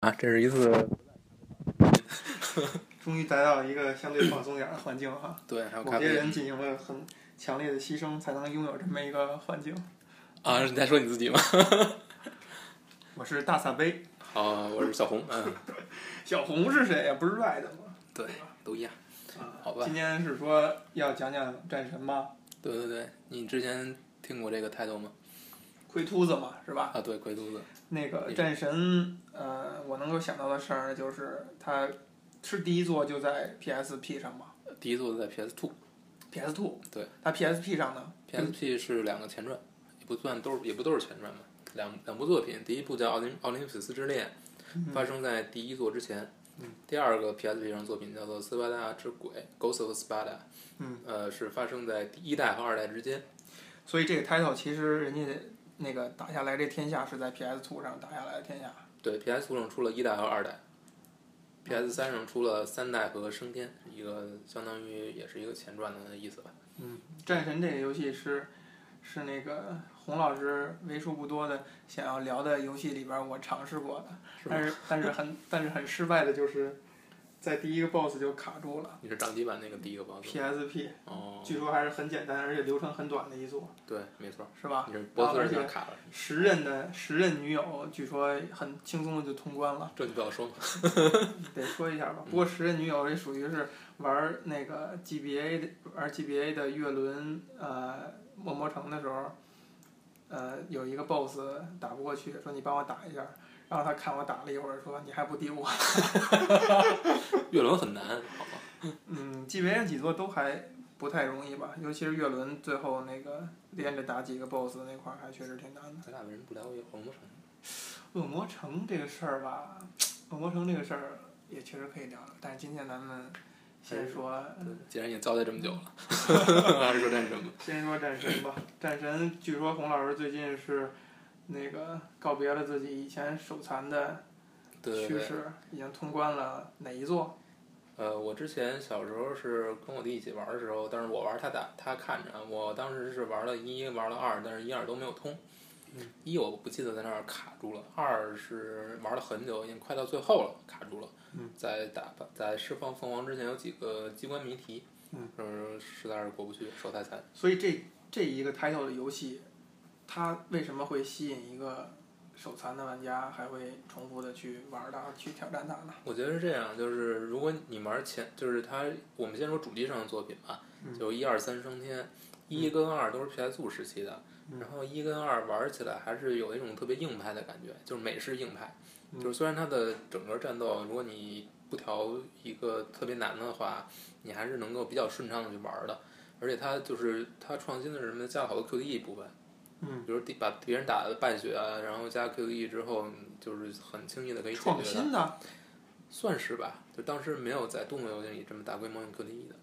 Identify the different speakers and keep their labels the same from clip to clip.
Speaker 1: 啊，这是一次
Speaker 2: 终于达到一个相对放松点儿的环 境哈。
Speaker 1: 对，还有
Speaker 2: 某
Speaker 1: 咖
Speaker 2: 些
Speaker 1: 啡
Speaker 2: 人进行了很强烈的牺牲，才能拥有这么一个环境。
Speaker 1: 啊，你在说你自己吗？
Speaker 2: 我是大撒杯，
Speaker 1: 好，我是小红，嗯，
Speaker 2: 小红是谁呀？不是 Red 吗？
Speaker 1: 对，都一样。
Speaker 2: 啊
Speaker 1: 好吧
Speaker 2: 今天是说要讲讲战神吗？
Speaker 1: 对对对，你之前听过这个 title 吗？
Speaker 2: 龟秃子嘛，是吧？
Speaker 1: 啊，对，鬼犊子，
Speaker 2: 那个
Speaker 1: 嗯
Speaker 2: 战神，呃，我能够想到的事儿就是它是第一座就在 PSP 上嘛
Speaker 1: 第一座在 PS Two、
Speaker 2: ，PS Two。
Speaker 1: 对。
Speaker 2: 它 PSP 上呢？
Speaker 1: PSP 是两个前传，也不算都是也不都是前传嘛，两两部作品，第一部叫《奥林奥林匹斯之恋》，
Speaker 2: 嗯
Speaker 1: 发生在第一座之前。第二个 PSP 上作品叫做《斯巴达之鬼》（Ghost of Sparta），
Speaker 2: 嗯，
Speaker 1: 呃，是发生在第一代和二代之间。
Speaker 2: 所以这个 title 其实人家那个打下来这天下是在 PS Two 上打下来的天下。
Speaker 1: 对，PS 上出了一代和二代，PS 三上出了三代和升天，一个相当于也是一个前传的意思吧。
Speaker 2: 嗯，战神这个游戏是是那个洪老师为数不多的想要聊的游戏里边儿我尝试过的，
Speaker 1: 是吗
Speaker 2: 但是但是很但是很失败的就是在第一个 BOSS 就卡住了。
Speaker 1: 你是掌机版那个第一个 boss？
Speaker 2: PSP
Speaker 1: 哦，
Speaker 2: 据说还是很简单，而且流程很短的一座，
Speaker 1: 对，没错，
Speaker 2: 是吧？
Speaker 1: 你是
Speaker 2: 然后
Speaker 1: boss
Speaker 2: 而
Speaker 1: 上
Speaker 2: 且
Speaker 1: 卡了，
Speaker 2: 时任的时任女友据说很轻松的就通关了，
Speaker 1: 这你不要说嘛。
Speaker 2: 得说一下吧。不过时任女友也属于是玩儿那个 GBA 的玩儿 GBA 的月轮呃魔魔城的时候，呃有一个 BOSS 打不过去，说你帮我打一下，然后他看我打了一会儿，说你还不敌我。
Speaker 1: 月轮很 难，好吧？
Speaker 2: 嗯，GBA 几座都还不太容易吧，尤其是月轮最后那个连着打几个 BOSS 那块儿还确实挺难的。
Speaker 1: 咱俩为什么不聊《黄魔城》？
Speaker 2: 恶魔城这个事儿吧，恶魔城这个事儿也确实可以聊聊，但是今天咱们先说
Speaker 1: 既然也交代这么久 了， 还是说战争吧。
Speaker 2: 先说战神吧。战神据说洪老师最近是那个告别了自己以前手残的
Speaker 1: 对
Speaker 2: 趋
Speaker 1: 对对，
Speaker 2: 势，已经通关了哪一座？
Speaker 1: 呃，我之前小时候是跟我弟一起玩的时候，但是我玩他打他看着，啊我当时是玩了一玩了二，但是一二都没有通。一我不记得在那儿卡住了，二是玩了很久，已经快到最后了，卡住了。在打在释放凤凰之前有几个机关谜题，
Speaker 2: 嗯，
Speaker 1: 实在是过不去，手太残。
Speaker 2: 所以这这一个 title 的游戏，它为什么会吸引一个手残的玩家还会重复的去玩儿它、去挑战它呢？
Speaker 1: 我觉得是这样，就是如果你玩前，就是它，我们先说主机上的作品吧，
Speaker 2: 嗯
Speaker 1: 就一二三升天，一跟二都是 PS 五时期的，
Speaker 2: 嗯
Speaker 1: 然后一跟二玩起来还是有一种特别硬派的感觉，就是美式硬派，
Speaker 2: 嗯
Speaker 1: 就是虽然它的整个战斗，如果你不调一个特别难的话，你还是能够比较顺畅的去玩的，而且它就是它创新的是什么，加了好多 QTE 部分。
Speaker 2: 嗯，
Speaker 1: 比如地把别人打的半血啊，然后加 QTE 之后，就是很轻易的可以解决
Speaker 2: 创
Speaker 1: 的。
Speaker 2: 新的
Speaker 1: 算是吧，就当时没有在动作游戏里这么大规模用 QTE 的，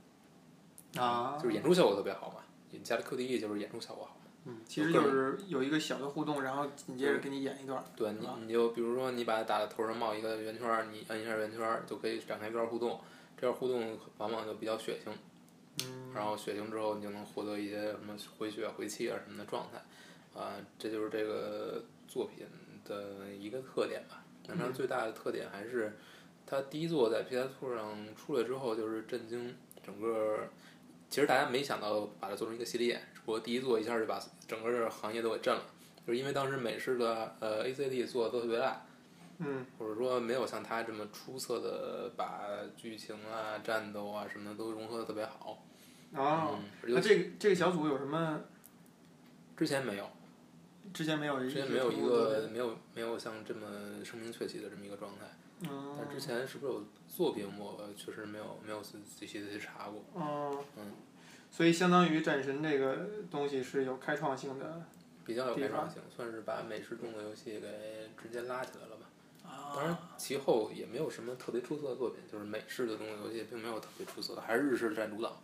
Speaker 2: 啊
Speaker 1: 就是演出效果特别好嘛。你加了 QTE 就是演出效果好。
Speaker 2: 嗯，其实就是有一个小的互动，然后紧接着给你演一段儿。
Speaker 1: 对嗯你，你就比如说你把它打到头上冒一个圆圈儿，你按一下圆圈儿就可以展开一段互动，这段互动往往就比较血腥，
Speaker 2: 嗯，
Speaker 1: 然后血腥之后你就能获得一些什么回血、回气啊什么的状态，啊、这就是这个作品的一个特点吧。那它最大的特点还是它第一座在 PS 2上出来之后就是震惊整个，其实大家没想到把它做成一个系列，只不过第一座一下就把整个这行业都给震了，就是因为当时美式的呃 ACD 做的都特别烂。
Speaker 2: 嗯，
Speaker 1: 或者说没有像他这么出色的把剧情啊、战斗啊什么的都融合的特别好。
Speaker 2: 啊，
Speaker 1: 嗯，
Speaker 2: 那这个这个小组有什么？
Speaker 1: 之前没有，
Speaker 2: 之前没有一
Speaker 1: 之
Speaker 2: 些
Speaker 1: 前没有
Speaker 2: 突
Speaker 1: 一
Speaker 2: 出的作
Speaker 1: 个
Speaker 2: 品，
Speaker 1: 没有没有像这么声名鹊起的这么一个状态。但之
Speaker 2: 嗯，
Speaker 1: 前是不是有作品，我确实没有没有仔细的去查过。
Speaker 2: 哦
Speaker 1: 嗯，
Speaker 2: 所以相当于战神这个东西是有开创性的。
Speaker 1: 比较有
Speaker 2: 地
Speaker 1: 开
Speaker 2: 方
Speaker 1: 创性，算是把美式动作游戏给直接拉起来了吧。
Speaker 2: 啊
Speaker 1: 当然，其后也没有什么特别出色的作品，就是美式的动作游戏并没有特别出色的，还是日式占主导。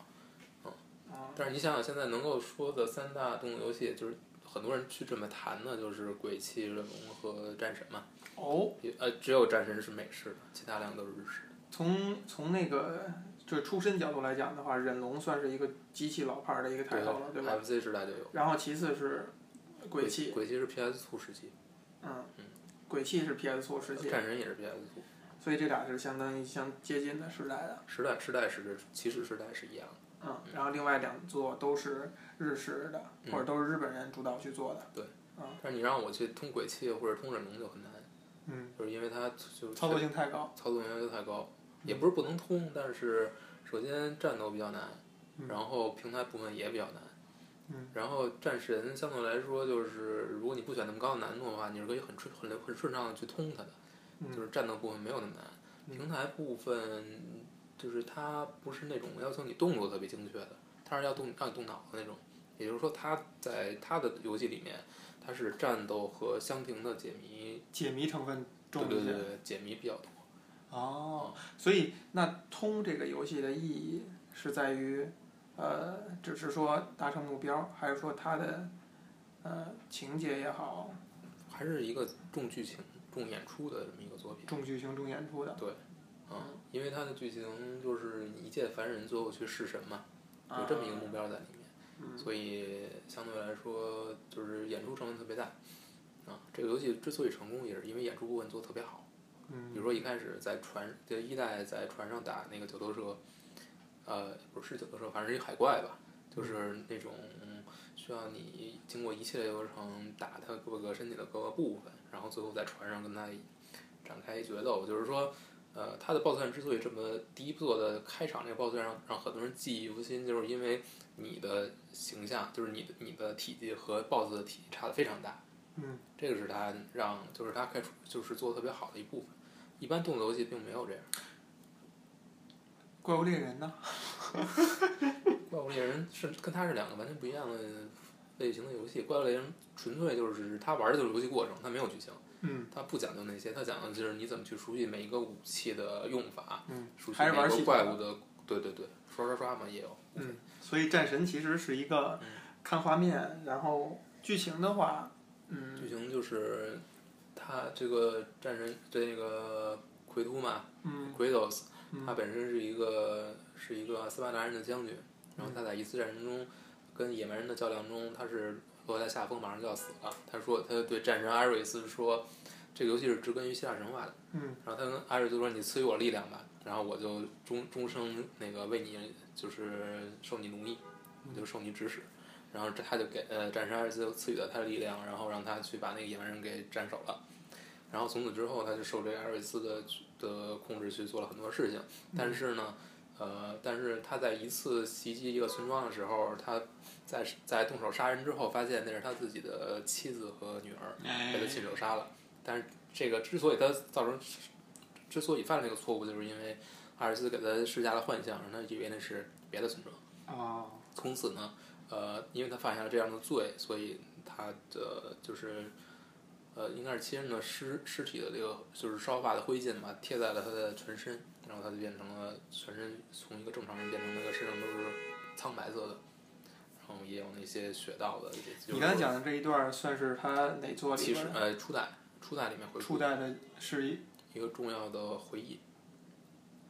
Speaker 2: 啊，
Speaker 1: 但是你想想，现在能够说的三大动作游戏，就是很多人去这么谈的，就是鬼泣、忍龙和战神嘛。
Speaker 2: 哦，
Speaker 1: 也呃，只有战神是美式的，其他两个都是日式的。
Speaker 2: 从从那个就是出身角度来讲的话，忍龙算是一个极其老牌儿的一个抬头了，对吧？啊
Speaker 1: f c 时代就有。
Speaker 2: 然后其次是鬼泣，
Speaker 1: 鬼泣是 PS 2时期，
Speaker 2: 嗯，鬼泣是 PS 4时期，
Speaker 1: 战神也是 PS 五，
Speaker 2: 所以这俩是相当于相接近的时代的。
Speaker 1: 时代时代是其实时代是一样的。
Speaker 2: 嗯，然后另外两座都是日式的，
Speaker 1: 嗯
Speaker 2: 或者都是日本人主导去做的。
Speaker 1: 但是你让我去通鬼泣或者通忍龙就很难，
Speaker 2: 嗯，
Speaker 1: 就是因为它就
Speaker 2: 操作性太高。
Speaker 1: 操作要求太高，也不是不能通，但是首先战斗比较难，
Speaker 2: 嗯
Speaker 1: 然后平台部分也比较难。
Speaker 2: 嗯
Speaker 1: 然后战神相对来说，就是如果你不选那么高的难度的话，你是可以很顺很很顺畅的去通它的，
Speaker 2: 嗯
Speaker 1: 就是战斗部分没有那么难。
Speaker 2: 嗯
Speaker 1: 平台部分就是它不是那种要求你动作特别精确的，它是要动让你动脑的那种。也就是说，它在它的游戏里面，它是战斗和相庭的解谜，
Speaker 2: 解谜成分
Speaker 1: 对
Speaker 2: 重
Speaker 1: 对
Speaker 2: 一
Speaker 1: 对
Speaker 2: 些。
Speaker 1: 对，解谜比较多。
Speaker 2: 哦，所以那通这个游戏的意义是在于，呃，只是说达成目标，还是说它的呃情节也好，
Speaker 1: 还是一个重剧情、重演出的这么一个作品。
Speaker 2: 重剧情、重演出的？
Speaker 1: 嗯，因为它的剧情就是你一介凡人最后去弑神嘛，有这么一个目标在里面，
Speaker 2: 嗯
Speaker 1: 所以相对来说就是演出成分特别大。啊，这个游戏之所以成功，也是因为演出部分做得特别好。比
Speaker 2: 嗯
Speaker 1: 如说一开始在船，就一代在船上打那个九头蛇，呃，不是九头蛇，反正是一海怪吧，就是
Speaker 2: 嗯
Speaker 1: 那种需要你经过一系列流程打它各个身体的各个部分，然后最后在船上跟它展开决斗。就是说，呃，它的 BOSS 战之所以这么第一做的开场这个 BOSS 战让让很多人记忆犹新，就是因为你的形象，就是你的你的体积和 BOSS 的体积差的非常大。
Speaker 2: 嗯
Speaker 1: 这个是他让，就是他开出，就是做得特别好的一部分。一般动作游戏并没有这样。
Speaker 2: 怪物猎人呢？嗯
Speaker 1: 怪物猎人是跟他是两个完全不一样的类型的游戏。怪物猎人纯粹就是他玩的就是游戏过程，他没有剧情，
Speaker 2: 嗯
Speaker 1: 他不讲究那些，他讲究就是你怎么去熟悉每一个武器的用法，
Speaker 2: 嗯，
Speaker 1: 熟悉
Speaker 2: 还
Speaker 1: 每
Speaker 2: 是玩
Speaker 1: 个
Speaker 2: 系统
Speaker 1: 怪物的，对对对，刷刷刷嘛也有。
Speaker 2: 嗯，所以战神其实是一个看画面，然后剧情的话，嗯
Speaker 1: 剧情就是他这个战神这个奎图嘛，
Speaker 2: 嗯
Speaker 1: g r a d o s 他
Speaker 2: 嗯
Speaker 1: 本身是一个是一个斯巴达人的将军，然后他在一次战争中跟野蛮人的较量中，他是落在下风，马上就要死了。他说他对战神艾瑞斯说，这个游戏是植根于希腊神话的。
Speaker 2: 嗯
Speaker 1: 然后他跟艾瑞斯说：“你赐予我力量吧，然后我就终终生那个为你就是受你奴役，我就受你指使。”然后这他就给呃战神艾瑞斯赐予了他的力量，然后让他去把那个野蛮人给斩首了。然后从此之后，他就受这个艾瑞斯的的控制去做了很多事情。但是呢，呃，但是他在一次袭击一个村庄的时候，他在在动手杀人之后，发现那是他自己的妻子和女儿被他
Speaker 2: 哎
Speaker 1: 亲手杀了。但是这个之所以他造成，之所以犯了这个错误，就是因为阿尔斯给他施加了幻象，让他以为那是别的村庄。
Speaker 2: 哦，
Speaker 1: 从此呢，呃，因为他犯下了这样的罪，所以他的就是，呃，应该是亲人的尸尸体的这个就是烧发的灰烬吧，贴在了他的全身，然后他就变成了全身从一个正常人变成那个身上都是苍白色的，然后也有那些血道的。就是
Speaker 2: 你刚才讲的这一段算是他哪座里
Speaker 1: 其实
Speaker 2: 边
Speaker 1: 呃初代初代里面回
Speaker 2: 初代的是一
Speaker 1: 一个重要的回忆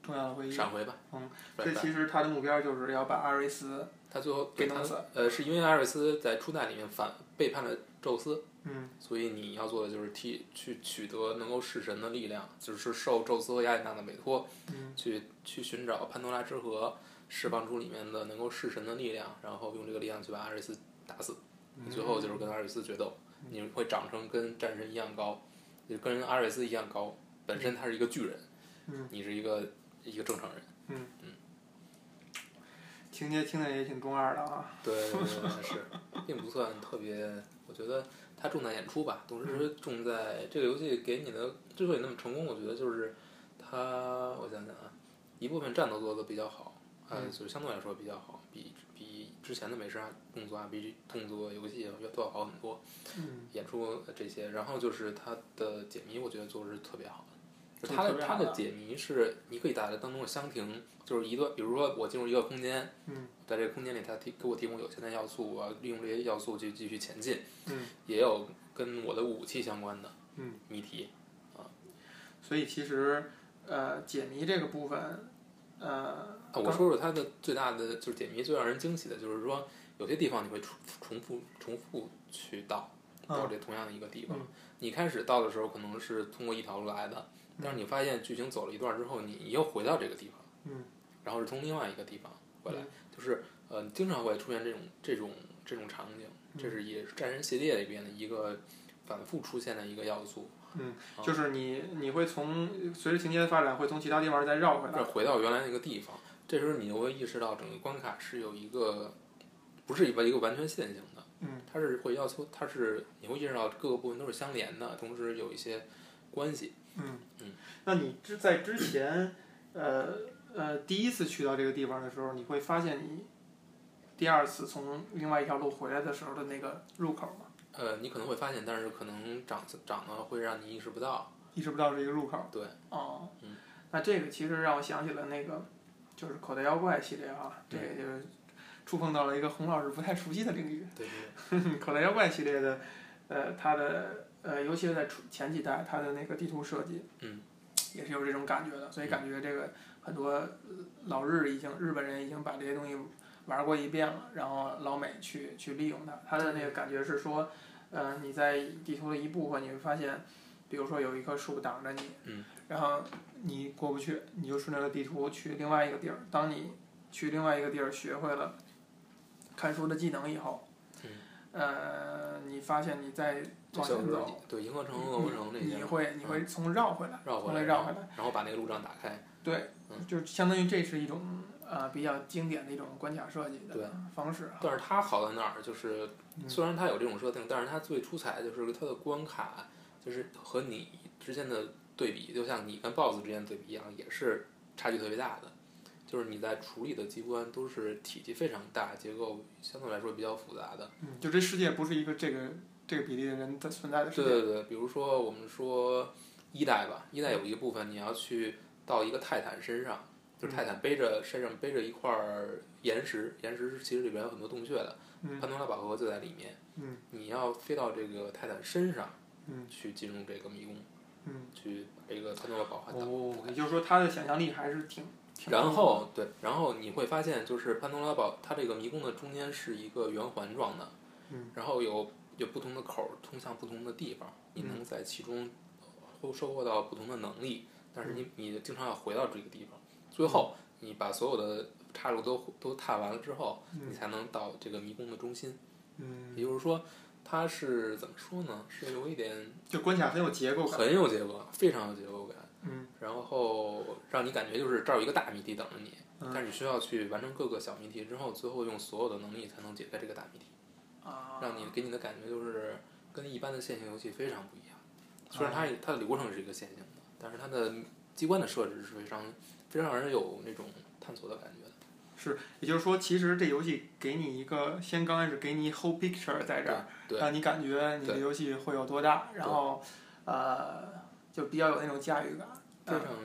Speaker 2: 重要的会议？
Speaker 1: 闪回吧，
Speaker 2: 嗯，这
Speaker 1: flashback
Speaker 2: 其实他的目标就是要把阿瑞斯，
Speaker 1: 他最后
Speaker 2: 给
Speaker 1: 他
Speaker 2: 弄死
Speaker 1: 呃，是因为阿瑞斯在初代里面反背叛了宙斯，
Speaker 2: 嗯
Speaker 1: 所以你要做的就是替去取得能够弑神的力量，就是受宙斯和雅典娜的委托，
Speaker 2: 嗯
Speaker 1: 去去寻找潘多拉之盒，释放出里面的能够弑神的力量，然后用这个力量去把阿瑞斯打死，
Speaker 2: 嗯
Speaker 1: 最后就是跟阿瑞斯决斗，你会长成跟战神一样高，就跟阿瑞斯一样高，本身他是一个巨人，
Speaker 2: 嗯
Speaker 1: 你是一个一个正常人，
Speaker 2: 情节听的也挺中二的啊。
Speaker 1: 对，对对是，并不算特别，我觉得它重在演出吧，同时重在这个游戏给你的之所以那么成功，我觉得就是它，我想想啊，一部分战斗做的比较好，呃，
Speaker 2: 嗯
Speaker 1: 就相对来说比较好，比比之前的美式啊动作 RPG 动作游戏要都要好很多，
Speaker 2: 嗯
Speaker 1: 演出这些，然后就是它的解谜，我觉得做的是特别好的。就
Speaker 2: 做
Speaker 1: 它
Speaker 2: 得
Speaker 1: 的
Speaker 2: 特别
Speaker 1: 它
Speaker 2: 好
Speaker 1: 的
Speaker 2: 的
Speaker 1: 解谜是，你可以在它当中的相庭，就是一段，比如说我进入一个空间，
Speaker 2: 嗯
Speaker 1: 在这个空间里，它提给我提供有限的要素，我要利用这些要素去继续前进。
Speaker 2: 嗯，
Speaker 1: 也有跟我的武器相关的
Speaker 2: 嗯，
Speaker 1: 谜题。
Speaker 2: 所以其实呃解谜这个部分，呃
Speaker 1: 啊，我说说它的最大的就是解谜最让人惊喜的，就是说有些地方你会重重复重复去到，到这同样的一个地方。你开始到的时候可能是通过一条路来的，但是你发现剧情走了一段之后，你又回到这个地方，
Speaker 2: 嗯，
Speaker 1: 然后是从另外一个地方回来，就是呃，经常会出现这种这种这种场景，这是也是《战神》系列里边的一个反复出现的一个要素。
Speaker 2: 嗯，就是你你会从随着情节的发展，会从其他地方再绕回来。
Speaker 1: 再回到原来那个地方，这时候你就会意识到整个关卡是有一个，不是一个一个完全线性的，
Speaker 2: 嗯，
Speaker 1: 它是会要求它是你会意识到各个部分都是相连的，同时有一些关系。
Speaker 2: 嗯
Speaker 1: 嗯，
Speaker 2: 那你之在之前，呃呃，第一次去到这个地方的时候，你会发现你第二次从另外一条路回来的时候的那个入口吗？
Speaker 1: 呃，你可能会发现，但是可能长长得会让你意识不到。
Speaker 2: 意识不到是一个入口。
Speaker 1: 对。
Speaker 2: 哦。
Speaker 1: 嗯。
Speaker 2: 那这个其实让我想起了那个，就是口袋妖怪系列啊，
Speaker 1: 嗯
Speaker 2: 这个就是触碰到了一个洪老师不太熟悉的领域。
Speaker 1: 对对
Speaker 2: 口袋妖怪系列的，呃，它的呃，尤其是在初前几代，它的那个地图设计，
Speaker 1: 嗯，
Speaker 2: 也是有这种感觉的。所以感觉这个很多呃老日已经日本人已经把这些东西玩过一遍了，然后老美去去利用它。它的那个感觉是说，呃，你在地图的一部分，你会发现，比如说有一棵树挡着你，
Speaker 1: 嗯，
Speaker 2: 然后你过不去，你就顺着地图去另外一个地儿。当你去另外一个地儿学会了看书的技能以后。
Speaker 1: 嗯
Speaker 2: 呃，你发现你在
Speaker 1: 对，
Speaker 2: 往
Speaker 1: 小
Speaker 2: 前
Speaker 1: 时
Speaker 2: 走，
Speaker 1: 候对银河城、恶魔城那
Speaker 2: 你
Speaker 1: 些
Speaker 2: 你会你会从绕回来，
Speaker 1: 绕
Speaker 2: 从
Speaker 1: 回
Speaker 2: 来
Speaker 1: 来，嗯
Speaker 2: 绕回来，
Speaker 1: 然后把那个路障打开。
Speaker 2: 对，就相当于这是一种呃比较经典的一种关卡设计
Speaker 1: 对
Speaker 2: 的方式啊。嗯
Speaker 1: 但是它好在哪儿？就是虽然它有这种设定，但是它最出彩的就是它的关卡，就是和你之间的对比，就像你跟 BOSS 之间对比一样，也是差距特别大的。就是你在处理的机关都是体积非常大，结构相对来说比较复杂的。
Speaker 2: 嗯，就这世界不是一个这个这个比例的人在存在的世
Speaker 1: 对
Speaker 2: 界。
Speaker 1: 对对，比如说我们说一代吧，一代有一个部分你要去到一个泰坦身上，
Speaker 2: 嗯
Speaker 1: 就是泰坦背着身上背着一块儿岩石，岩石其实里边有很多洞穴的，
Speaker 2: 嗯
Speaker 1: 潘多拉宝盒就在里面。
Speaker 2: 嗯
Speaker 1: 你要飞到这个泰坦身上，
Speaker 2: 嗯
Speaker 1: 去进入这个迷宫，
Speaker 2: 嗯，
Speaker 1: 去把这个潘多拉宝盒打
Speaker 2: 哦，也就是说他的想象力还是挺挺。
Speaker 1: 然后对，然后你会发现，就是潘多拉宝，它这个迷宫的中间是一个圆环状的，
Speaker 2: 嗯
Speaker 1: 然后有有不同的口儿通向不同的地方，你能在其中收收获到不同的能力，但是
Speaker 2: 嗯
Speaker 1: 你你经常要回到这个地方，最后你把所有的岔路都都踏完了之后，你才能到这个迷宫的中心。
Speaker 2: 嗯，
Speaker 1: 也就是说，它是怎么说呢？是有一点
Speaker 2: 就关卡很有结构感。
Speaker 1: 很有结构，非常有结构感。
Speaker 2: 嗯
Speaker 1: 然后让你感觉就是这儿有一个大谜题等着你，
Speaker 2: 嗯
Speaker 1: 但是你需要去完成各个小谜题之后，最后用所有的能力才能解开这个大谜题，
Speaker 2: 啊。
Speaker 1: 让你给你的感觉就是跟一般的线性游戏非常不一样。虽
Speaker 2: 啊
Speaker 1: 然它也它的流程是一个线性的，但是它的机关的设置是非常非常让人有那种探索的感觉的。
Speaker 2: 是，也就是说，其实这游戏给你一个先刚开始给你 whole picture 在这儿，
Speaker 1: 对
Speaker 2: 让你感觉你的
Speaker 1: 对
Speaker 2: 游戏会有多大，然
Speaker 1: 对
Speaker 2: 后呃，就比较有那种驾驭感。
Speaker 1: 非
Speaker 2: 嗯
Speaker 1: 常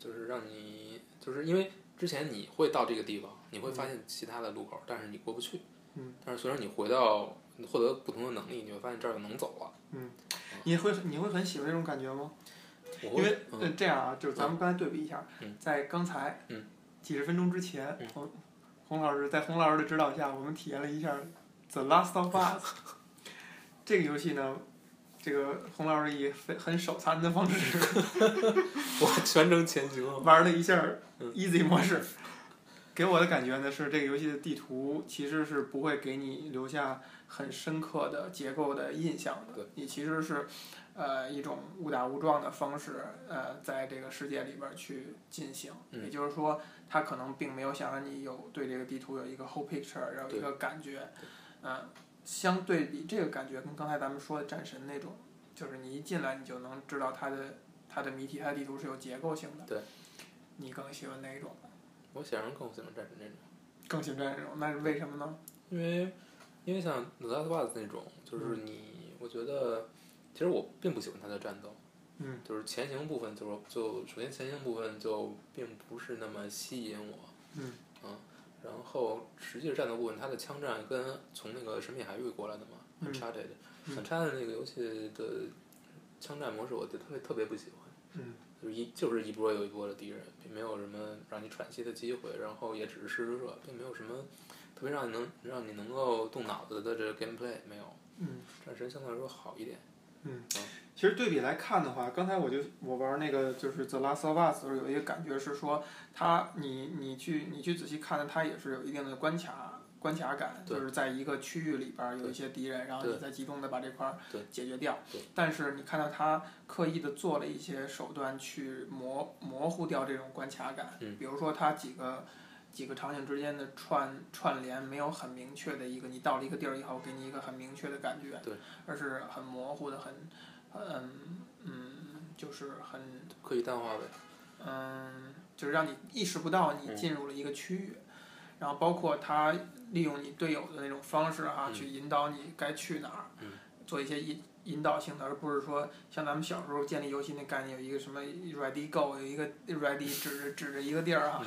Speaker 1: 就是让你就是因为之前你会到这个地方，你会发现其他的路口，但是你过不去。
Speaker 2: 嗯。
Speaker 1: 但是随着你回到你获得不同的能力，你会发现这儿能走了。
Speaker 2: 你会你会很喜欢这种感觉吗？
Speaker 1: 我
Speaker 2: 因
Speaker 1: 会
Speaker 2: 为、
Speaker 1: 嗯
Speaker 2: 呃这样啊，就是咱们刚才对比一下，
Speaker 1: 嗯
Speaker 2: 在刚才
Speaker 1: 嗯
Speaker 2: 几十分钟之前
Speaker 1: 嗯，
Speaker 2: 洪洪老师在洪老师的指导下，我们体验了一下《The Last of Us》这个游戏呢。这个洪老师以很很手残的方式
Speaker 1: 我全程前 行了。
Speaker 2: 玩了一下儿
Speaker 1: 嗯
Speaker 2: easy 模式，给我的感觉呢是这个游戏的地图其实是不会给你留下很深刻的结构的印象的
Speaker 1: 对，
Speaker 2: 你其实是呃一种误打误撞的方式，呃，在这个世界里边儿去进行，
Speaker 1: 嗯
Speaker 2: 也就是说，他可能并没有想让你有对这个地图有一个 whole picture，然后一个感觉，嗯、相对比这个感觉跟刚才咱们说的战神那种，就是你一进来你就能知道它的它的谜题、它的地图是有结构性的。
Speaker 1: 对，
Speaker 2: 你更喜欢哪一种？
Speaker 1: 我显然更喜欢战神这种，
Speaker 2: 更喜欢战神，那是为什么呢？
Speaker 1: 因为因为像《The Last of Us》那种，就是
Speaker 2: 嗯
Speaker 1: 你，我觉得其实我并不喜欢他的战斗，
Speaker 2: 嗯，
Speaker 1: 就是前行部分就是就首先前行部分就并不是那么吸引我，啊
Speaker 2: 嗯
Speaker 1: 然后实际的战斗部分，它的枪战跟从那个《神秘海域》过来的嘛，
Speaker 2: 嗯
Speaker 1: 很 Uncharted》
Speaker 2: 嗯
Speaker 1: 很 Uncharted》那个游戏的枪战模式，我就特别特别不喜欢。
Speaker 2: 嗯
Speaker 1: 就是一就是一波又一波的敌人，并没有什么让你喘息的机会，然后也只是试试射，并没有什么特别让你能让你能够动脑子的这个 gameplay 没有。
Speaker 2: 嗯，
Speaker 1: 战神相对来说好一点。
Speaker 2: 其实对比来看的话，刚才我就我玩那个就是《The Last of Us》的时候，有一个感觉是说，它你你去你去仔细看，它也是有一定的关卡关卡感，
Speaker 1: 对
Speaker 2: 就是在一个区域里边儿有一些敌人，然后你再集中的把这块儿
Speaker 1: 对
Speaker 2: 解决掉
Speaker 1: 对。
Speaker 2: 但是你看到它刻意的做了一些手段去模模糊掉这种关卡感，
Speaker 1: 嗯
Speaker 2: 比如说它几个。几个场景之间的串串联没有很明确的一个，你到了一个地儿以后，给你一个很明确的感觉，
Speaker 1: 对，
Speaker 2: 而是很模糊的、很嗯，嗯，就是很，
Speaker 1: 可以淡化呗。
Speaker 2: 嗯，就是让你意识不到你
Speaker 1: 嗯
Speaker 2: 进入了一个区域，然后包括他利用你队友的那种方式啊，
Speaker 1: 嗯
Speaker 2: 去引导你该去哪儿，
Speaker 1: 嗯
Speaker 2: 做一些引引导性的，而不是说像咱们小时候建立游戏那概念有一个什么 ready go，有一个 ready 指着指着一个地儿啊，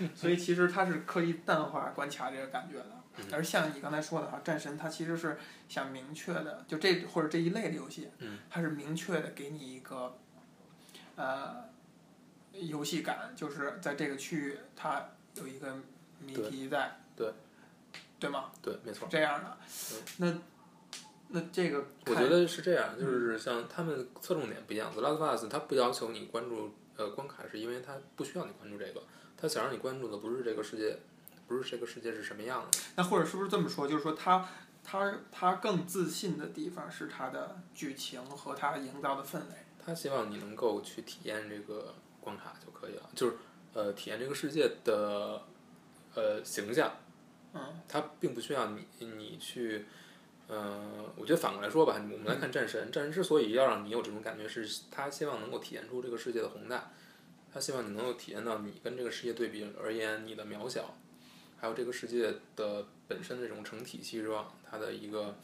Speaker 1: 嗯
Speaker 2: 所以其实它是刻意淡化关卡这个感觉的。
Speaker 1: 嗯
Speaker 2: 而像你刚才说的哈，战神它其实是想明确的，就这或者这一类的游戏，
Speaker 1: 嗯
Speaker 2: 它是明确的给你一个，呃，游戏感，就是在这个区域它有一个谜题在，
Speaker 1: 对，
Speaker 2: 对吗？
Speaker 1: 对，没
Speaker 2: 是
Speaker 1: 错。嗯
Speaker 2: 这样的。那那这个
Speaker 1: 我
Speaker 2: 看，
Speaker 1: 觉得是这样，就是像他们侧重点不一样。The Last of Us 它不要求你关注呃关卡，是因为它不需要你关注这个，它想让你关注的不是这个世界，不是这个世界是什么样的。
Speaker 2: 那或者是不是这么说，就是说它它它更自信的地方是它的剧情和它营造的氛围。
Speaker 1: 他希望你能够去体验这个关卡就可以了，就是呃体验这个世界的呃形象，
Speaker 2: 嗯
Speaker 1: 他并不需要你你去。呃，我觉得反过来说吧，我们来看战神。战神之所以要让你有这种感觉，是他希望能够体验出这个世界的宏大，他希望你能够体验到你跟这个世界对比而言你的渺小，还有这个世界的本身的这种成体系状，它的一个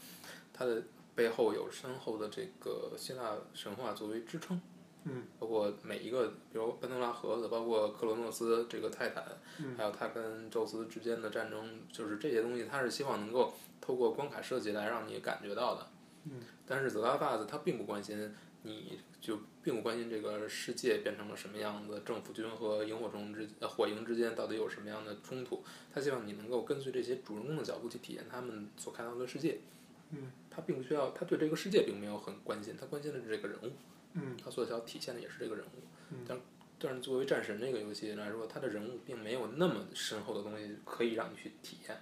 Speaker 1: 它的背后有深厚的这个希腊神话作为支撑。
Speaker 2: 嗯
Speaker 1: 包括每一个，比如班多拉盒子，包括克罗诺斯这个泰坦，
Speaker 2: 嗯
Speaker 1: 还有他跟宙斯之间的战争，就是这些东西，他是希望能够透过关卡设计来让你感觉到的。
Speaker 2: 嗯
Speaker 1: 但是《The Last of Us》它并不关心你，就并不关心这个世界变成了什么样子，政府军和萤火虫之呃火萤之间到底有什么样的冲突。他希望你能够跟随这些主人公的脚步去体验他们所看到的世界。
Speaker 2: 嗯
Speaker 1: 他并不需要，他对这个世界并没有很关心，他关心的是这个人物。
Speaker 2: 嗯
Speaker 1: 他所想体现的也是这个人物。
Speaker 2: 嗯
Speaker 1: 但但是作为战神这个游戏来说，它的人物并没有那么深厚的东西可以让你去体验。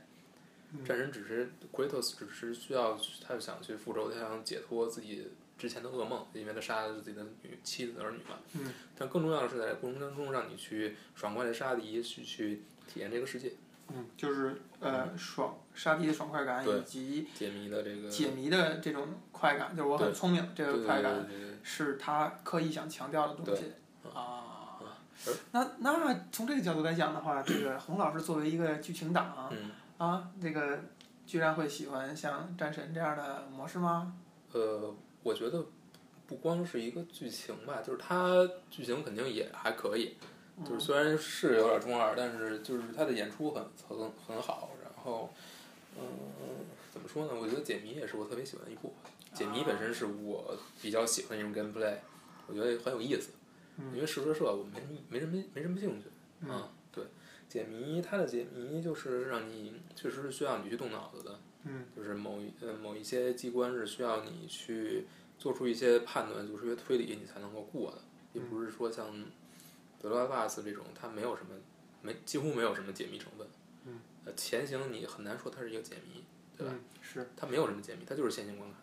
Speaker 2: 嗯
Speaker 1: 战神只是 Kratos 只是需要他想去复仇，他想解脱自己之前的噩梦，因为他杀了自己的女妻子儿女嘛。
Speaker 2: 嗯
Speaker 1: 但更重要的是在过程当中让你去爽快的杀敌，去去体验这个世界，
Speaker 2: 嗯，就是呃爽杀敌的爽快感
Speaker 1: 嗯对
Speaker 2: 以及
Speaker 1: 解谜的这个
Speaker 2: 解谜的这种快感，就是我很
Speaker 1: 对
Speaker 2: 聪明这
Speaker 1: 对
Speaker 2: 个
Speaker 1: 对
Speaker 2: 快
Speaker 1: 对
Speaker 2: 感，啊
Speaker 1: 对对
Speaker 2: 是他刻意想强调的东西
Speaker 1: 对嗯
Speaker 2: 啊
Speaker 1: 而。
Speaker 2: 那那从这个角度来讲的话，这个洪老师作为一个剧情党
Speaker 1: 嗯
Speaker 2: 啊，这个居然会喜欢像战神这样的模式吗？
Speaker 1: 呃，我觉得不光是一个剧情吧，就是它剧情肯定也还可以，就是虽然是有点中二，但是就是它的演出很很很好，然后，嗯、怎么说呢？我觉得解谜也是我特别喜欢的一部分。解谜本身是我比较喜欢的一种 gameplay，我觉得很有意思。因为实时社我没没什么没什么兴趣，
Speaker 2: 嗯
Speaker 1: 啊，对，解谜它的解谜就是让你确实是需要你去动脑子的，
Speaker 2: 嗯
Speaker 1: 就是某一呃某一些机关是需要你去做出一些判断，做出一些推理，你才能够过的，也不是说像德拉巴斯这种，它没有什么没几乎没有什么解谜成分。
Speaker 2: 嗯，
Speaker 1: 呃，前行你很难说它是一个解谜，对吧？
Speaker 2: 嗯是。
Speaker 1: 它没有什么解谜，它就是线性关卡。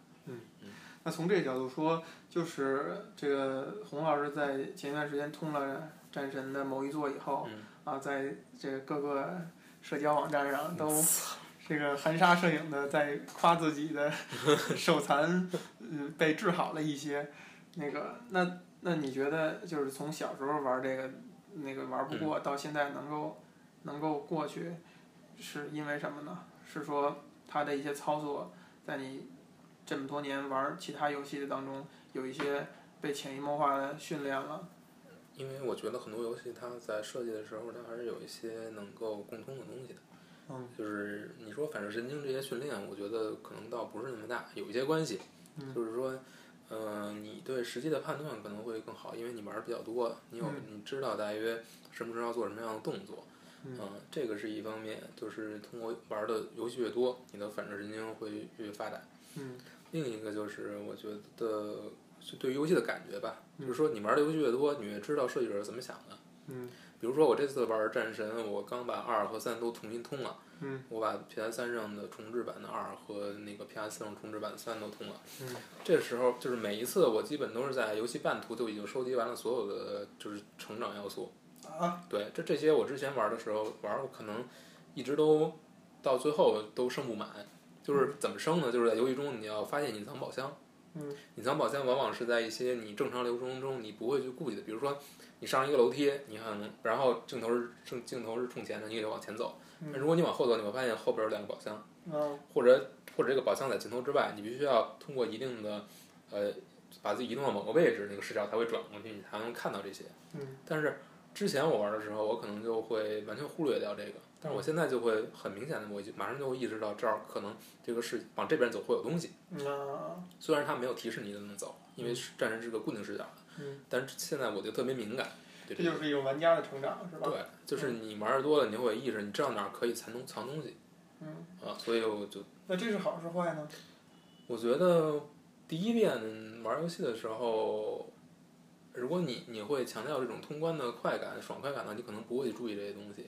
Speaker 2: 那从这个角度说，就是这个洪老师在前一段时间通了战神的某一座以后，
Speaker 1: 嗯
Speaker 2: 啊，在这个各个社交网站上都这个含沙射影的在夸自己的手残，嗯，被治好了一些。那个，那那你觉得就是从小时候玩这个，那个玩不过，到现在能够能够过去，是因为什么呢？是说他的一些操作在你这么多年玩其他游戏的当中，有一些被潜移默化的训练了。
Speaker 1: 因为我觉得很多游戏它在设计的时候，它还是有一些能够共通的东西的。
Speaker 2: 嗯，
Speaker 1: 就是你说反射神经这些训练，我觉得可能倒不是那么大，有一些关系。
Speaker 2: 嗯
Speaker 1: 就是说，呃，你对实际的判断可能会更好，因为你玩儿比较多，你有、你知道大约什么时候要做什么样的动作。
Speaker 2: 嗯
Speaker 1: 呃这个是一方面，就是通过玩儿的游戏越多，你的反射神经会越发达。
Speaker 2: 嗯
Speaker 1: 另一个就是我觉得就对于游戏的感觉吧，就是说你玩的游戏越多，你越知道设计者是怎么想的。
Speaker 2: 嗯
Speaker 1: 比如说我这次玩战神，我刚把二和三都重新通了，
Speaker 2: 嗯
Speaker 1: 我把 PS 三上的重置版的二和那个 PS 四上重置版的三都通了。
Speaker 2: 嗯
Speaker 1: 这时候就是每一次我基本都是在游戏半途就已经收集完了所有的就是成长要素。
Speaker 2: 啊，
Speaker 1: 对，这这些我之前玩的时候玩，我可能一直都到最后都升不满。就是怎么升呢？就是在游戏中你要发现隐藏宝箱。
Speaker 2: 嗯
Speaker 1: 隐藏宝箱往往是在一些你正常流程中你不会去顾及的，比如说你上一个楼梯，你看，然后镜头是正镜头是冲前的，你得往前走。但如果你往后走，你会发现后边有两个宝箱。
Speaker 2: 啊
Speaker 1: 或者或者这个宝箱在镜头之外，你必须要通过一定的呃，把自己移动到某个位置，那个视角才会转过去，你才能看到这些。
Speaker 2: 嗯
Speaker 1: 但是之前我玩的时候，我可能就会完全忽略掉这个，但
Speaker 2: 嗯
Speaker 1: 是我现在就会很明显的，我就马上就会意识到这儿可能这个是往这边走会有东西。
Speaker 2: 啊
Speaker 1: 虽然它没有提示你怎么走，因为是战神是个固定视角的，
Speaker 2: 嗯，
Speaker 1: 但是现在我就特别敏感。对
Speaker 2: 这
Speaker 1: 这
Speaker 2: 就
Speaker 1: 个。
Speaker 2: 是一种玩家的成长，是吧？
Speaker 1: 对，就是你玩的多了，你会有意识，你知道哪儿可以藏东藏东西
Speaker 2: 嗯，
Speaker 1: 啊，所以我就
Speaker 2: 那这是好是坏呢？
Speaker 1: 我觉得第一遍玩游戏的时候，如果你你会强调这种通关的快感、爽快感呢，你可能不会注意这些东西。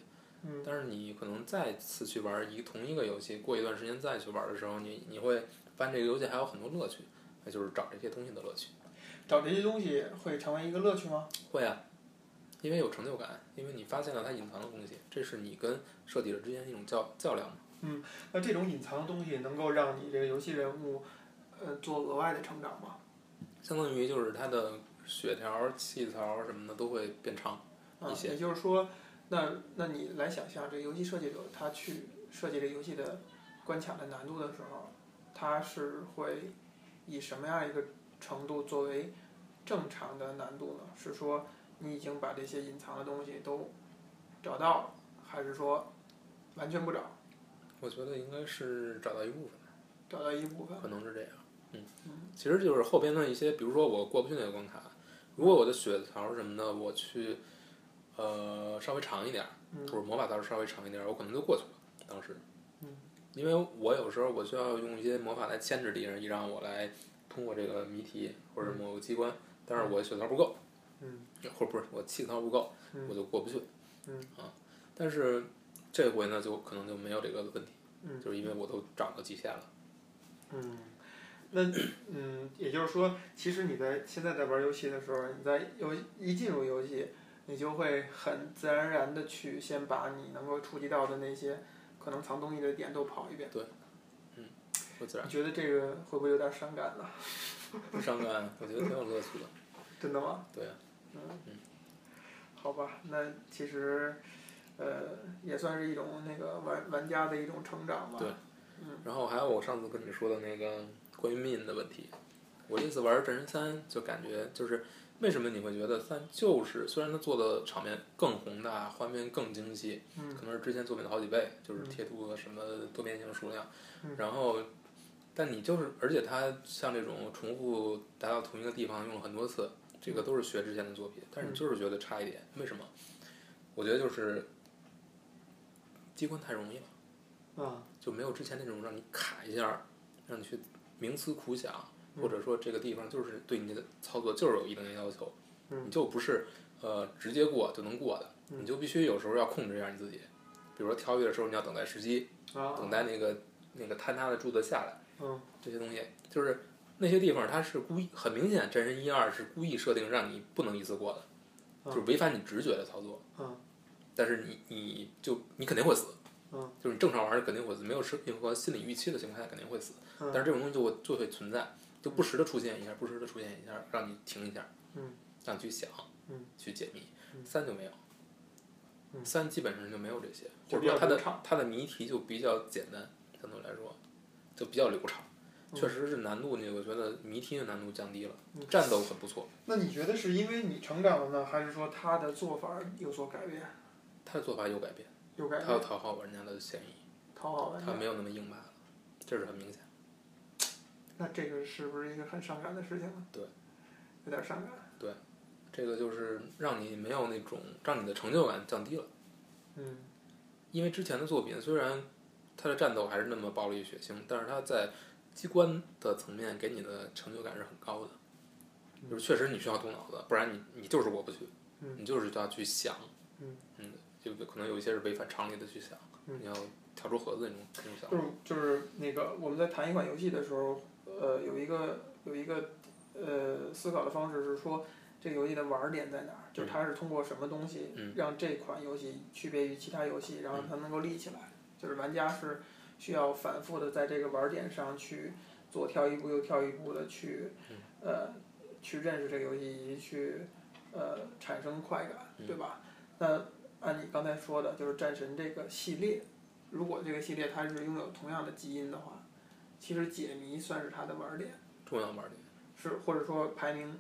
Speaker 2: 嗯
Speaker 1: 但是你可能再次去玩一同一个游戏，过一段时间再去玩的时候，你你会发现这个游戏还有很多乐趣，那就是找这些东西的乐趣。
Speaker 2: 找这些东西会成为一个乐趣吗？
Speaker 1: 会啊，因为有成就感，因为你发现了它隐藏的东西，这是你跟设计者之间一种较较量嘛。
Speaker 2: 那这种隐藏的东西能够让你这个游戏人物，呃，做额外的成长吗？
Speaker 1: 相当于就是它的血条、气槽什么的都会变长。
Speaker 2: 啊
Speaker 1: 一，些
Speaker 2: 也就是说，那那你来想象这个游戏设计者他去设计这游戏的关卡的难度的时候，他是会以什么样一个程度作为正常的难度呢？是说你已经把这些隐藏的东西都找到了，还是说完全不找，
Speaker 1: 我觉得应该是找到一部分。
Speaker 2: 找到一部分？
Speaker 1: 可能是这样。嗯
Speaker 2: 嗯，
Speaker 1: 其实就是后边的一些，比如说我过不去那个关卡，如果我的血槽什么的，我去呃稍微长一点儿，
Speaker 2: 嗯
Speaker 1: 或者魔法槽稍微长一点儿，我可能就过去了。当时，
Speaker 2: 嗯，
Speaker 1: 因为我有时候我需要用一些魔法来牵制敌人，以让我来通过这个谜题或者某个机关，但是我血槽不够，
Speaker 2: 嗯
Speaker 1: 或者不是我气槽不够，我
Speaker 2: 嗯
Speaker 1: 就过不去。
Speaker 2: 嗯
Speaker 1: 啊，但是这回呢，就可能就没有这个问题，
Speaker 2: 嗯
Speaker 1: 就是因为我都找到极限了。
Speaker 2: 嗯，那嗯，也就是说，其实你在现在在玩游戏的时候，你在游一进入游戏，你就会很自然而然的去先把你能够触及到的那些可能藏东西的点都跑一遍。
Speaker 1: 我自然
Speaker 2: 你觉得这个会不会有点伤感呢？
Speaker 1: 不伤感，我觉得挺有乐趣的。
Speaker 2: 真的吗？嗯
Speaker 1: 对啊，
Speaker 2: 好吧，那其实，呃，也算是一种那个玩玩家的一种成长吧。
Speaker 1: 对
Speaker 2: 嗯
Speaker 1: 然后还有我上次跟你说的那个关于命的问题，我这次玩战神三就感觉就是为什么你会觉得三就是虽然它做的场面更宏大，画面更精细，
Speaker 2: 嗯
Speaker 1: 可能是之前作品的好几倍，就是贴图和什么多边形数量
Speaker 2: 嗯，
Speaker 1: 然后。但你就是，而且它像这种重复达到同一个地方用了很多次，这
Speaker 2: 嗯
Speaker 1: 个都是学之前的作品，但是你就是觉得差一点，为什么？我觉得就是机关太容易了。
Speaker 2: 啊，
Speaker 1: 就没有之前那种让你卡一下，让你去冥思苦想，
Speaker 2: 嗯
Speaker 1: 或者说这个地方就是对你的操作就是有一定的要求，
Speaker 2: 嗯
Speaker 1: 你就不是呃直接过就能过的，
Speaker 2: 嗯
Speaker 1: 你就必须有时候要控制一下你自己，比如说跳跃的时候你要等待时机，
Speaker 2: 啊，
Speaker 1: 等待那个那个坍塌的柱子下来，
Speaker 2: 嗯
Speaker 1: 这些东西就是那些地方它是故意很明显，战神一二是故意设定让你不能一次过的，
Speaker 2: 嗯
Speaker 1: 就是违反你直觉的操作，
Speaker 2: 嗯
Speaker 1: 但是你你就你肯定会死。
Speaker 2: 嗯
Speaker 1: 就是你正常玩儿肯定会死，没有是任何心理预期的情况下肯定会死，
Speaker 2: 嗯
Speaker 1: 但是这种东西就会就会存在，就不时的出现一下，不时的出现一下，让你停一下，
Speaker 2: 嗯，
Speaker 1: 让你去想，
Speaker 2: 嗯，
Speaker 1: 去解密。
Speaker 2: 嗯
Speaker 1: 三就没有，
Speaker 2: 嗯
Speaker 1: 三基本上就没有这些，
Speaker 2: 就
Speaker 1: 或
Speaker 2: 比
Speaker 1: 者说
Speaker 2: 较
Speaker 1: 它
Speaker 2: 流
Speaker 1: 的
Speaker 2: 畅
Speaker 1: 它的谜题就比较简单，相对来说就比较流畅。
Speaker 2: 嗯
Speaker 1: 确实是难度呢，我觉得谜题的难度降低了
Speaker 2: 嗯，
Speaker 1: 战斗很不错，
Speaker 2: 那你觉得是因为你成长了呢，还是说他的做法有所改变？
Speaker 1: 他的做法有改变，
Speaker 2: 有改
Speaker 1: 他
Speaker 2: 变？
Speaker 1: 要讨好玩家的嫌疑，
Speaker 2: 讨好玩家
Speaker 1: 他。没有那么硬派了，这是很明显。
Speaker 2: 那这个是不是一个很伤感的事情呢？
Speaker 1: 对，
Speaker 2: 有点伤感。
Speaker 1: 这个就是让你没有那种让你的成就感降低了，
Speaker 2: 嗯
Speaker 1: 因为之前的作品虽然它的战斗还是那么暴力血腥，但是它在机关的层面给你的成就感是很高的，
Speaker 2: 嗯
Speaker 1: 就是确实你需要动脑子，不然你你就是过不去，你就是需要去想，
Speaker 2: 嗯
Speaker 1: 嗯，就可能有一些是违反常理的去想，
Speaker 2: 嗯
Speaker 1: 你要跳出盒子那种那种想
Speaker 2: 就是就是那个我们在谈一款游戏的时候，呃，有一个有一个呃思考的方式是说，这个游戏的玩儿点在哪儿？就是它是通过什么东西
Speaker 1: 嗯
Speaker 2: 让这款游戏区别于其他游戏，然后它能够立起来。就是玩家是需要反复的在这个玩儿点上去左跳一步右跳一步的去呃去认识这个游戏以及去呃产生快感，对吧？那按你刚才说的，就是战神这个系列。如果这个系列它是拥有同样的基因的话，其实解谜算是它的玩儿点，
Speaker 1: 重要玩儿点。
Speaker 2: 是或者说排名，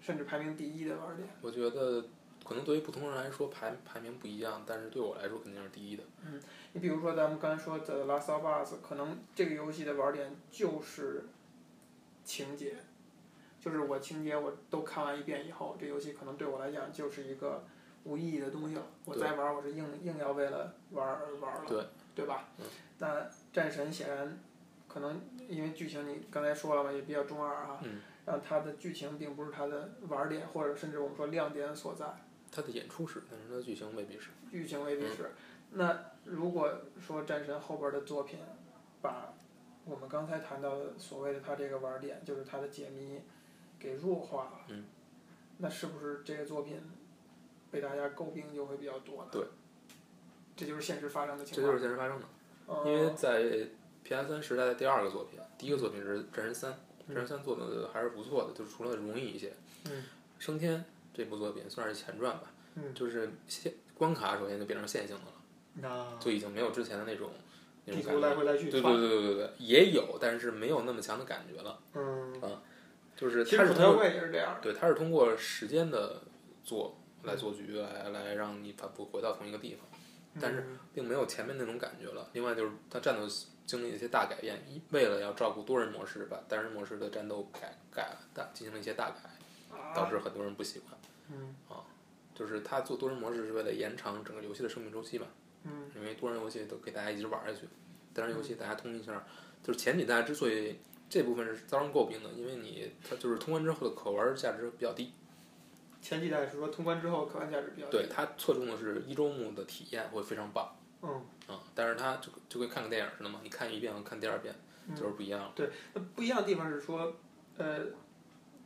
Speaker 2: 甚至排名第一的玩儿点。
Speaker 1: 我觉得可能对于不同人来说排排名不一样，但是对我来说肯定是第一的。
Speaker 2: 你比如说咱们刚才说的《The Last of Us》，可能这个游戏的玩儿点就是情节，就是我情节我都看完一遍以后，这游戏可能对我来讲就是一个无意义的东西了。我再玩儿，我是硬硬要为了玩儿而玩儿了，
Speaker 1: 对嗯
Speaker 2: 对吧？那战神显然可能因为剧情你刚才说了嘛，也比较中二啊，
Speaker 1: 嗯
Speaker 2: 然后它的剧情并不是它的玩儿点，或者甚至我们说亮点所在。
Speaker 1: 他的演出是，但是他的剧情未必是。
Speaker 2: 剧情未必是。那如果说战神后边的作品，把我们刚才谈到的所谓的它这个玩儿点，就是它的解谜，给弱化了，
Speaker 1: 嗯
Speaker 2: 那是不是这个作品被大家诟病就会比较多呢？
Speaker 1: 对，
Speaker 2: 这就是现实发生的
Speaker 1: 这
Speaker 2: 情
Speaker 1: 就
Speaker 2: 况。
Speaker 1: 是现实发生的。
Speaker 2: 嗯
Speaker 1: 因为在 PS 三时代的第二个作品，第一个作品是《战神三》，《战神三》做的还是不错的，就是除了容易一些。
Speaker 2: 嗯
Speaker 1: 升天这部作品算是前传吧，
Speaker 2: 嗯
Speaker 1: 就是线关卡首先就变成线性的了，
Speaker 2: 那
Speaker 1: 就已经没有之前的那种那
Speaker 2: 哦地
Speaker 1: 种
Speaker 2: 图
Speaker 1: 感
Speaker 2: 来
Speaker 1: 觉。
Speaker 2: 回来去
Speaker 1: 对对
Speaker 2: 窜，
Speaker 1: 对对对对，也有，但是没有那么强的感觉了。
Speaker 2: 嗯，
Speaker 1: 就是
Speaker 2: 其
Speaker 1: 它
Speaker 2: 实
Speaker 1: 是
Speaker 2: 吐
Speaker 1: 通
Speaker 2: 槽
Speaker 1: 过
Speaker 2: 怪也是这样。
Speaker 1: 对，它是通过时间的做来做局，来来让你反复回到同一个地方，但是
Speaker 2: 嗯
Speaker 1: 并没有前面那种感觉了。另外就是它战斗经历了一些大改变，一为了要照顾多人模式，把单人模式的战斗改改了大进行了一些大改，导
Speaker 2: 啊，
Speaker 1: 致很多人不喜欢。
Speaker 2: 嗯
Speaker 1: 就是它做多人模式是为了延长整个游戏的生命周期嘛，
Speaker 2: 嗯
Speaker 1: 因为多人游戏都给大家一直玩下去，单人游戏大家通一下，就是前几代之所以这部分是遭人诟病的，因为你它就是通关之后的可玩价值比较低。
Speaker 2: 前几代是说通关之后可玩价值比较低。
Speaker 1: 对，它侧重的是一周目的体验会非常棒
Speaker 2: 嗯，
Speaker 1: 啊、但是它就就跟看个电影似的嘛，你看一遍和看第二遍
Speaker 2: 嗯
Speaker 1: 就是不一样了。
Speaker 2: 那呃不一样的地方是说，呃，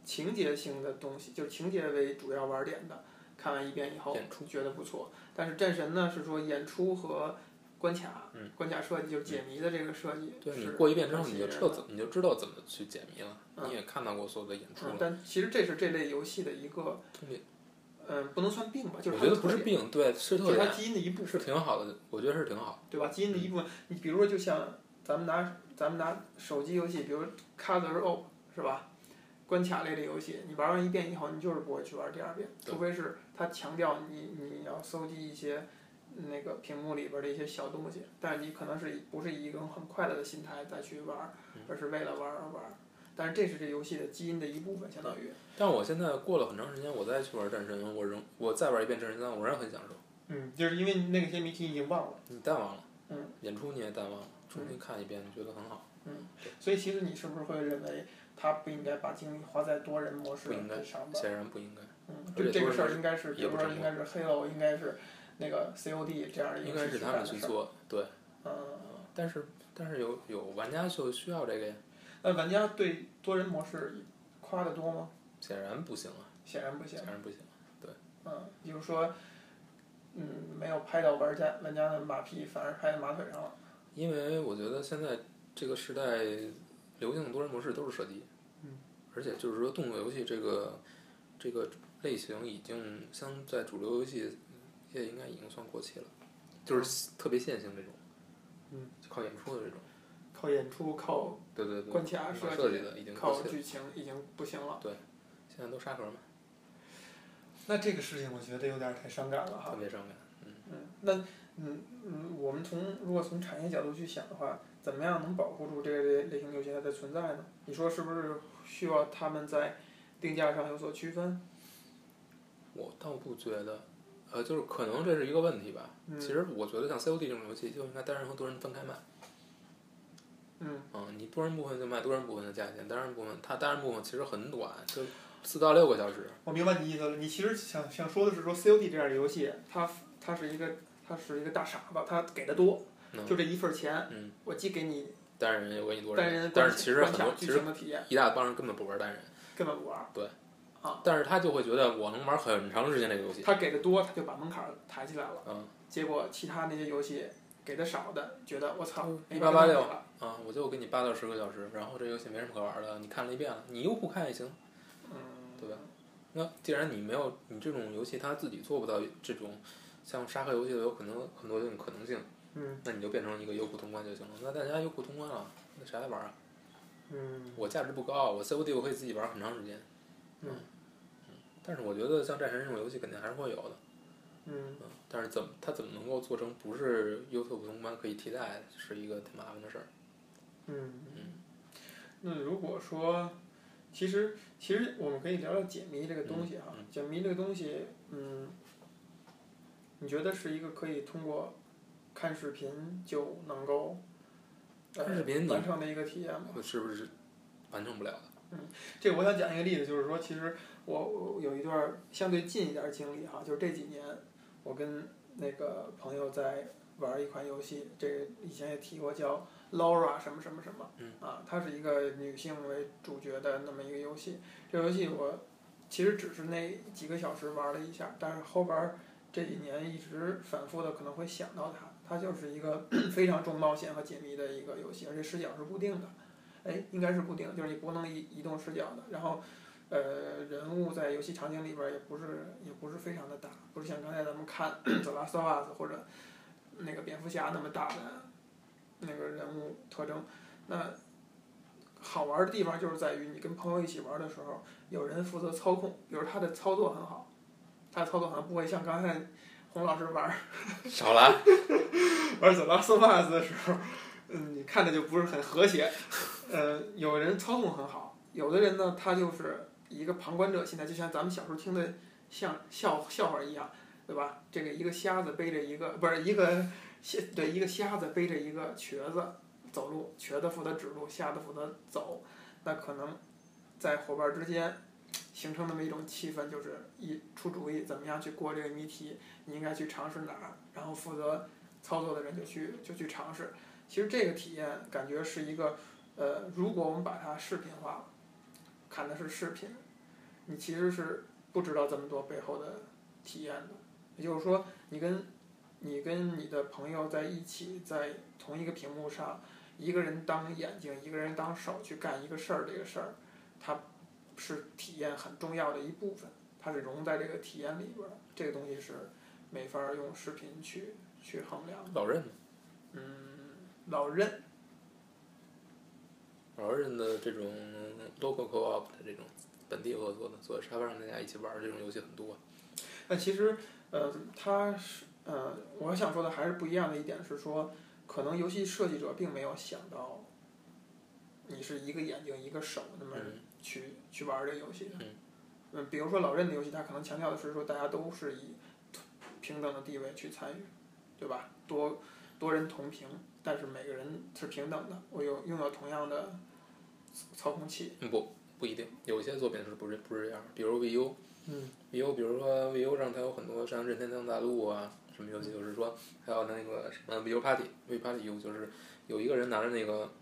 Speaker 2: 情节性的东西，就是情节为主要玩点的，看完一遍以后
Speaker 1: 演出
Speaker 2: 觉得不错。但是战神呢是说演出和关卡，
Speaker 1: 嗯
Speaker 2: 关卡设计就是解谜的这个设计，
Speaker 1: 对你
Speaker 2: 是
Speaker 1: 过一遍之后，
Speaker 2: 很
Speaker 1: 你
Speaker 2: 吸
Speaker 1: 就
Speaker 2: 引
Speaker 1: 知
Speaker 2: 人
Speaker 1: 道
Speaker 2: 的
Speaker 1: 怎你就知道怎么去解谜了，
Speaker 2: 嗯
Speaker 1: 你也看到过所有的演出
Speaker 2: 嗯，
Speaker 1: 了。
Speaker 2: 但其实这是这类游戏的一个，
Speaker 1: 通病，
Speaker 2: 嗯、不能算病吧，就是
Speaker 1: 我
Speaker 2: 它
Speaker 1: 觉得
Speaker 2: 的
Speaker 1: 不是
Speaker 2: 特点，
Speaker 1: 病，对，是
Speaker 2: 就
Speaker 1: 特
Speaker 2: 是它
Speaker 1: 点，
Speaker 2: 基因的一部分，
Speaker 1: 是挺好的，我觉得是挺好。
Speaker 2: 对吧？基因的一部分。你比如说，就像咱们拿咱们拿手机游戏，比如 Color O 是吧？关卡类的游戏，你玩完一遍以后，你就是不会去玩第二遍，
Speaker 1: 对
Speaker 2: 除非是它强调你你要搜集一些那个屏幕里边的一些小东西，但是你可能是以不是以一种很快乐的心态再去玩，
Speaker 1: 嗯
Speaker 2: 而是为了玩而玩。但是这是这游戏的基因的一部分，相当于，
Speaker 1: 但我现在过了很长时间，我再去玩战神，我仍我再玩一遍战神三，我仍然很享受。
Speaker 2: 嗯，就是因为那些谜题已经忘了。
Speaker 1: 你淡忘了，
Speaker 2: 嗯
Speaker 1: 演出你也淡忘了，重新看一遍，你觉得很好。
Speaker 2: 所以其实你是不是会认为他不应该把精力花在多人模式
Speaker 1: 不应该
Speaker 2: 这上面？
Speaker 1: 显然不应该。
Speaker 2: 嗯，
Speaker 1: 而
Speaker 2: 这
Speaker 1: 且
Speaker 2: 这
Speaker 1: 多人
Speaker 2: 个事儿
Speaker 1: 是
Speaker 2: 应该是，比
Speaker 1: 也
Speaker 2: 如
Speaker 1: 不
Speaker 2: 说
Speaker 1: 成
Speaker 2: 应该是 Halo，应该是那个 COD 这样的一个
Speaker 1: 应该是
Speaker 2: 去
Speaker 1: 他
Speaker 2: 干
Speaker 1: 们
Speaker 2: 的
Speaker 1: 去
Speaker 2: 事儿。
Speaker 1: 做，对。
Speaker 2: 嗯，
Speaker 1: 但是但是有有玩家就需要这个呀，
Speaker 2: 那玩家对多人模式夸的多吗？
Speaker 1: 显然不行啊，
Speaker 2: 显然不行
Speaker 1: 显。然不行。
Speaker 2: 嗯，比如说，嗯，没有拍到玩家玩家的马屁，反而拍在马腿上了。
Speaker 1: 因为我觉得现在这个时代流行的多人模式都是射击，
Speaker 2: 嗯，
Speaker 1: 而且就是说动作游戏这个这个类型已经相在主流游戏也应该已经算过气了，就是特别线性这种，
Speaker 2: 嗯，
Speaker 1: 就靠演出的这种，
Speaker 2: 靠演出，靠
Speaker 1: 对对对，
Speaker 2: 关卡
Speaker 1: 设
Speaker 2: 设
Speaker 1: 计
Speaker 2: 计
Speaker 1: 的已经过
Speaker 2: 靠
Speaker 1: 气了，
Speaker 2: 剧情已经不行了。
Speaker 1: 现在都沙盒嘛，
Speaker 2: 那这个事情我觉得有点太伤感了哈
Speaker 1: 特。别伤感，嗯。
Speaker 2: 嗯，那嗯嗯，我们从如果从产业角度去想的话，怎么样能保护住这个类类型游戏它的存在呢？你说是不是需要他们在定价上有所区分？
Speaker 1: 我倒不觉得，呃，就是可能这是一个问题吧。
Speaker 2: 嗯
Speaker 1: 其实我觉得像 COD 这种游戏就应该单人和多人分开卖，
Speaker 2: 嗯，
Speaker 1: 嗯，你多人部分就卖多人部分的价钱，单人部分它单人部分其实很短，就四到六个小时。
Speaker 2: 我明白你意思了。你其实想想说的是说 COD 这样的游戏，它它是一个它是一个大傻子，它给的多，
Speaker 1: 嗯
Speaker 2: 就这一份钱，
Speaker 1: 嗯
Speaker 2: 我既给你
Speaker 1: 单人我给你多
Speaker 2: 单
Speaker 1: 人
Speaker 2: 人，
Speaker 1: 但是
Speaker 2: 关卡
Speaker 1: 其实很多
Speaker 2: 关卡啊
Speaker 1: 其
Speaker 2: 剧
Speaker 1: 实
Speaker 2: 情的体验，
Speaker 1: 一大帮人根本不玩单人，
Speaker 2: 根本不玩。啊
Speaker 1: 但是他就会觉得我能玩很长时间这个游戏。
Speaker 2: 他给的多，他就把门槛儿抬起来了。
Speaker 1: 嗯
Speaker 2: 结果其他那些游戏给的少的，觉得我操
Speaker 1: 嗯，
Speaker 2: 没
Speaker 1: 一
Speaker 2: 法
Speaker 1: 八八
Speaker 2: 跟他比
Speaker 1: 六
Speaker 2: 了。
Speaker 1: 啊，我就给你八到十个小时，然后这游戏没什么可玩的，你看了一遍了，你又不看也行，
Speaker 2: 嗯，
Speaker 1: 对吧？那既然你没有你这种游戏，它自己做不到这种像沙盒游戏的有可能很多种可能性，
Speaker 2: 嗯
Speaker 1: 那你就变成一个优酷通关就行了。那大家优酷通关了，那谁来玩啊？
Speaker 2: 嗯
Speaker 1: 我价值不高，我 COD 我可以自己玩很长时间。
Speaker 2: 嗯
Speaker 1: 但是我觉得像战神这种游戏肯定还是会有的，
Speaker 2: 嗯，
Speaker 1: 嗯，但是怎么它怎么能够做成不是 YouTube 通关可以替代，是一个挺麻烦的事儿。
Speaker 2: 嗯
Speaker 1: 嗯，
Speaker 2: 那如果说，其实其实我们可以聊聊解谜这个东西哈。
Speaker 1: 嗯
Speaker 2: 解谜这个东西，嗯，你觉得是一个可以通过看视频就能够呃
Speaker 1: 看视频你
Speaker 2: 完成的一个体验吗？
Speaker 1: 是不是完成不 了的？
Speaker 2: 这个我想讲一个例子，就是说，其实我我有一段儿相对近一点儿经历哈，就是这几年我跟那个朋友在玩儿一款游戏，这个以前也提过，叫 Laura 什么什么什么，
Speaker 1: 嗯
Speaker 2: 啊，它是一个女性为主角的那么一个游戏。这游戏我其实只是那几个小时玩了一下，但是后边儿这几年一直反复的可能会想到它，它就是一个 非常重冒险和解谜的一个游戏，而且视角是固定的。哎，应该是固定的，就是你不能移移动视角的。然后，呃，人物在游戏场景里边儿也不是也不是非常的大，不是像刚才咱们看《The Last of Us》或者那个蝙蝠侠那么大的那个人物特征。那好玩儿的地方就是在于你跟朋友一起玩儿的时候，有人负责操控，比如他的操作很好，他的操作好像不会像刚才洪老师玩儿
Speaker 1: 少来，
Speaker 2: 玩《The Last of Us》的时候，嗯，你看着就不是很和谐。呃，有人操纵很好，有的人呢，他就是一个旁观者心态，就像咱们小时候听的像笑笑话一样，对吧？这个一个瞎子背着一个不是一个瞎对一个瞎子背着一个瘸子走路，瘸子负责指路，瞎子负责走，那可能在伙伴之间。形成那么一种气氛，就是一出主意怎么样去过这个谜题，你应该去尝试哪儿，然后负责操作的人就去就去尝试。其实这个体验感觉是一个，呃，如果我们把它视频化了，看的是视频，你其实是不知道这么多背后的体验的。也就是说，你跟你跟你的朋友在一起，在同一个屏幕上，一个人当眼睛，一个人当手去干一个事儿，这个事儿，它是体验很重要的一部分，它是融在这个体验里边儿的。这个东西是没法儿用视频去去衡量的。
Speaker 1: 老任呢
Speaker 2: 嗯，老任，
Speaker 1: 老任的这种 local co-op 的这种本地合作的，坐在沙发上大家一起玩儿这种游戏很多。
Speaker 2: 但其实，呃，他是，呃，我想说的还是不一样的一点是说，可能游戏设计者并没有想到，你是一个眼睛一个手那么
Speaker 1: 嗯
Speaker 2: 去、去玩儿这游戏的
Speaker 1: 嗯。
Speaker 2: 嗯，比如说老任的游戏，他可能强调的是说大家都是以平等的地位去参与，对吧？多多人同屏，但是每个人是平等的，我有拥有同样的操控器。
Speaker 1: 嗯，不不一定，有些作品是不是不是这样的，比如 VU。
Speaker 2: 嗯
Speaker 1: VU，比如说 VU 上它有很多像任天堂大陆啊，什么游戏，就是说还有那个什么 VU Party，VU Party U 就是有一个人拿着那个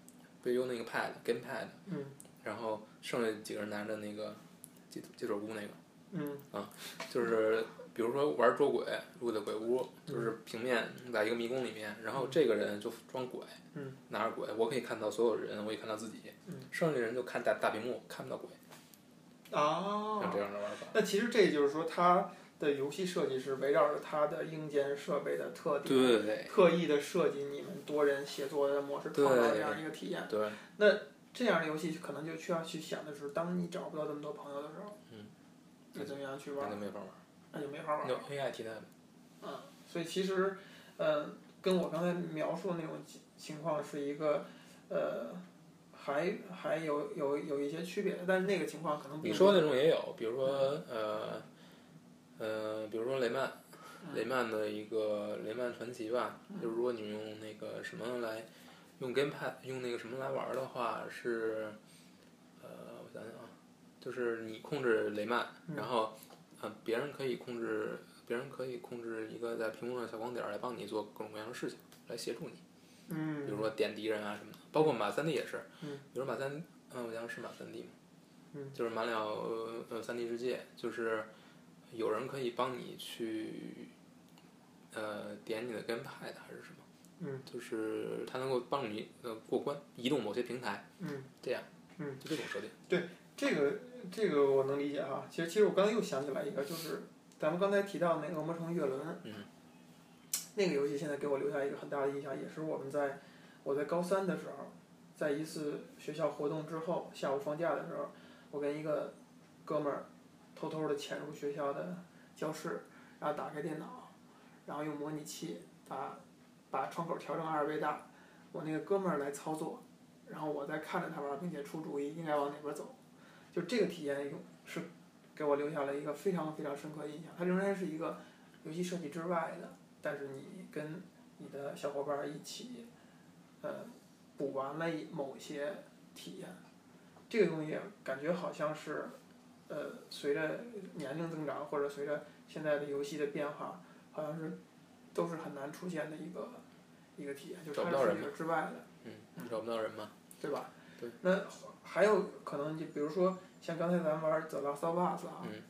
Speaker 1: VU 那个 pad game pad，
Speaker 2: 嗯
Speaker 1: 然后剩下几个人拿着那个解解锁箍那个，
Speaker 2: 嗯
Speaker 1: 就是比如说玩捉鬼入的鬼屋，就是平面在一个迷宫里面，然后这个人就装鬼，
Speaker 2: 嗯
Speaker 1: 拿着鬼，我可以看到所有人，我也看到自己，
Speaker 2: 嗯
Speaker 1: 剩下的人就看大大屏幕看不到鬼，
Speaker 2: 哦
Speaker 1: 像这样的玩法。
Speaker 2: 那其实这就是说，它的游戏设计是围绕着它的硬件设备的特点，
Speaker 1: 对对
Speaker 2: 特意的设计你们多人协作的模式，
Speaker 1: 对
Speaker 2: 创造这样一个体验。
Speaker 1: 对，
Speaker 2: 这样的游戏可能就需要去想的是，当你找不到这么多朋友的时候，
Speaker 1: 嗯，
Speaker 2: 你怎么样去
Speaker 1: 那
Speaker 2: 玩
Speaker 1: 就？没法玩，
Speaker 2: 那就没法玩
Speaker 1: 有。AI 替代吗？
Speaker 2: 嗯，所以其实，呃，跟我刚才描述的那种情情况是一个，呃，还还有有有一些区别的，但是那个情况可能并
Speaker 1: 你
Speaker 2: 不
Speaker 1: 说的那种也有，比如说呃呃，比如说雷曼，雷曼的一个雷曼传奇吧，就是如果你用那个什么来用 GamePad 用那个什么来玩的话是，呃，我想想啊，就是你控制雷曼，然后呃别人可以控制别人可以控制一个在屏幕上的小光点儿来帮你做各种各样的事情，来协助你。比
Speaker 2: 嗯
Speaker 1: 如说点敌人啊什么的，包括马三 D 也是，
Speaker 2: 嗯
Speaker 1: 比如马三，嗯，我想是马三 D 嘛，
Speaker 2: 嗯
Speaker 1: 就是马里奥呃呃三 D 世界，就是有人可以帮你去，呃，点你的 GamePad 还是什么，
Speaker 2: 嗯
Speaker 1: 就是它能够帮你呃过关，移动某些平台，
Speaker 2: 嗯，
Speaker 1: 这样，
Speaker 2: 嗯，
Speaker 1: 就这种设定，
Speaker 2: 这个这个我能理解哈。其实其实我刚才又想起来一个，就是咱们刚才提到那个《恶魔城月轮》，
Speaker 1: 嗯，
Speaker 2: 那个游戏现在给我留下一个很大的印象，也是我们在我在高三的时候，在一次学校活动之后，下午放假的时候，我跟一个哥们儿偷偷的潜入学校的教室，然后打开电脑，然后用模拟器把把窗口调成二倍大，我那个哥们儿来操作，然后我在看着他玩儿，并且出主意应该往哪边走。就这个体验是给我留下了一个非常非常深刻的印象。它仍然是一个游戏设计之外的，但是你跟你的小伙伴儿一起，呃，补完了某些体验。这个东西感觉好像是，呃，随着年龄增长或者随着现在的游戏的变化，好像是都是很难出现的一个一个体验，就是
Speaker 1: 找
Speaker 2: 它
Speaker 1: 不
Speaker 2: 是
Speaker 1: 到人
Speaker 2: 一个之外的。
Speaker 1: 嗯，你找不到人嘛，
Speaker 2: 对吧？
Speaker 1: 对。
Speaker 2: 那还有可能就比如说像刚才咱玩《The Last of Us》啊，
Speaker 1: 嗯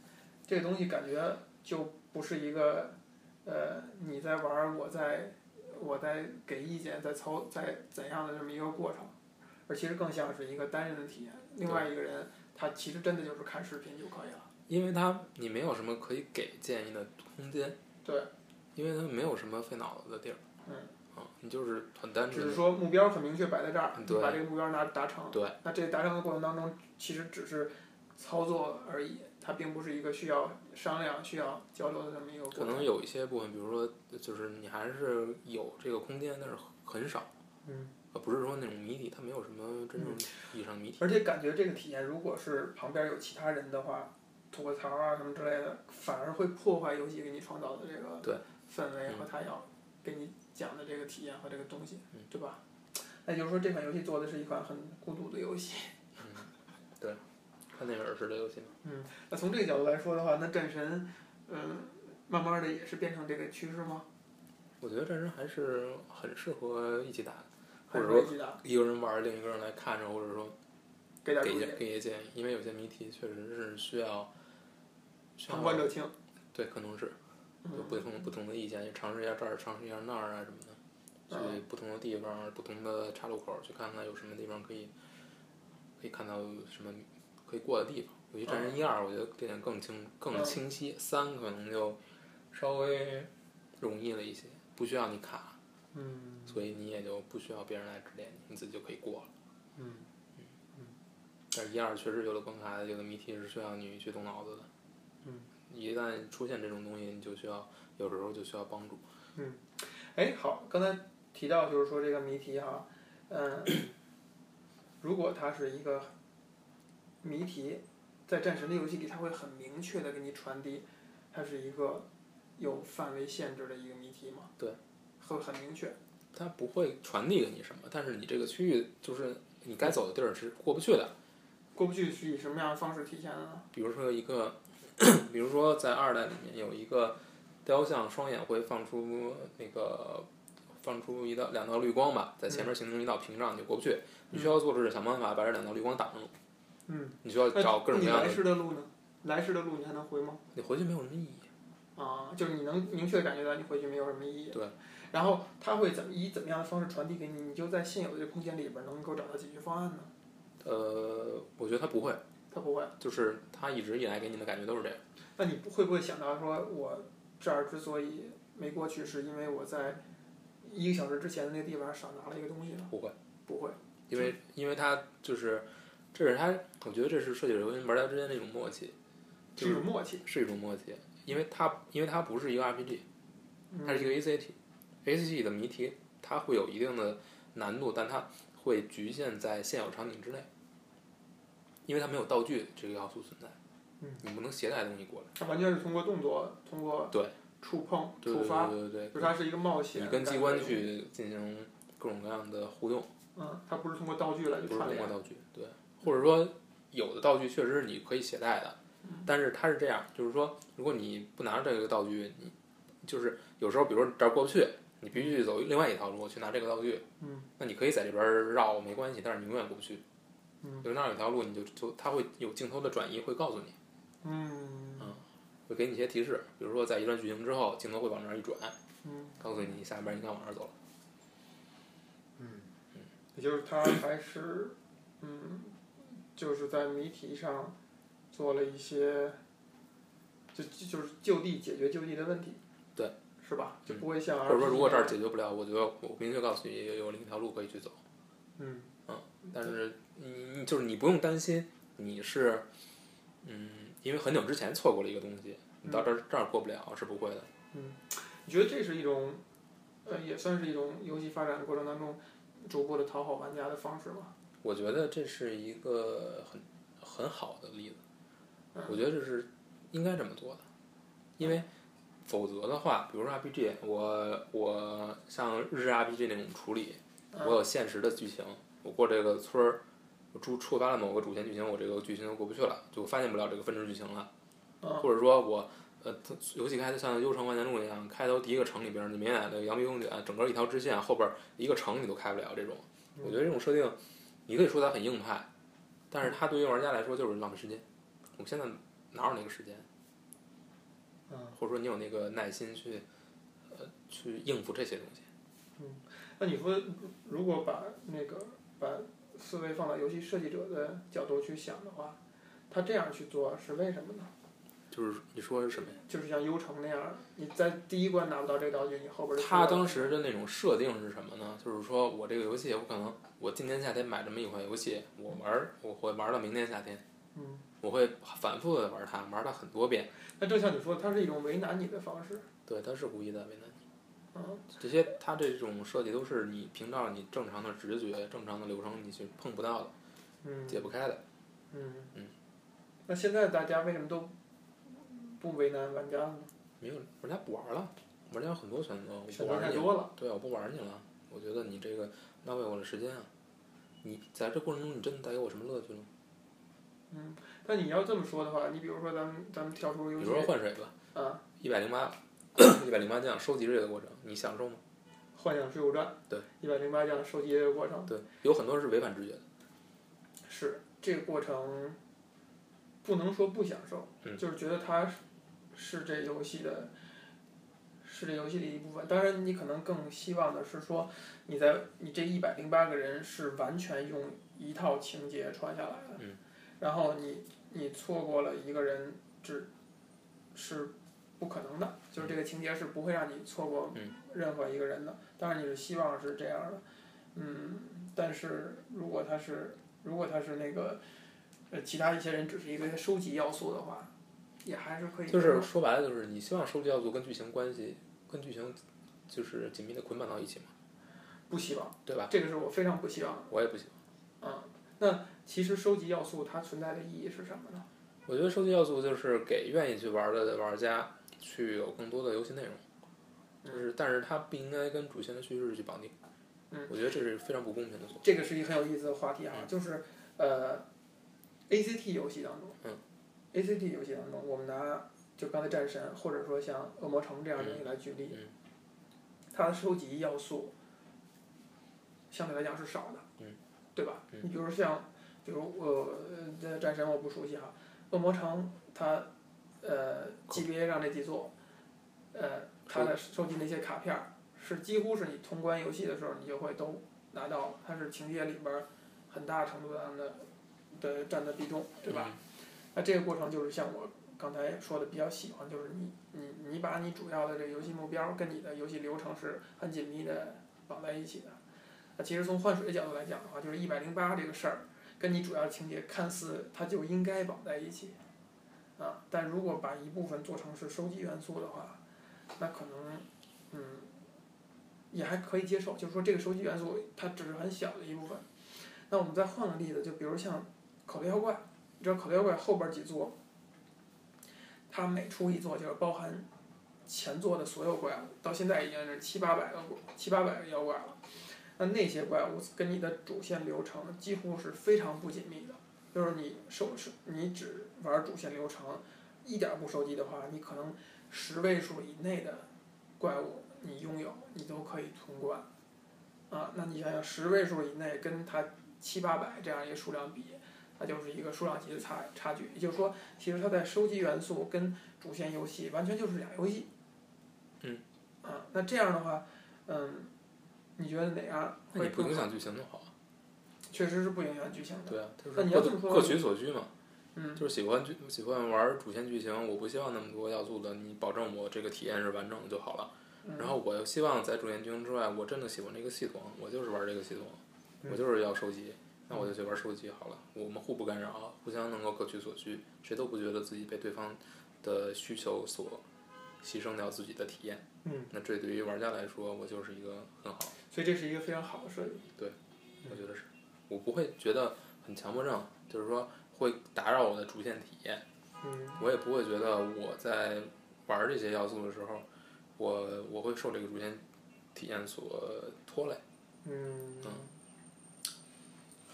Speaker 2: 这个东西感觉就不是一个，呃，你在玩儿，我在我在给意见，在操在怎样的这么一个过程，而其实更像是一个单人的体验。另外一个人他其实真的就是看视频就可以了。
Speaker 1: 因为它你没有什么可以给建议的空间，
Speaker 2: 对，
Speaker 1: 因为它没有什么费脑子的地儿，
Speaker 2: 嗯，
Speaker 1: 啊，你就是很单
Speaker 2: 只
Speaker 1: 纯
Speaker 2: 是
Speaker 1: 地，
Speaker 2: 说目标很明确摆在这儿，
Speaker 1: 嗯
Speaker 2: 你
Speaker 1: 对
Speaker 2: 把这个目标拿达成。
Speaker 1: 对。
Speaker 2: 那这达成的过程当中，其实只是操作而已，它并不是一个需要商量、需要交流的这么一个过
Speaker 1: 可
Speaker 2: 程。
Speaker 1: 能有一些部分，比如说，就是你还是有这个空间，但是很少。
Speaker 2: 嗯。
Speaker 1: 呃，不是说那种谜底，它没有什么真正意义上的谜底。
Speaker 2: 而且感觉这个体验，如果是旁边有其他人的话，吐个槽啊什么之类的，反而会破坏游戏给你创造的这个
Speaker 1: 对
Speaker 2: 氛围
Speaker 1: 嗯
Speaker 2: 和他要给你讲的这个体验和这个东西，
Speaker 1: 嗯
Speaker 2: 对吧？那就是说，这款游戏做的是一款很孤独的游戏。
Speaker 1: 看那个儿时的游戏嘛，
Speaker 2: 那从这个角度来说的话，那战神，嗯，慢慢的也是变成这个趋势吗？
Speaker 1: 我觉得战神还是很适合一起打的，
Speaker 2: 还
Speaker 1: 或
Speaker 2: 是
Speaker 1: 者
Speaker 2: 说
Speaker 1: 说
Speaker 2: 一起打，
Speaker 1: 一个人玩儿，另一个人来看着，或者说
Speaker 2: 给点
Speaker 1: 给
Speaker 2: 主
Speaker 1: 一
Speaker 2: 意
Speaker 1: 些，给一些建议，因为有些谜题确实是需要需
Speaker 2: 旁观
Speaker 1: 要
Speaker 2: 者清。
Speaker 1: 对，可能是有
Speaker 2: 嗯
Speaker 1: 不同不同的意见，尝试一下这儿，尝试一下那儿啊什么的。
Speaker 2: 嗯
Speaker 1: 去不同的地方、不同的岔路口去看看有什么地方可以，可以看到什么可以过的地方。尤其战神一二，我觉得这点更清更
Speaker 2: 嗯
Speaker 1: 清晰，三可能就稍微容易了一些，不需要你卡，
Speaker 2: 嗯
Speaker 1: 所以你也就不需要别人来指点你，你自己就可以过了。
Speaker 2: 嗯
Speaker 1: 但是一二确实有的关卡、有的谜题是需要你去动脑子的。
Speaker 2: 嗯，
Speaker 1: 一旦出现这种东西，你就需要有时候就需要帮助。
Speaker 2: 哎，好，刚才提到就是说这个谜题哈，嗯，如果它是一个谜题，在战神的游戏里，它会很明确的给你传递，它是一个有范围限制的一个谜题嘛？
Speaker 1: 对，
Speaker 2: 会很明确。
Speaker 1: 它不会传递给你什么，但是你这个区域就是你该走的地儿是过不去的。
Speaker 2: 过不去是以什么样的方式体现的呢？
Speaker 1: 比如说一个， 比如说在二代里面有一个雕像，双眼会放出那个放出一道两道绿光吧，在
Speaker 2: 嗯
Speaker 1: 前面形成一道屏障，你就过不去。你需要做的是想办法把这两道绿光挡住。
Speaker 2: 嗯，
Speaker 1: 你需要找各种各
Speaker 2: 那
Speaker 1: 样
Speaker 2: 你来
Speaker 1: 的，
Speaker 2: 时的路呢？来时的路你还能回吗？
Speaker 1: 你回去没有什么意义。
Speaker 2: 啊，就是你能明确地感觉到你回去没有什么意义。
Speaker 1: 对。
Speaker 2: 然后它会怎么以怎么样的方式传递给你？你就在现有的这个空间里边儿能够找到解决方案呢？
Speaker 1: 呃，我觉得他不会，
Speaker 2: 它不会。
Speaker 1: 就是他一直以来给你的感觉都是这样。
Speaker 2: 那你会不会想到说，我这儿之所以没过去，是因为我在一个小时之前的那个地方少拿了一个东西呢？
Speaker 1: 不会，
Speaker 2: 不会，
Speaker 1: 因
Speaker 2: 嗯
Speaker 1: 为因为他就是，这是他，我觉得这是设计者跟玩家之间的一种默契，就是
Speaker 2: 一种默契。
Speaker 1: 是一种默契，因为它因为它不是一个 RPG，它是一
Speaker 2: 嗯
Speaker 1: 个 ACT，ACT 的谜题它会有一定的难度，但它会局限在现有场景之内，因为它没有道具这个要素存在，
Speaker 2: 嗯
Speaker 1: 你不能携带东西过来，
Speaker 2: 它完全是通过动作，通过
Speaker 1: 对
Speaker 2: 触碰
Speaker 1: 对
Speaker 2: 触
Speaker 1: 对
Speaker 2: 发，
Speaker 1: 对对
Speaker 2: 就
Speaker 1: 对
Speaker 2: 是它是一个冒
Speaker 1: 对，
Speaker 2: 险。
Speaker 1: 你跟机关，去进行各种各样的互动，
Speaker 2: 嗯，它不是通过道具来去
Speaker 1: 不是
Speaker 2: 串
Speaker 1: 通
Speaker 2: 联
Speaker 1: 过，道具，对，或者说有的道具确实是你可以携带的，
Speaker 2: 嗯
Speaker 1: 但是它是这样，就是说如果你不拿这个道具，你就是有时候比如说这儿过不去，你必须走另外一条路去拿这个道具，
Speaker 2: 嗯，
Speaker 1: 那你可以在这边儿绕没关系，但是你永远过不去，
Speaker 2: 嗯
Speaker 1: 有那儿有一条路你就就它会有镜头的转移，会告诉你。
Speaker 2: 嗯
Speaker 1: 会给你一些提示，比如说在一段剧情之后，镜头会往那儿一转，
Speaker 2: 嗯
Speaker 1: 告诉你下边应该往哪儿走了。
Speaker 2: 嗯，也就是它还是，嗯，就是在谜题上做了一些，就就就是就地解决就地的问题，
Speaker 1: 对，
Speaker 2: 是吧？就
Speaker 1: 嗯
Speaker 2: 不会像
Speaker 1: 或者说，如果这儿
Speaker 2: RPG
Speaker 1: 解决不了，我就要我明确告诉你有有另一条路可以去走。嗯
Speaker 2: 那样，
Speaker 1: 但是你你就是你不用担心，你是嗯，因为很久之前错过了一个东西，你到这儿这儿过不了是不会的。
Speaker 2: 嗯，你觉得这是一种，呃，也算是一种游戏发展过程当中逐步的讨好玩家的方式吗？
Speaker 1: 我觉得这是一个很很好的例子
Speaker 2: 嗯，
Speaker 1: 我觉得这是应该这么做的，因为否则的话，比如说 RPG，我我像日式 RPG 那种处理，
Speaker 2: 嗯
Speaker 1: 我有现实的剧情，我过这个村儿，我触触发了某个主线剧情，我这个剧情就过不去了，就发现不了这个分支剧情了，
Speaker 2: 嗯
Speaker 1: 或者说我。呃，它游戏开的像《幽城万年路》一样，开头第一个城里边儿，你明显的扬眉风卷，整个一条支线后边儿一个城你都开不了。这种，我觉得这种设定，你可以说它很硬派，但是它对于玩家来说就是浪费时间。我们现在哪有那个时间，
Speaker 2: 嗯。
Speaker 1: 或者说你有那个耐心去，呃，去应付这些东西？
Speaker 2: 那你说，如果把那个把思维放到游戏设计者的角度去想的话，他这样去做是为什么呢？
Speaker 1: 就是你说是什么呀？
Speaker 2: 就是像幽城那样，你在第一关拿不到这个道具，你后边就
Speaker 1: 他当时的那种设定是什么呢？就是说我这个游戏，我可能我今年夏天买这么一款游戏，我玩儿我会玩到明年夏天，
Speaker 2: 嗯，
Speaker 1: 我会反复的玩它，玩它很多遍。
Speaker 2: 那就像你说，它是一种为难你的方式，
Speaker 1: 对，他是故意的为难你。
Speaker 2: 嗯
Speaker 1: 这些他这种设计都是你凭照你正常的直觉、正常的流程，你去碰不到的、
Speaker 2: 嗯
Speaker 1: 解不开的。
Speaker 2: 嗯
Speaker 1: 嗯。
Speaker 2: 那现在大家为什么都不为难玩家呢？
Speaker 1: 没有，玩家不玩了，玩家有很多选择，我嗯不
Speaker 2: 选择
Speaker 1: 玩
Speaker 2: 太
Speaker 1: 你了，
Speaker 2: 多了，
Speaker 1: 对，我不玩你了，我觉得你这个浪费我的时间啊。你在这过程中，你真的带给我什么乐趣吗？
Speaker 2: 嗯。但你要这么说的话，你比如说咱们咱们跳出
Speaker 1: 比
Speaker 2: 游
Speaker 1: 如
Speaker 2: 戏
Speaker 1: 说换水吧，
Speaker 2: 啊，
Speaker 1: 一百零八， 一百零八将收集这个过程，你享受吗？
Speaker 2: 《幻想水浒传》
Speaker 1: 对，
Speaker 2: 一百零八将收集这个过程。
Speaker 1: 对，有很多是违反直觉的。
Speaker 2: 是这个过程，不能说不享受，
Speaker 1: 嗯
Speaker 2: 就是觉得它是是这游戏的，是这游戏的一部分。当然，你可能更希望的是说，你在你这一百零八个人是完全用一套情节穿下来的，
Speaker 1: 嗯
Speaker 2: 然后你你错过了一个人，只是不可能的，就是这个情节是不会让你错过
Speaker 1: 嗯
Speaker 2: 任何一个人的。当然，你是希望是这样的，嗯，但是如果他是如果他是那个，呃，其他一些人只是一个收集要素的话，也还是可以。
Speaker 1: 就是说白了，就是你希望收集要素跟剧情关系，跟剧情就是紧密的捆绑到一起嘛，
Speaker 2: 不希望，
Speaker 1: 对吧？
Speaker 2: 这个是我非常不希望的。
Speaker 1: 我也不喜欢。
Speaker 2: 嗯，那其实收集要素它存在的意义是什么呢？
Speaker 1: 我觉得收集要素就是给愿意去玩的玩家去有更多的游戏内容，就是但是它不应该跟主线的叙事去绑定。
Speaker 2: 嗯
Speaker 1: 我觉得这是非常不公平的做法。
Speaker 2: 这个是一个很有意思的话题啊，就是呃，ACT 游戏当啊中，
Speaker 1: 嗯
Speaker 2: ，ACT 游戏当中，我们拿就刚才战神或者说像恶魔城这样的东西来举例，
Speaker 1: 嗯
Speaker 2: 它的收集要素相对来讲是少的，
Speaker 1: 嗯
Speaker 2: 对吧？
Speaker 1: 嗯
Speaker 2: 你比如像，比如我呃战神我不熟悉哈，恶魔城它呃 GBA 上这几座，呃，它的收集那些卡片儿是几乎是你通关游戏的时候你就会都拿到了，它是情节里边儿很大程度上的的占的比重，对吧？那这个过程就是像我刚才说的比较喜欢，就是你你你把你主要的这个游戏目标跟你的游戏流程是很紧密的绑在一起的。那其实从换水的角度来讲的话，就是一百零八这个事儿跟你主要情节看似它就应该绑在一起，啊，但如果把一部分做成是收集元素的话，那可能嗯也还可以接受，就是说这个收集元素它只是很小的一部分。那我们再换个例子，就比如像口袋妖怪。你知道口袋妖怪后边几座，它每出一座就是包含前作的所有怪物，到现在已经是七八百个怪七八百个妖怪了。那那些怪物跟你的主线流程几乎是非常不紧密的，就是你收是你只玩主线流程，一点儿不收集的话，你可能十位数以内的怪物你拥有，你都可以通关。啊，那你想想十位数以内跟它七八百这样一个数量比，它就是一个数量级的差差距。也就是说，其实它在收集元素跟主线游戏完全就是俩游戏。
Speaker 1: 嗯。
Speaker 2: 啊，那这样的话，嗯，你觉得哪样
Speaker 1: 那
Speaker 2: 会
Speaker 1: 你不
Speaker 2: 更
Speaker 1: 影
Speaker 2: 好？
Speaker 1: 响剧情就好啊。
Speaker 2: 确实是不影响剧情的。
Speaker 1: 对啊，就
Speaker 2: 那
Speaker 1: 是
Speaker 2: 你要
Speaker 1: 各
Speaker 2: 这
Speaker 1: 自
Speaker 2: 么说
Speaker 1: 各取所需嘛。
Speaker 2: 嗯
Speaker 1: 就是喜欢剧喜欢玩主线剧情，我不希望那么多要素的，你保证我这个体验是完整的就好了。
Speaker 2: 嗯
Speaker 1: 然后我又希望在主线剧情之外，我真的喜欢这个系统，我就是玩这个系统，
Speaker 2: 嗯
Speaker 1: 我就是要收集，那我就去玩收集好了。我们互不干扰，互相能够各取所需，谁都不觉得自己被对方的需求所牺牲掉自己的体验。
Speaker 2: 嗯，
Speaker 1: 那这对于玩家来说，我就是一个很好，
Speaker 2: 所以这是一个非常好的设计。
Speaker 1: 我觉得是，我不会觉得很强迫症，就是说会打扰我的主线体验。
Speaker 2: 嗯
Speaker 1: 我也不会觉得我在玩这些要素的时候，我我会受这个主线体验所拖累。
Speaker 2: 嗯
Speaker 1: 嗯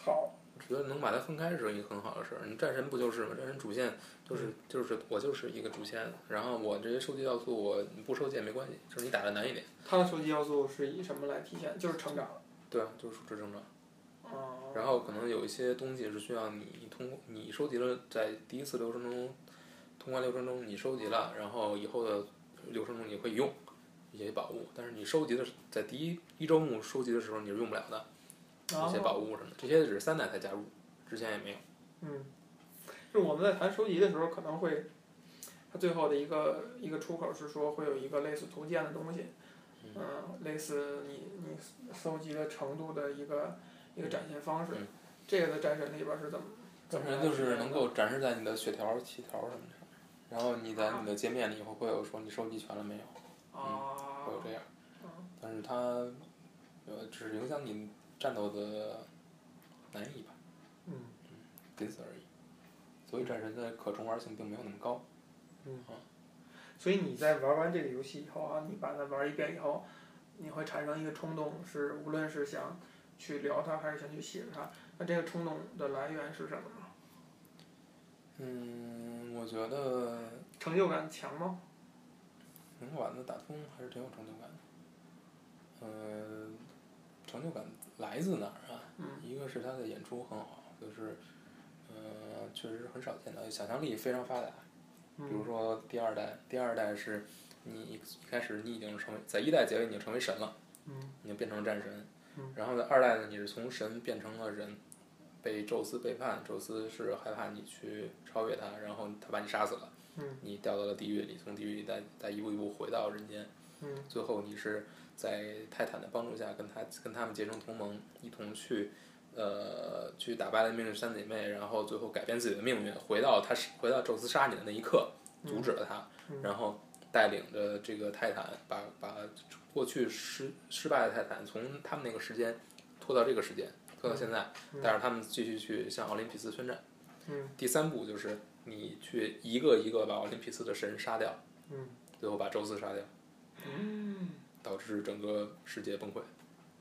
Speaker 2: 好，
Speaker 1: 我觉得能把它分开是一个很好的事儿。你战神不就是吗？战神主线就是就是我就是一个主线，然后我这些收集要素我不收集也没关系，就是你打的难一点。
Speaker 2: 它的收集要素是以什么来体现？就是成长。
Speaker 1: 对啊，就是这正常。
Speaker 2: 哦、
Speaker 1: 然后可能有一些东西是需要你通过你收集了，在第一次流程中，通关流程中你收集了，然后以后的流程中你会用一些宝物，但是你收集的是在第一一周目收集的时候你是用不了的，
Speaker 2: 然
Speaker 1: 一些
Speaker 2: 后
Speaker 1: 宝物什么的，这些只是三代才加入，之前也没有。
Speaker 2: 嗯，就是我们在谈收集的时候，可能会，它最后的一个一个出口是说会有一个类似图鉴的东西，嗯、类似你你搜集的程度的一个一个展现方式。
Speaker 1: 嗯
Speaker 2: 这个在战神里边是怎么？啊
Speaker 1: 当然就是能够展示在你的血条、旗条什么的上，然后你在你的界面里以后会有说你收集全了没有，
Speaker 2: 啊
Speaker 1: 会有这样。但是它呃只是影响你战斗的难易吧。
Speaker 2: 嗯
Speaker 1: 仅此而已。所以战神的可重玩性并没有那么高。
Speaker 2: 所以你在玩完这个游戏以后啊，你把它玩一遍以后，你会产生一个冲动，是无论是想去聊它，还是想去写它。那这个冲动的来源是什么呢？
Speaker 1: 嗯，我觉得
Speaker 2: 成就感强吗？
Speaker 1: 能把它打通还是挺有成就感的。呃，成就感来自哪儿啊？
Speaker 2: 嗯
Speaker 1: 一个是他的演出很好，就是呃，确实很少见到，想象力非常发达。
Speaker 2: 嗯
Speaker 1: 比如说第二代，第二代是你一开始你已经成为在一代结尾你就成为神了，
Speaker 2: 嗯
Speaker 1: 你就变成战神
Speaker 2: 嗯。
Speaker 1: 然后在二代呢，你是从神变成了人，被宙斯背叛，宙斯是害怕你去超越他，然后他把你杀死了，
Speaker 2: 嗯
Speaker 1: 你掉到了地狱里，从地狱里再再一步一步回到人间，
Speaker 2: 嗯
Speaker 1: 最后你是在泰坦的帮助下跟他跟他们结成同盟，一同去。呃，去打败了命运三姐妹，然后最后改变自己的命运，回到他回到宙斯杀你的那一刻，阻止了他，
Speaker 2: 嗯
Speaker 1: 然后带领着这个泰坦把把过去失失败的泰坦从他们那个时间拖到这个时间，拖到现在，
Speaker 2: 嗯
Speaker 1: 带着他们继续去向奥林匹斯宣战。
Speaker 2: 嗯
Speaker 1: 第三步就是你去一个一个把奥林匹斯的神杀掉，
Speaker 2: 嗯
Speaker 1: 最后把宙斯杀掉，
Speaker 2: 嗯
Speaker 1: 导致整个世界崩溃。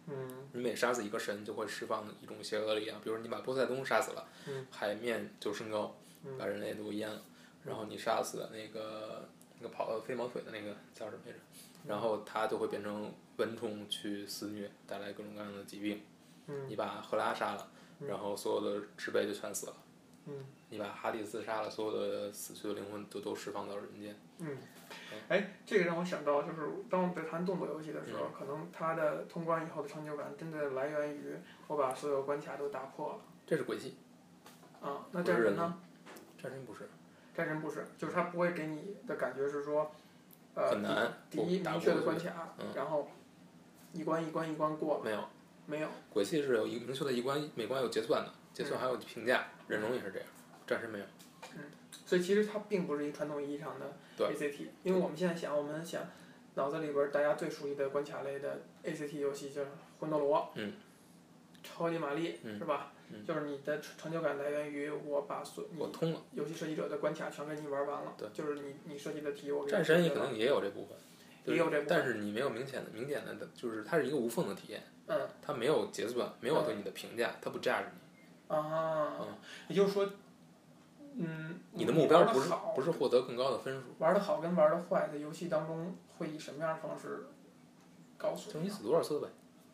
Speaker 2: 嗯
Speaker 1: 你每杀死一个神，就会释放一种邪恶的力量。比如你把波塞冬杀死了，
Speaker 2: 嗯
Speaker 1: 海面就升高，
Speaker 2: 嗯
Speaker 1: 把人类都淹了。然后你杀死那个那个跑呃飞毛腿的那个叫什么来着？然后它就会变成蚊虫去肆虐，带来各种各样的疾病。
Speaker 2: 嗯
Speaker 1: 你把赫拉杀了，
Speaker 2: 嗯
Speaker 1: 然后所有的植被就全死了。
Speaker 2: 嗯
Speaker 1: 你把哈迪斯杀了，所有的死去的灵魂就都释放到人间。
Speaker 2: 嗯，哎，这个让我想到，就是当我们在谈动作游戏的时候，
Speaker 1: 嗯
Speaker 2: 可能它的通关以后的成就感，真的来源于我把所有关卡都打破了。
Speaker 1: 这是鬼泣，
Speaker 2: 啊，那战神呢？
Speaker 1: 战神不是
Speaker 2: 战神不是，就是它不会给你的感觉是说，呃，
Speaker 1: 很难
Speaker 2: 第第一
Speaker 1: 打
Speaker 2: 明
Speaker 1: 不
Speaker 2: 确的
Speaker 1: 过
Speaker 2: 关
Speaker 1: 去
Speaker 2: 卡，
Speaker 1: 嗯
Speaker 2: 然后一关一关一关过，
Speaker 1: 没有。
Speaker 2: 没有。
Speaker 1: 鬼泣是有一明确的一关，每关有结算的，结算
Speaker 2: 嗯
Speaker 1: 还有评价，忍龙也是这样，战神没有。
Speaker 2: 所以其实它并不是一传统意义上的
Speaker 1: 对
Speaker 2: ACT，因为我们现在想，我们想脑子里边儿大家最熟悉的关卡类的 ACT 游戏就是魂斗罗，
Speaker 1: 嗯
Speaker 2: 超级玛丽、
Speaker 1: 嗯
Speaker 2: 是吧？
Speaker 1: 嗯
Speaker 2: 就是你的成成就感来源于我把所
Speaker 1: 我
Speaker 2: 你
Speaker 1: 通了，
Speaker 2: 游戏设计者的关卡全给你玩完了
Speaker 1: 对，
Speaker 2: 就是你你设计的题我给你
Speaker 1: 战神也
Speaker 2: 解决
Speaker 1: 可
Speaker 2: 了
Speaker 1: 能也有这部分，对
Speaker 2: 也有这部分。
Speaker 1: 但是你没有明显的、明显的，就是它是一个无缝的体验，
Speaker 2: 嗯
Speaker 1: 它没有结算，没有对你的评价，它不 judge 你。
Speaker 2: 啊
Speaker 1: 嗯，
Speaker 2: 也就是说，嗯，
Speaker 1: 你的目标
Speaker 2: 玩得
Speaker 1: 不是
Speaker 2: 好
Speaker 1: 不是获得更高的分数，
Speaker 2: 玩的好跟玩的坏，在游戏当中会以什么样的方式告诉
Speaker 1: 就是你死多少次呗，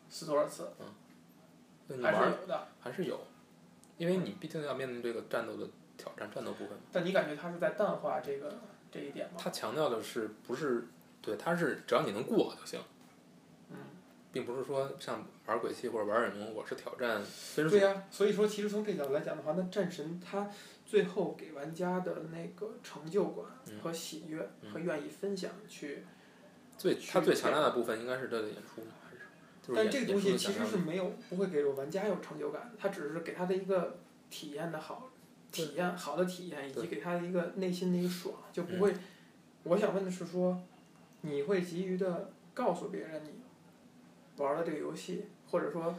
Speaker 2: 死多少次，
Speaker 1: 对你
Speaker 2: 还
Speaker 1: 玩
Speaker 2: 是
Speaker 1: 儿
Speaker 2: 有的。
Speaker 1: 还是有，因为你毕竟要面对这个战斗的挑战，战斗部分。
Speaker 2: 但你感觉它是在淡化这个这一点吗？
Speaker 1: 它强调的是不是对，它是只要你能过就行，
Speaker 2: 嗯，
Speaker 1: 并不是说像玩鬼泣或者玩忍龙，我是挑战分数
Speaker 2: 对。呀、所以说其实从这角度来讲的话，那战神他最后给玩家的那个成就感
Speaker 1: 嗯
Speaker 2: 和喜悦
Speaker 1: 嗯
Speaker 2: 和愿意分享去，
Speaker 1: 最它
Speaker 2: 区
Speaker 1: 最
Speaker 2: 别
Speaker 1: 强大的部分应该是它的演出嘛，还是就是
Speaker 2: 但
Speaker 1: 演
Speaker 2: 这个
Speaker 1: 演
Speaker 2: 东
Speaker 1: 出
Speaker 2: 西
Speaker 1: 的
Speaker 2: 其
Speaker 1: 强
Speaker 2: 实
Speaker 1: 调
Speaker 2: 是没有不会给我玩家有成就感，他只是给他的一个体验的好体验好的体验，以及
Speaker 1: 对
Speaker 2: 给他的一个内心的一个爽，就不
Speaker 1: 嗯
Speaker 2: 会。我想问的是说，你会急于的告诉别人你玩了这个游戏，或者说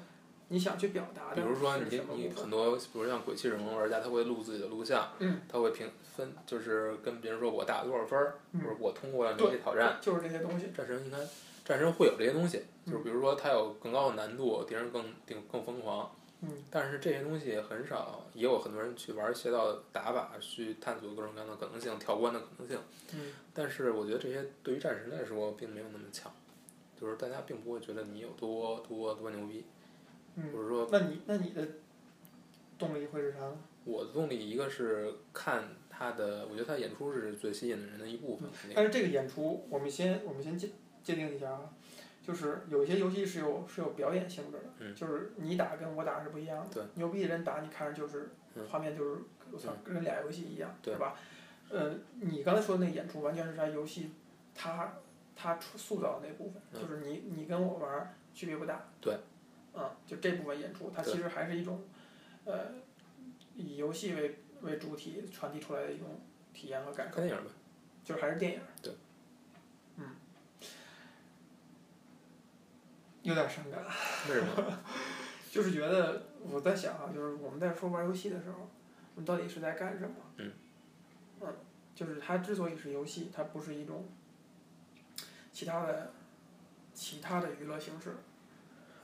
Speaker 2: 你想去表达的，
Speaker 1: 比如说你你
Speaker 2: 部分？
Speaker 1: 很多，比如像鬼泣人龙玩家，他会录自己的录像，
Speaker 2: 嗯
Speaker 1: 他会评分，就是跟别人说我打多少分儿，
Speaker 2: 嗯
Speaker 1: 或者我通过了哪些挑战。
Speaker 2: 就是这些东西，
Speaker 1: 战神应该，战神会有这些东西，
Speaker 2: 嗯
Speaker 1: 就是比如说他有更高的难度，敌人更更更疯狂，
Speaker 2: 嗯
Speaker 1: 但是这些东西很少，也有很多人去玩学到打法，去探索各种各样的可能性，跳关的可能性。
Speaker 2: 嗯
Speaker 1: 但是我觉得这些对于战神来说并没有那么强，就是大家并不会觉得你有多多多牛逼，
Speaker 2: 嗯。
Speaker 1: 或者说
Speaker 2: 那你那你的动力会是啥呢？
Speaker 1: 我的动力一个是看他的，我觉得他演出是最吸引人的一部分，肯定
Speaker 2: 但是这个演出，我们先我们先界界定一下啊，就是有些游戏是有是有表演性质的，
Speaker 1: 嗯
Speaker 2: 就是你打跟我打是不一样的。
Speaker 1: 对
Speaker 2: 牛逼的人打你看着就是、
Speaker 1: 嗯
Speaker 2: 画面就是我操，跟俩游戏一样，
Speaker 1: 对
Speaker 2: 是吧？呃，你刚才说的那演出完全是在游戏它它出塑造的那部分，
Speaker 1: 嗯
Speaker 2: 就是你你跟我玩儿区别不大。
Speaker 1: 对。
Speaker 2: 嗯，就这部分演出，它
Speaker 1: 对
Speaker 2: 其实还是一种呃以游戏为为主体传递出来的一种体验和感受。
Speaker 1: 看电影呗。
Speaker 2: 就是还是电影。
Speaker 1: 对。
Speaker 2: 嗯。有点伤感，
Speaker 1: 为什么？
Speaker 2: 就是觉得我在想啊，就是我们在说玩游戏的时候，我们到底是在干什么？
Speaker 1: 嗯。
Speaker 2: 嗯，就是它之所以是游戏，它不是一种其他的其他的娱乐形式。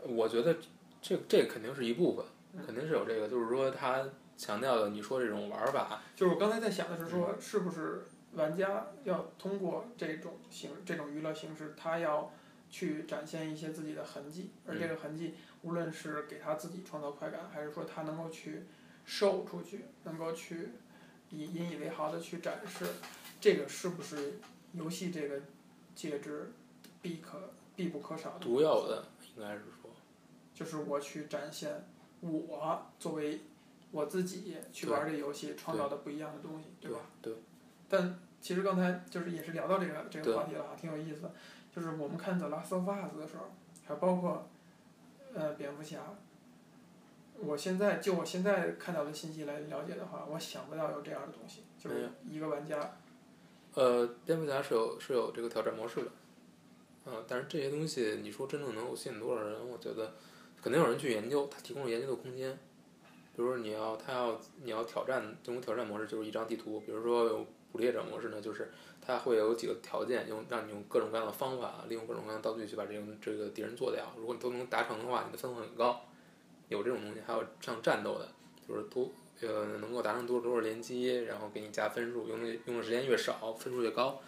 Speaker 1: 我觉得这这肯定是一部分
Speaker 2: 嗯，
Speaker 1: 肯定是有这个，就是说他强调的你说这种玩法，
Speaker 2: 就是我刚才在想的是
Speaker 1: 嗯
Speaker 2: 说，是不是玩家要通过这种形这种娱乐形式，他要去展现一些自己的痕迹，而
Speaker 1: 嗯
Speaker 2: 这个痕迹无论是给他自己创造快感，还是说他能够去 show 出去，能够去以引以为豪的去展示，这个是不是游戏这个介质必可必不可少的？
Speaker 1: 独有的应该是说，
Speaker 2: 就是我去展现我作为我自己去玩这游戏创造的不一样的东西，
Speaker 1: 对
Speaker 2: 吧？
Speaker 1: 对。
Speaker 2: 但其实刚才就是也是聊到这个这
Speaker 1: 对
Speaker 2: 个话题了啊，挺有意思的。就是我们看《The Last of Us》的时候，还包括呃蝙蝠侠，我现在就我现在看到的信息来了解的话，我想不到有这样的东西，就
Speaker 1: 没
Speaker 2: 是
Speaker 1: 有
Speaker 2: 一个玩家
Speaker 1: 呃，蝙蝠侠是有是有这个挑战模式的，嗯、但是这些东西你说真正能够吸引多少人，我觉得肯定有人去研究，它提供了研究的空间。比如说你要他要你要挑战这种挑战模式，就是一张地图。比如说有捕猎者模式呢，就是它会有几个条件，用让你用各种各样的方法，利用各种各样的道具去把这个这个敌人做掉。如果你都能达成的话，你的分数很高。有这种东西，还有像战斗的，就是多呃，能够达成多少多少连击，然后给你加分数，用的用的时间越少，分数越高，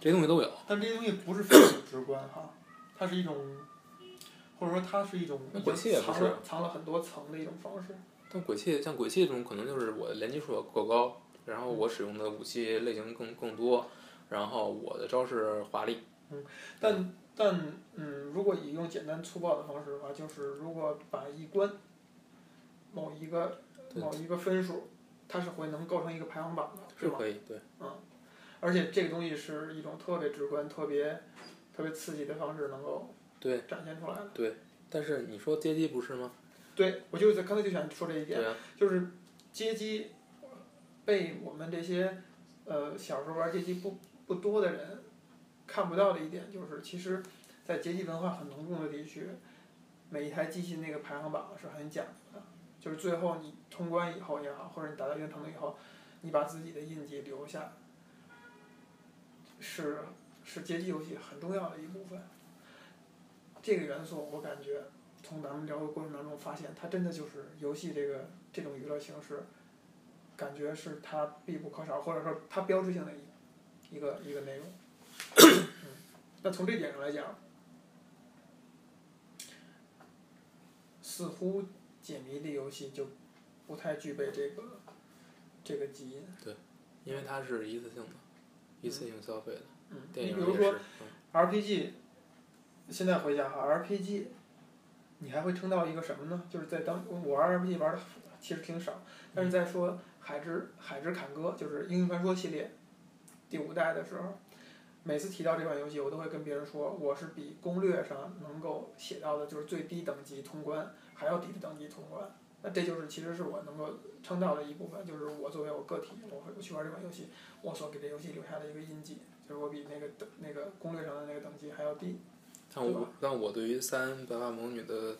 Speaker 1: 这些东西都有。
Speaker 2: 但这些东西不是非常直观哈，它是一种，或者说它是一种已
Speaker 1: 鬼
Speaker 2: 经
Speaker 1: 泣也不
Speaker 2: 藏
Speaker 1: 是
Speaker 2: 了藏了很多层的一种方式。
Speaker 1: 但鬼泣像鬼泣这种，可能就是我的连击数够高，然后我使用的武器类型更更多，然后我的招式华丽。
Speaker 2: 但但嗯，如果以用简单粗暴的方式的话，就是如果把一关某一个
Speaker 1: 对
Speaker 2: 某一个分数，它是会能构成一个排行榜的，
Speaker 1: 是
Speaker 2: 是吧？
Speaker 1: 可以，对，
Speaker 2: 而且这个东西是一种特别直观、特别特别刺激的方式，能够
Speaker 1: 对
Speaker 2: 展现出来的。
Speaker 1: 但是你说街机不是吗？
Speaker 2: 对，我就是刚才就想说这一点。
Speaker 1: 对啊，
Speaker 2: 就是街机被我们这些呃小时候玩街机不不多的人看不到的一点，就是其实，在街机文化很浓重的地区，每一台机器那个排行榜是很讲究的，就是最后你通关以后也好，或者你达到一定程度以后，你把自己的印记留下，是是街机游戏很重要的一部分。这个元素我感觉从咱们聊的过程当中发现，它真的就是游戏这个这种娱乐形式，感觉是它必不可少，或者说它标志性的一一个一个内容。嗯，那从这点上来讲，似乎解谜的游戏就不太具备这个这个基因。
Speaker 1: 因为它是一次性的，一次性消费的。
Speaker 2: 嗯，
Speaker 1: 电
Speaker 2: 你
Speaker 1: 影
Speaker 2: 比如
Speaker 1: 也
Speaker 2: 说
Speaker 1: 是，嗯
Speaker 2: RPG，现在回想哈，RPG，你还会称到一个什么呢？就是在当我玩 RPG 玩的其实挺少，但是在说海之海之坎歌，就是英雄传说系列第五代的时候，每次提到这款游戏，我都会跟别人说，我是比攻略上能够写到的，就是最低等级通关还要低的等级通关。那这就是其实是我能够称道的一部分，就是我作为我个体，我会我去玩这款游戏，我所给这游戏留下的一个印记，就是我比那个等那个攻略上的那个等级还要低。
Speaker 1: 但
Speaker 2: 对
Speaker 1: 我但我对于三白发魔女的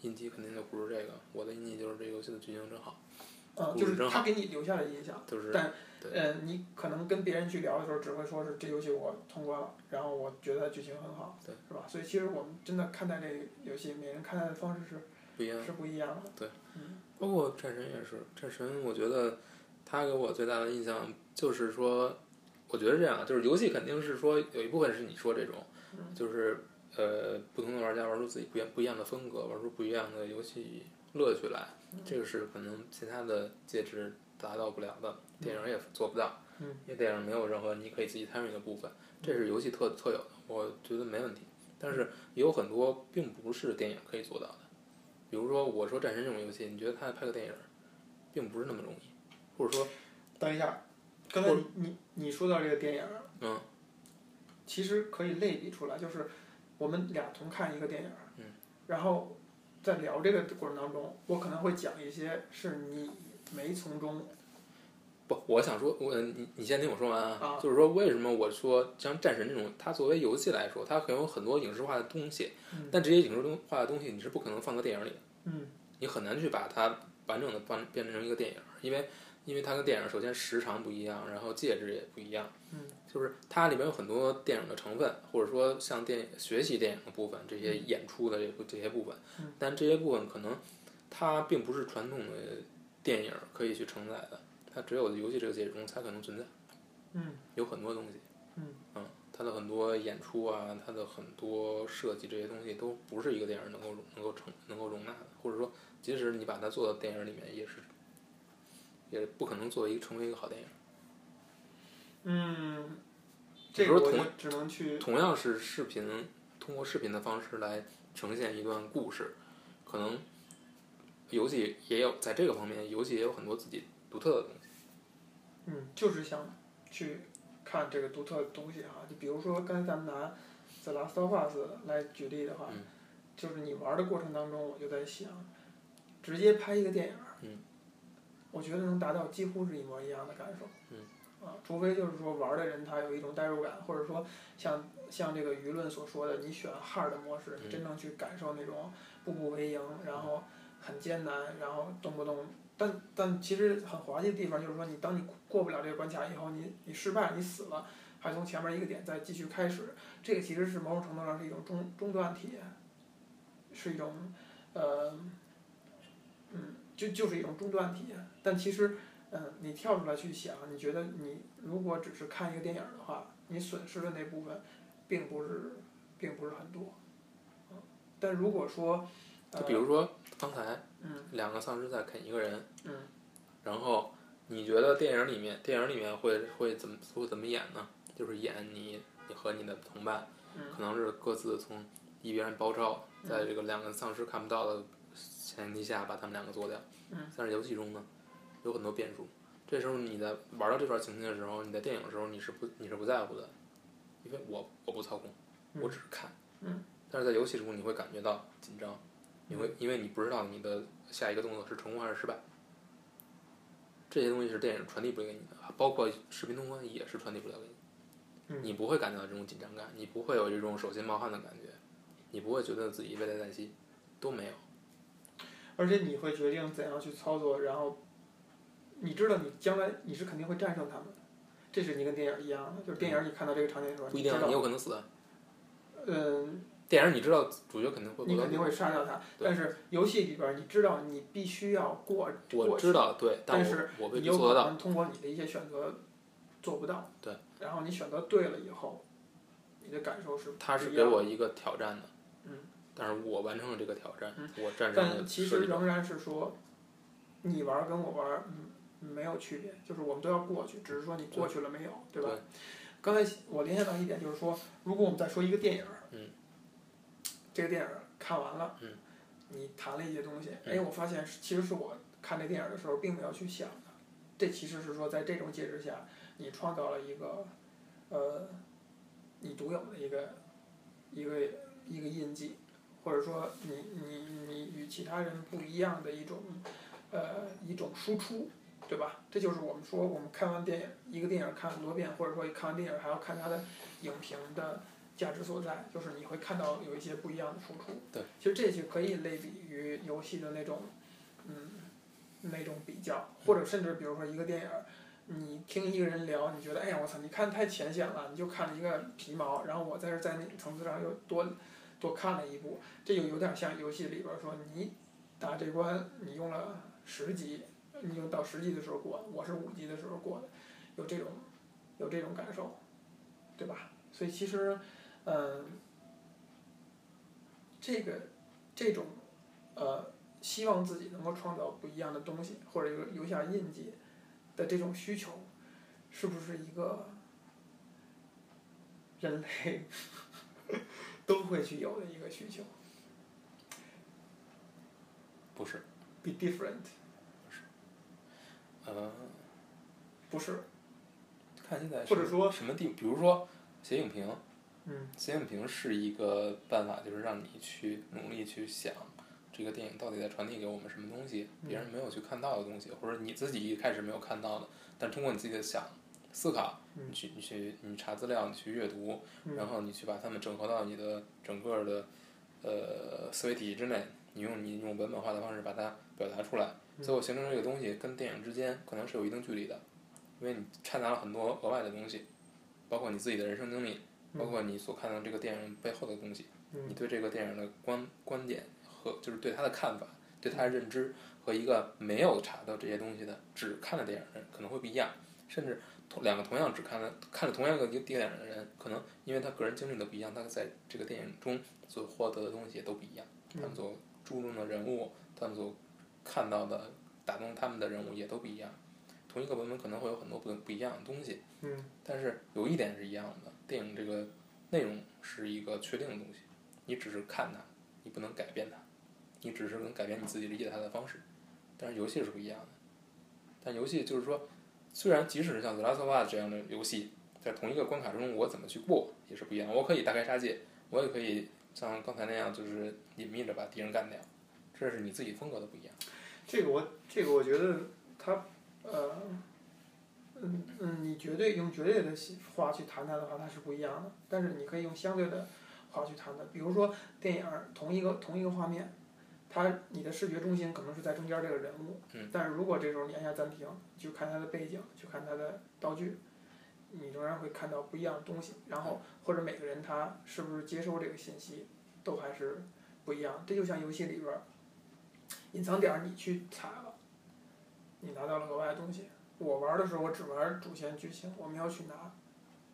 Speaker 1: 印记肯定就不是这个，我的印记就是这个游戏的剧情真好，
Speaker 2: 嗯，
Speaker 1: 故
Speaker 2: 就
Speaker 1: 事
Speaker 2: 是
Speaker 1: 真
Speaker 2: 它给你留下的印象。
Speaker 1: 就是
Speaker 2: 但
Speaker 1: 对
Speaker 2: 嗯，你可能跟别人去聊的时候，只会说是这游戏我通关了，然后我觉得它剧情很好，
Speaker 1: 对
Speaker 2: 是吧？所以其实我们真的看待这个游戏，每人看待的方式是
Speaker 1: 不一样。
Speaker 2: 是不一样的。
Speaker 1: 包括战神也是，战神我觉得他给我最大的印象就是说，我觉得这样，啊就是游戏肯定是说有一部分是你说这种，就是呃不同的玩家玩出自己不一样不一样的风格，玩出不一样的游戏乐趣来，这个是可能其他的介质达到不了的，电影也做不到，
Speaker 2: 嗯
Speaker 1: 因为电影没有任何你可以自己参与的部分，这是游戏特特有的，我觉得没问题。但是也有很多并不是电影可以做到的。比如说我说战神这种游戏，你觉得它拍个电影，并不是那么容易，或者说，
Speaker 2: 等一下，刚才
Speaker 1: 或
Speaker 2: 你你你说到这个电影，
Speaker 1: 嗯，
Speaker 2: 其实可以类比出来，就是我们俩同看一个电影，
Speaker 1: 嗯，
Speaker 2: 然后在聊这个过程当中，我可能会讲一些是你没从中
Speaker 1: 不，我想说，我你你先听我说完
Speaker 2: 啊
Speaker 1: 就是说为什么我说像战神这种，它作为游戏来说，它很有很多影视化的东西，
Speaker 2: 嗯
Speaker 1: 但这些影视东化的东西你是不可能放到电影里的，
Speaker 2: 嗯
Speaker 1: 你很难去把它完整的变变成一个电影，因为因为它跟电影首先时长不一样，然后介质也不一样。
Speaker 2: 嗯
Speaker 1: 就是它里面有很多电影的成分，或者说像电影学习电影的部分，这些演出的这这些部分
Speaker 2: 嗯，
Speaker 1: 但这些部分可能它并不是传统的电影可以去承载的，它只有游戏这个介质中才可能存在，
Speaker 2: 嗯
Speaker 1: 有很多东西。
Speaker 2: 嗯
Speaker 1: 它的很多演出啊，它的很多设计这些东西都不是一个电影能够容能够承能够容纳的，或者说，即使你把它做到电影里面，也是也不可能做一个成为一个好电影。
Speaker 2: 嗯，
Speaker 1: 比
Speaker 2: 这
Speaker 1: 如说
Speaker 2: 个我
Speaker 1: 同
Speaker 2: 就只能去
Speaker 1: 同样是视频，通过视频的方式来呈现一段故事，可能游戏也有在这个方面，游戏也有很多自己独特的东西。
Speaker 2: 嗯，就是想去看这个独特的东西哈。就比如说刚才咱们拿《The Last of Us》来举例的话，
Speaker 1: 嗯
Speaker 2: 就是你玩的过程当中，我就在想，直接拍一个电影，
Speaker 1: 嗯
Speaker 2: 我觉得能达到几乎是一模一样的感受。
Speaker 1: 嗯
Speaker 2: 啊，除非就是说玩的人他有一种代入感，或者说像像这个舆论所说的，你选 hard 模式，
Speaker 1: 嗯
Speaker 2: 你真正去感受那种步步为营，然后很艰难，然后动不动但但其实很滑稽的地方就是说，你当你过不了这个关卡以后，你你失败，你死了，还从前面一个点再继续开始，这个其实是某种程度上是一种中中断体验，是一种呃，嗯，就就是一种中断体验。但其实，嗯、你跳出来去想，你觉得你如果只是看一个电影的话，你损失的那部分，并不是，并不是很多。嗯，但如果说，呃
Speaker 1: 就，比如说刚才
Speaker 2: 嗯
Speaker 1: 两个丧尸在啃一个人，
Speaker 2: 嗯。
Speaker 1: 然后你觉得电影里面电影里面会会怎么会怎么演呢？就是演你你和你的同伴，
Speaker 2: 嗯
Speaker 1: 可能是各自从一边包抄，在这个两个丧尸看不到的前提下把他们两个做掉。
Speaker 2: 嗯
Speaker 1: 但是游戏中呢，有很多变数。这时候你在玩到这段情境的时候，你在电影的时候你是不你是不在乎的，因为我我不操控，
Speaker 2: 嗯
Speaker 1: 我只是看。
Speaker 2: 嗯
Speaker 1: 但是在游戏中你会感觉到紧张，你会因为你不知道你的下一个动作是成功还是失败。这些东西是电影传递不给你的，包括视频通关也是传递不了给你。
Speaker 2: 嗯
Speaker 1: 你不会感到这种紧张感，你不会有这种手心冒汗的感觉，你不会觉得自己危在旦夕，都没有。
Speaker 2: 而且你会决定怎样去操作，然后你知道你将来你是肯定会战胜他们，这是你跟电影一样的，就是电影你看到这个场景的时候，
Speaker 1: 不一
Speaker 2: 你
Speaker 1: 定
Speaker 2: 知道
Speaker 1: 你有可能死啊。
Speaker 2: 嗯，
Speaker 1: 电影你知道主角肯定会
Speaker 2: 你
Speaker 1: 活到
Speaker 2: 肯定会杀掉他，
Speaker 1: 对
Speaker 2: 但是游戏里边儿你知道你必须要过过去
Speaker 1: 我知道，对，但
Speaker 2: 但
Speaker 1: 我我未
Speaker 2: 你
Speaker 1: 必
Speaker 2: 有
Speaker 1: 做
Speaker 2: 可
Speaker 1: 得到。
Speaker 2: 能通过你的一些选择做不到。
Speaker 1: 对。
Speaker 2: 然后你选择对了以后，你的感受是
Speaker 1: 他
Speaker 2: 不
Speaker 1: 是
Speaker 2: 一
Speaker 1: 给
Speaker 2: 样的
Speaker 1: 我一个挑战的，
Speaker 2: 嗯，
Speaker 1: 但是我完成了这个挑战，
Speaker 2: 嗯
Speaker 1: 我战胜了
Speaker 2: 但其实
Speaker 1: 设计者
Speaker 2: 仍然是说，你玩儿跟我玩儿嗯没有区别，就是我们都要过去，只是说你过去了没有，对吧？
Speaker 1: 对
Speaker 2: 刚才我联想到一点，就是说，如果我们再说一个电影，
Speaker 1: 嗯，
Speaker 2: 这个电影儿看完了，
Speaker 1: 嗯，
Speaker 2: 你谈了一些东西，
Speaker 1: 嗯
Speaker 2: 哎，我发现是其实是我看这电影儿的时候并没有去想的，这其实是说在这种介质下，你创造了一个，呃，你独有的一个一个一个印记，或者说你你你与其他人不一样的一种，呃，一种输出，对吧？这就是我们说我们看完电影一个电影看很多遍，或者说看完电影还要看它的影评的价值所在，就是你会看到有一些不一样的输出。
Speaker 1: 对，
Speaker 2: 其实这些可以类比于游戏的那种，嗯，那种比较，或者甚至比如说一个电影。你听一个人聊，你觉得哎呀我操，你看太浅显了，你就看了一个皮毛，然后我在这儿在那个层次上又多多看了一步，这就有点像游戏里边儿说你打这关你用了十级，你就到十级的时候过的，我是五级的时候过的，有这种有这种感受，对吧？所以其实，嗯，这个这种呃，希望自己能够创造不一样的东西，或者留留下印记的这种需求，是不是一个人类 都会去有的一个需求
Speaker 1: 不是，
Speaker 2: ？Be different，
Speaker 1: 呃，
Speaker 2: 不是，
Speaker 1: 看现在
Speaker 2: 或者
Speaker 1: 是
Speaker 2: 说
Speaker 1: 什么地，比如说写影评，
Speaker 2: 嗯
Speaker 1: 写影评是一个办法，就是让你去努力去想这个电影到底在传递给我们什么东西，
Speaker 2: 嗯
Speaker 1: 别人没有去看到的东西，或者你自己一开始没有看到的，但通过你自己的想思考，
Speaker 2: 嗯
Speaker 1: 你去你去你查资料，你去阅读，然
Speaker 2: 嗯
Speaker 1: 后你去把它们整合到你的整个的呃思维体系之内，你用你用文本化的方式把它表达出来，
Speaker 2: 嗯
Speaker 1: 最后形成这个东西跟电影之间可能是有一定距离的，因为你掺杂了很多额外的东西，包括你自己的人生经历，包括你所看到这个电影背后的东西，你
Speaker 2: 嗯
Speaker 1: 对这个电影的观观点和就是对它的看法、对它的认知和一个没有查到这些东西的只看了电影的人可能会不一样，甚至同两个同样只看了看了同样一个电影的人，可能因为他个人经历的不一样，他在这个电影中所获得的东西也都不一样，他们所注重的人物，他们所看到的打动他们的人物也都不一样，同一个文本可能会有很多不不一样的东西，
Speaker 2: 嗯
Speaker 1: 但是有一点是一样的，电影这个内容是一个确定的东西，你只是看它，你不能改变它，你只是能改变你自己理解它的方式。但是游戏是不一样的，但游戏就是说，虽然即使是像《The Last of Us》这样的游戏，在同一个关卡中我怎么去过也是不一样的，我可以大开杀戒，我也可以像刚才那样就是隐秘着把敌人干掉，这是你自己风格的不一样。
Speaker 2: 这个我这个我觉得他呃，嗯嗯，你绝对用绝对的话去谈它的话，它是不一样的。但是你可以用相对的话去谈它，比如说电影儿同一个同一个画面，它你的视觉中心可能是在中间这个人物，
Speaker 1: 嗯
Speaker 2: 但是如果这时候你按下暂停，去看它的背景，去看它的道具。你仍然会看到不一样的东西，然后或者每个人他是不是接收这个信息，都还是不一样。这就像游戏里边儿，隐藏点儿你去踩了，你拿到了额外的东西。我玩儿的时候，我只玩儿主线剧情，我没有去拿。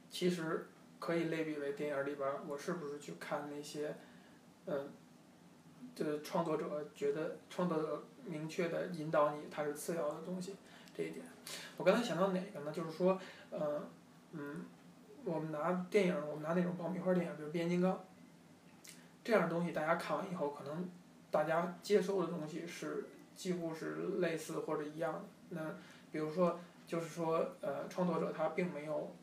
Speaker 2: 其实可以类比为电影儿里边儿，我是不是去看那些，嗯，就是创作者觉得创作者明确的引导你它是次要的东西这一点。我刚才想到哪个呢？就是说，呃，嗯，我们拿电影儿，我们拿那种爆米花电影儿，比如《变形金刚》这样的东西，大家看完以后可能。大家接收的东西是几乎是类似或者一样的。那比如说，就是说，呃，创作者他并没有，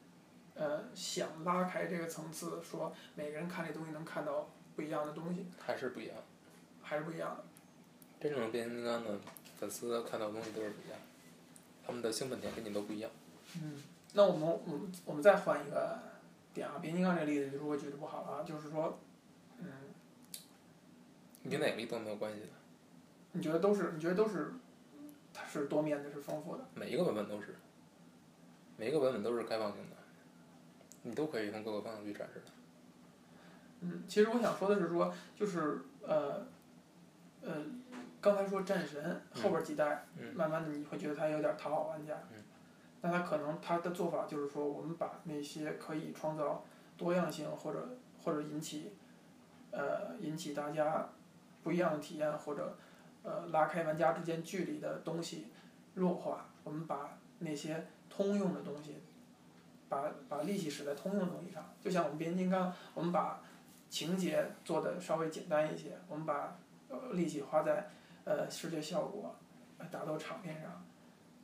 Speaker 2: 呃，想拉开这个层次，说每个人看这东西能看到不一样的东西，
Speaker 1: 还是不一样。
Speaker 2: 还是不一样的。
Speaker 1: 真正的变形金刚的粉丝看到的东西都是不一样，他们的兴奋点跟你都不一样。
Speaker 2: 嗯。那我们我们我们再换一个点啊，变形金刚这个例子就是我举的不好了啊，就是说，嗯，
Speaker 1: 你哪个力都没有关系的，
Speaker 2: 你觉得都是你觉得都是，它是多面的，是丰富的。
Speaker 1: 每一个文本都是。每个文本都是开放性的，你都可以从各个方向去展示它。
Speaker 2: 嗯，其实我想说的是说，就是呃，呃，刚才说战神后边几代，
Speaker 1: 嗯
Speaker 2: 慢慢的你会觉得他有点讨好玩家，
Speaker 1: 嗯
Speaker 2: 那他可能他的做法就是说，我们把那些可以创造多样性或者或者引起，呃，引起大家不一样的体验或者呃拉开玩家之间距离的东西弱化，我们把那些通用的东西。把把力气使在通用的东西上，就像我们变形金刚，我们把情节做的稍微简单一些，我们把呃力气花在呃视觉效果、呃打斗场面上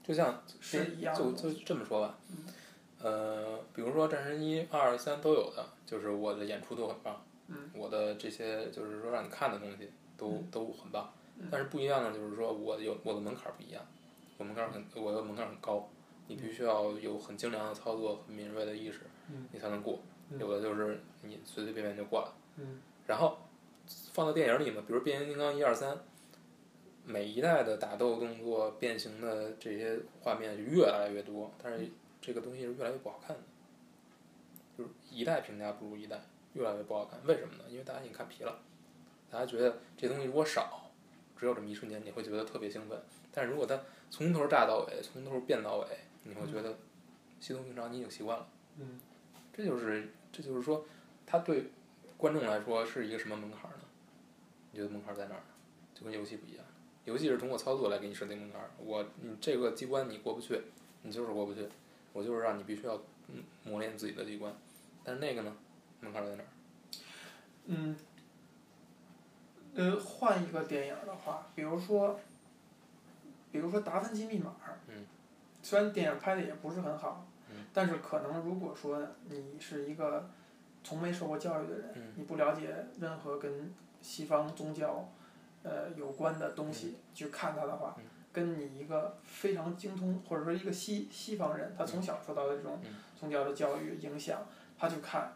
Speaker 1: 就像
Speaker 2: 是一样
Speaker 1: 就
Speaker 2: 的。
Speaker 1: 就这么说吧
Speaker 2: 嗯，
Speaker 1: 呃，比如说战神一、二、三都有的，就是我的演出都很棒，
Speaker 2: 嗯
Speaker 1: 我的这些就是说让你看的东西都、都很棒
Speaker 2: 嗯，
Speaker 1: 但是不一样的就是说我有我的门槛不一样，我门槛很我的门槛很高，你必须要有很精良的操作、很敏锐的意识，
Speaker 2: 嗯
Speaker 1: 你才能过，
Speaker 2: 嗯
Speaker 1: 有的就是你随随便便就过了，
Speaker 2: 嗯
Speaker 1: 然后放到电影里呢，比如变形金刚一二三。每一代的打斗动作、变形的这些画面就越来越多，但是这个东西是越来越不好看的，就是一代评价不如一代，越来越不好看。为什么呢？因为大家已经看疲了，大家觉得这东西如果少，只有这么一瞬间，你会觉得特别兴奋；但是如果它从头炸到尾，从头变到尾，你会觉得稀松平常，你已经习惯了。
Speaker 2: 嗯，
Speaker 1: 这就是这就是说，它对观众来说是一个什么门槛呢？你觉得门槛在哪儿呢？就跟游戏不一样，游戏是通过操作来给你设定门槛儿。我你这个机关你过不去，你就是过不去，我就是让你必须要嗯磨练自己的机关。但是那个呢，门槛儿在哪儿？
Speaker 2: 嗯，呃，换一个电影的话，比如说，比如说《达芬奇密码》，
Speaker 1: 嗯，
Speaker 2: 虽然电影拍的也不是很好，
Speaker 1: 嗯
Speaker 2: 但是可能如果说你是一个从没受过教育的人，
Speaker 1: 嗯
Speaker 2: 你不了解任何跟西方宗教呃有关的东西、去看它的话，
Speaker 1: 嗯
Speaker 2: 跟你一个非常精通或者说一个西西方人，他从小受到的这种
Speaker 1: 嗯
Speaker 2: 宗教的教育影响，他去看，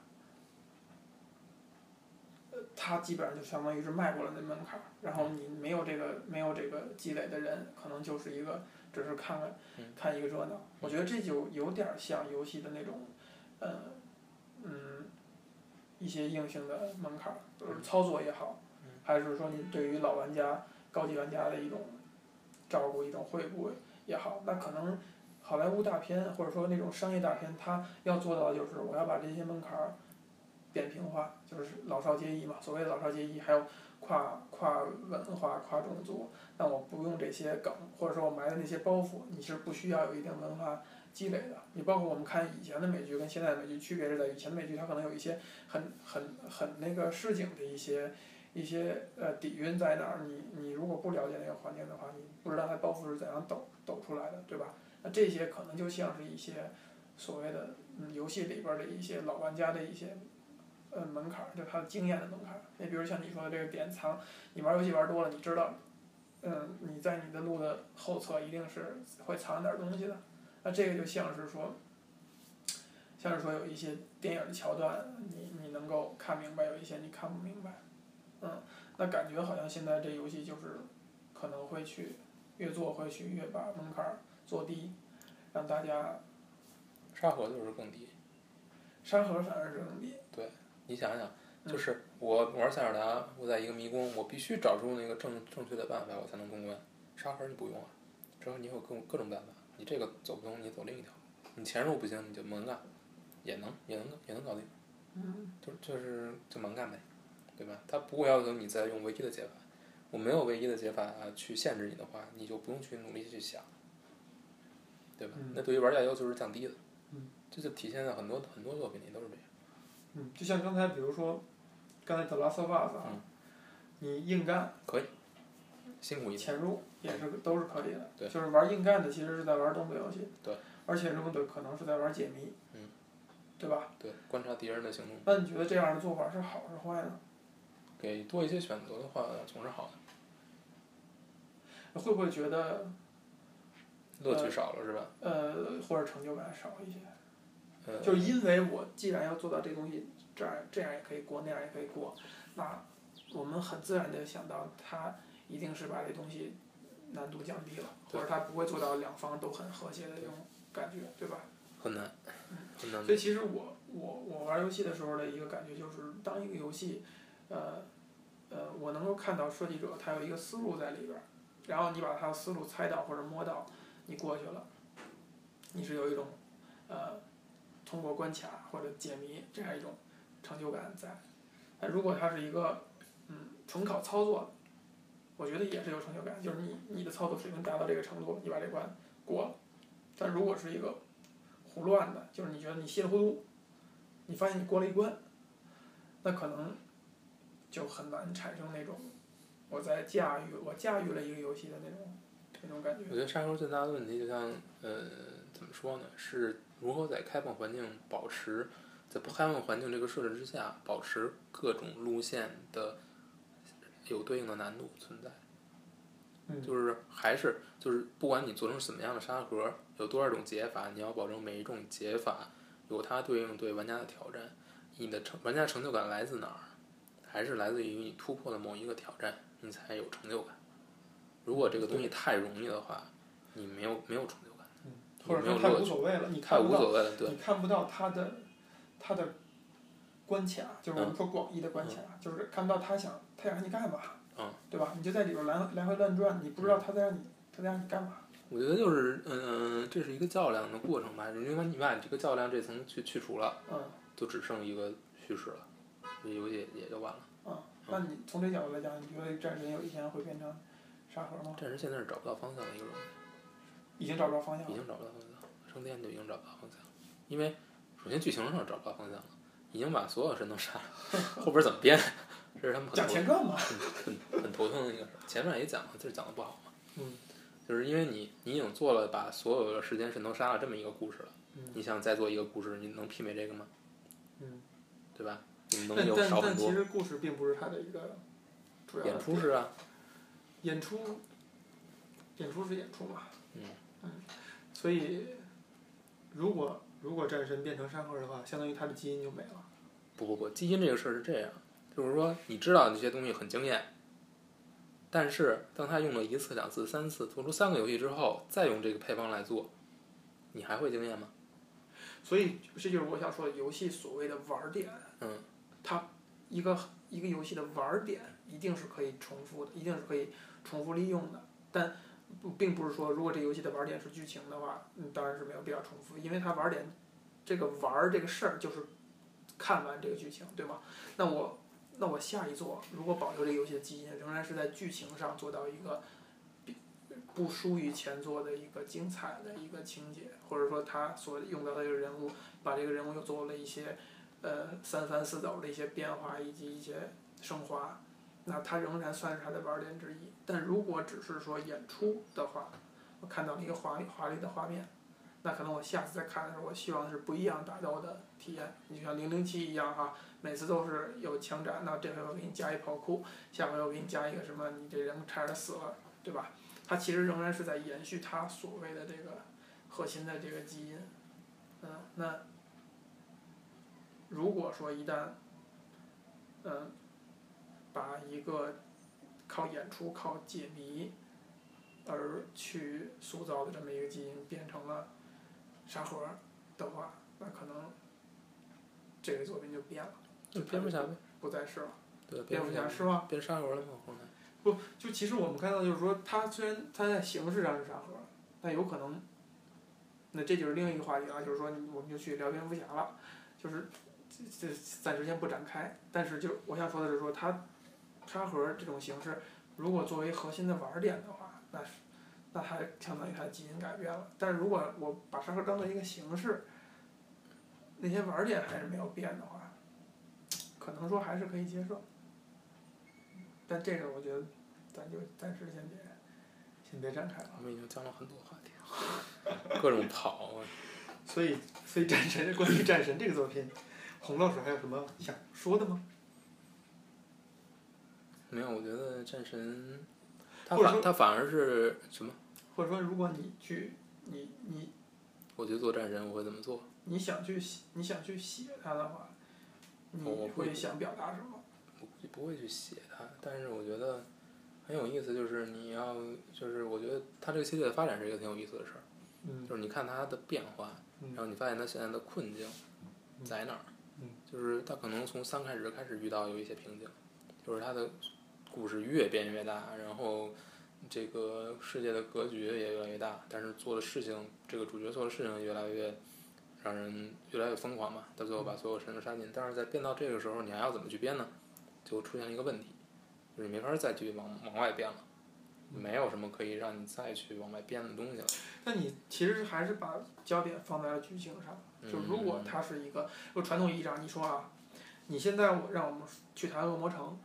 Speaker 2: 呃他基本上就相当于是迈过了那门槛儿。然后你没有这个没有这个积累的人，可能就是一个只是看看
Speaker 1: 嗯
Speaker 2: 看一个热闹。我觉得这就有点儿像游戏的那种，呃，嗯，一些硬性的门槛儿，就是
Speaker 1: 嗯
Speaker 2: 操作也好，还是说你对于老玩家、高级玩家的一种照顾、一种惠顾也好，那可能好莱坞大片或者说那种商业大片，它要做到的就是我要把这些门槛儿扁平化，就是老少皆宜嘛。所谓的老少皆宜，还有跨跨文化、跨种族，那我不用这些梗，或者说我埋的那些包袱，你是不需要有一定文化积累的。你包括我们看以前的美剧跟现在的美剧区别是在于，以前的美剧它可能有一些很很很那个市井的一些。一些呃底蕴在哪儿？你你如果不了解那个环境的话，你不知道它包袱是怎样抖抖出来的，对吧？那这些可能就像是一些所谓的、嗯、游戏里边儿的一些老玩家的一些呃门槛儿，就是他的经验的门槛儿。你比如像你说的这个典藏，你玩儿游戏玩儿多了，你知道，嗯，你在你的路的后侧一定是会藏点儿东西的。那这个就像是说，像是说有一些电影的桥段，你你能够看明白，有一些你看不明白。嗯，那感觉好像现在这游戏就是可能会去越做会去越把门槛儿做低，让大家
Speaker 1: 沙盒就是更低。
Speaker 2: 沙盒反而是更低。
Speaker 1: 你想想，
Speaker 2: 嗯
Speaker 1: 就是我玩塞尔达，我在一个迷宫，我必须找出那个正正确的办法，我才能通关。沙盒你不用啊，沙盒你有各各种办法，你这个走不通，你走另一条，你潜入不行，你就蛮干，也能也能也能搞定，
Speaker 2: 嗯
Speaker 1: 就就是就蛮干呗，对吧？他不会要求你再用唯一的解法，我没有唯一的解法去限制你的话，你就不用去努力去想，对吧？
Speaker 2: 嗯
Speaker 1: 那对于玩家要求是降低的，
Speaker 2: 嗯
Speaker 1: 这就体现在很多很多作品里都是这样。
Speaker 2: 嗯，就像刚才比如说，刚才《The Last of Us》啊，
Speaker 1: 嗯
Speaker 2: 你硬干
Speaker 1: 辛苦一点，
Speaker 2: 潜入也是都是可以的。
Speaker 1: 对
Speaker 2: 就是玩硬干的其实是在玩动作游戏。
Speaker 1: 对。
Speaker 2: 而潜入的可能是在玩解谜。
Speaker 1: 嗯。
Speaker 2: 对吧？
Speaker 1: 对，观察敌人的行动。
Speaker 2: 那你觉得这样的做法是好是坏呢？
Speaker 1: 给多一些选择的话，总是好的。
Speaker 2: 会不会觉得
Speaker 1: 乐趣少了是吧？
Speaker 2: 呃或者成就感少一些？
Speaker 1: 呃，
Speaker 2: 就是因为我既然要做到这东西，这样这样也可以过，那样也可以过，那我们很自然的想到，他一定是把这东西难度降低了，
Speaker 1: 对
Speaker 2: 或者他不会做到两方都很和谐的这种感觉，对吧？
Speaker 1: 很难，很难。
Speaker 2: 所以其实我我我玩游戏的时候的一个感觉就是，当一个游戏，呃呃，我能够看到设计者他有一个思路在里边儿，然后你把他的思路猜到或者摸到，你过去了，你是有一种呃通过关卡或者解谜这样一种成就感在。但如果它是一个嗯纯靠操作的，我觉得也是有成就感，就是你你的操作水平达到这个程度，你把这关过了。但如果是一个胡乱的，就是你觉得你稀里糊涂，你发现你过了一关，那可能就很难产生那种我在驾驭我驾驭了一个游戏的那种那种感觉。
Speaker 1: 我觉得沙盒最大的问题，就像呃，怎么说呢？是如何在开放环境保持，在不开放环境这个设置之下，保持各种路线的有对应的难度存在。就是还是就是，不管你做成什么样的沙盒，有多少种解法，你要保证每一种解法有它对应对玩家的挑战。你的成玩家成就感来自哪儿？还是来自于你突破了某一个挑战，你才有成就感。如果这个东西太容易的话，你没有没有成就感，
Speaker 2: 嗯或者说太无所谓了，你
Speaker 1: 太
Speaker 2: 看不
Speaker 1: 无
Speaker 2: 到，
Speaker 1: 所谓了。对，
Speaker 2: 你看不到它的它的关卡，就是我们说广义的关卡，就是看不到他想他想让你干嘛，
Speaker 1: 嗯
Speaker 2: 对吧？你就在里边来回来回乱转，你不知道他在让你、他在让你干嘛。
Speaker 1: 我觉得就是嗯、这是一个较量的过程吧。因为你把这个较量这层去去除了，
Speaker 2: 嗯
Speaker 1: 就只剩一个叙事了，这游戏也就完了。
Speaker 2: 嗯，那你从这角度来讲，你觉得战神有一天会变成沙盒吗？
Speaker 1: 暂时现在是找不到方向的一个东西。
Speaker 2: 已经找不着方向
Speaker 1: 已
Speaker 2: 了。
Speaker 1: 经找不到方向了，圣殿就已经找不到方向了，因为首先剧情上找不到方向了，已经把所有神都杀了， 后边怎么编，这是他们很
Speaker 2: 讲
Speaker 1: 头
Speaker 2: 钱赚嘛。
Speaker 1: 很很头疼的一个事儿。前面也讲了，就是讲的不好嘛，
Speaker 2: 嗯，
Speaker 1: 就是因为你你已经做了把所有的时间神都杀了这么一个故事了，
Speaker 2: 嗯
Speaker 1: 你想再做一个故事，你能媲美这个吗？
Speaker 2: 嗯，
Speaker 1: 对吧？你能
Speaker 2: 但
Speaker 1: 有
Speaker 2: 但
Speaker 1: 少
Speaker 2: 但
Speaker 1: 很
Speaker 2: 其
Speaker 1: 多
Speaker 2: 实故事并不是他的一个主要的
Speaker 1: 演出是啊，
Speaker 2: 演出，演出是演出嘛。
Speaker 1: 嗯
Speaker 2: 所以如果如果战神变成沙盒的话，相当于他的基因就没了。
Speaker 1: 不不不，基因这个事儿是这样，就是说你知道这些东西很惊艳，但是当他用了一次、两次、三次，做出三个游戏之后，再用这个配方来做，你还会惊艳吗？
Speaker 2: 所以这就是我想说的，游戏所谓的玩儿点，
Speaker 1: 嗯，
Speaker 2: 它一个一个游戏的玩儿点一定是可以重复的，一定是可以重复利用的，但不并不是说如果这游戏的玩儿点是剧情的话，嗯，当然是没有必要重复，因为它玩儿点这个玩儿这个事儿就是看完这个剧情，对吗？那我那我下一座如果保留这个游戏的基因，仍然是在剧情上做到一个。不输于前作的一个精彩的一个情节，或者说他所用到的这个人物把这个人物又做了一些呃三番四抖的一些变化以及一些升华，那它仍然算是它的玩点之一。但如果只是说演出的话，我看到了一个华丽华丽的画面，那可能我下次再看的时候，我希望是不一样打斗的体验。你就像零零七一样哈，每次都是有枪战，那这回我给你加一跑酷，下回我给你加一个什么，你这人差点死了，对吧？它其实仍然是在延续它所谓的这个核心的这个基因，嗯，那如果说一旦，嗯，把一个靠演出、靠解谜而去塑造的这么一个基因变成了沙盒的话，那可能这个作品就变了，
Speaker 1: 就蝙蝠侠呗，
Speaker 2: 不再是了。
Speaker 1: 对，
Speaker 2: 蝙
Speaker 1: 蝠
Speaker 2: 蝠
Speaker 1: 侠
Speaker 2: 侠是吗？
Speaker 1: 变沙盒了吗？后来，
Speaker 2: 不，就其实我们看到就是说，它虽然它在形式上是沙盒，但有可能，那这就是另一个话题了，就是说你我们就去聊蝙蝠侠了，就是这这暂时先不展开。但是就我想说的是说，它沙盒这种形式，如果作为核心的玩儿点的话，那是那它相当于它的基因改变了。但是如果我把沙盒当做一个形式，那些玩儿点还是没有变的话，可能说还是可以接受。但这个我觉得，咱就暂时先别，先别展开了。
Speaker 1: 我们已经讲了很多话题了，各种跑，啊
Speaker 2: 所以，所以战神 关于战神这个作品，洪老师还有什么想说的吗？
Speaker 1: 没有，我觉得战神，他
Speaker 2: 或者
Speaker 1: 反
Speaker 2: 说
Speaker 1: 他反而是什么？
Speaker 2: 或者说，如果你去，你你
Speaker 1: 我去做战神，我会怎么做？
Speaker 2: 你想去写，你想去写它的话，你
Speaker 1: 我会
Speaker 2: 会想表达什么？
Speaker 1: 我估计不会去写它，但是我觉得很有意思，就是你要，就是我觉得它这个系列的发展是一个挺有意思的事儿，
Speaker 2: 嗯
Speaker 1: 就是你看它的变化，
Speaker 2: 嗯
Speaker 1: 然后你发现它现在的困境在哪儿
Speaker 2: 嗯，
Speaker 1: 就是它可能从三开始开始遇到有一些瓶颈，就是它的故事越变越大，然后这个世界的格局也越来越大，但是做的事情，这个主角做的事情也越来越让人越来越疯狂嘛，到最
Speaker 2: 嗯
Speaker 1: 后把所有神都杀尽，但是在变到这个时候，你还要怎么去编呢？就出现了一个问题，就是你没法再去往往外编了。没有什么可以让你再去往外编的东西了。
Speaker 2: 那你其实还是把焦点放在了剧情上。就如果
Speaker 1: 嗯
Speaker 2: 它是一个，就传统意义上你说啊，你现在我让我们去谈《恶魔城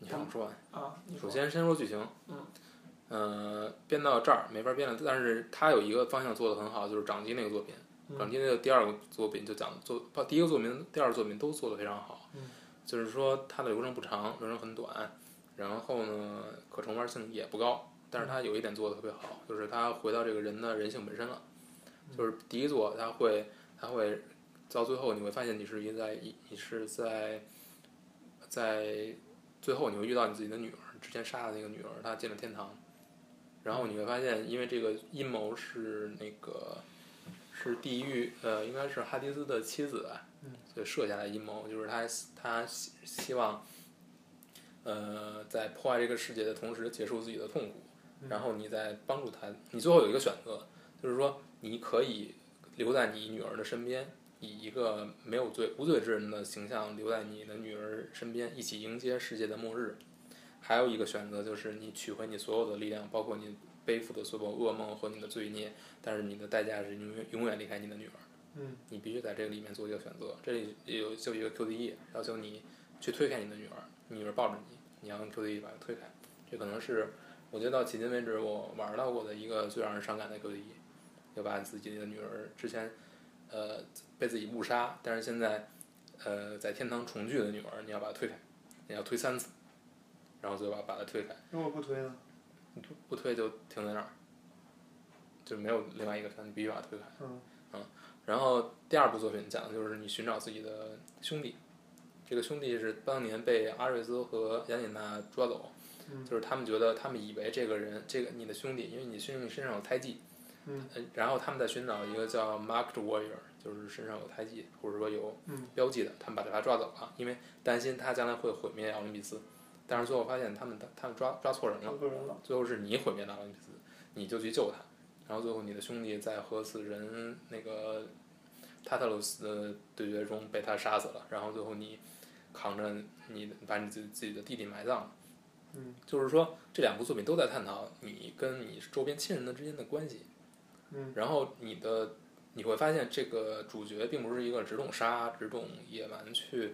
Speaker 1: 你看我说完，》
Speaker 2: 啊，你
Speaker 1: 首
Speaker 2: 说
Speaker 1: 先先说剧情，
Speaker 2: 嗯，
Speaker 1: 呃，编到这儿没法编了，但是它有一个方向做的很好，就是掌机那个作品，
Speaker 2: 嗯
Speaker 1: 掌机那个第二个作品就讲做，把第一个作品、第二个作品都做得非常好，
Speaker 2: 嗯
Speaker 1: 就是说它的流程不长，流程很短，然后呢，可重玩性也不高，但是它有一点做的特别好，就是它回到这个人的人性本身了，
Speaker 2: 嗯
Speaker 1: 就是第一作它会，它会到最后你会发现你是一在一你是在在最后你会遇到你自己的女儿，之前杀的那个女儿，她进了天堂，然后你会发现，因为这个阴谋是那个是地狱，呃，应该是哈迪斯的妻子吧
Speaker 2: 嗯，
Speaker 1: 所以设下来阴谋，就是他他希希望，呃，在破坏这个世界的同时结束自己的痛苦，然后你再帮助他，你最后有一个选择，就是说你可以留在你女儿的身边。以一个没有罪无罪之人的形象留在你的女儿身边，一起迎接世界的末日。还有一个选择就是你取回你所有的力量，包括你背负的所有噩梦和你的罪孽，但是你的代价是永远永远离开你的女儿。
Speaker 2: 嗯，
Speaker 1: 你必须在这个里面做一个选择。这里有就有一个 QDE 要求你去推开你的女儿，你女儿抱着你，你要用 QDE E 把她推开。这可能是我觉得到迄今为止我玩到过的一个最让人伤感的 QDE，要把自己的女儿之前呃被自己误杀，但是现在呃在天堂重聚的女儿，你要把她推开，你要推三次，然后最后把把她推开。
Speaker 3: 如果不推呢？
Speaker 1: 你不不推就停在那儿，就没有另外一个山，你必须把它推开。
Speaker 3: 嗯
Speaker 1: 然后第二部作品讲的就是你寻找自己的兄弟，这个兄弟是当年被阿瑞斯和雅典娜抓走，
Speaker 3: 嗯
Speaker 1: 就是他们觉得他们以为这个人，这个你的兄弟，因为你兄弟身上有胎记，
Speaker 3: 嗯
Speaker 1: 呃，然后他们在寻找一个叫 Marked Warrior，就是身上有胎记或者说有
Speaker 3: 嗯
Speaker 1: 标记的，他们把他抓走了，因为担心他将来会毁灭奥林匹斯，但是最后发现他们他们抓抓错人了
Speaker 3: 抓错人了，
Speaker 1: 最后是你毁灭了奥林匹斯，你就去救他，然后最后你的兄弟在和死人那个塔特鲁斯的对决中被他杀死了，然后最后你扛着你把你自己自己的弟弟埋葬了。
Speaker 3: 嗯，
Speaker 1: 就是说这两部作品都在探讨你跟你周边亲人的之间的关系。
Speaker 3: 嗯，
Speaker 1: 然后你的你会发现这个主角并不是一个只懂杀、只懂野蛮去，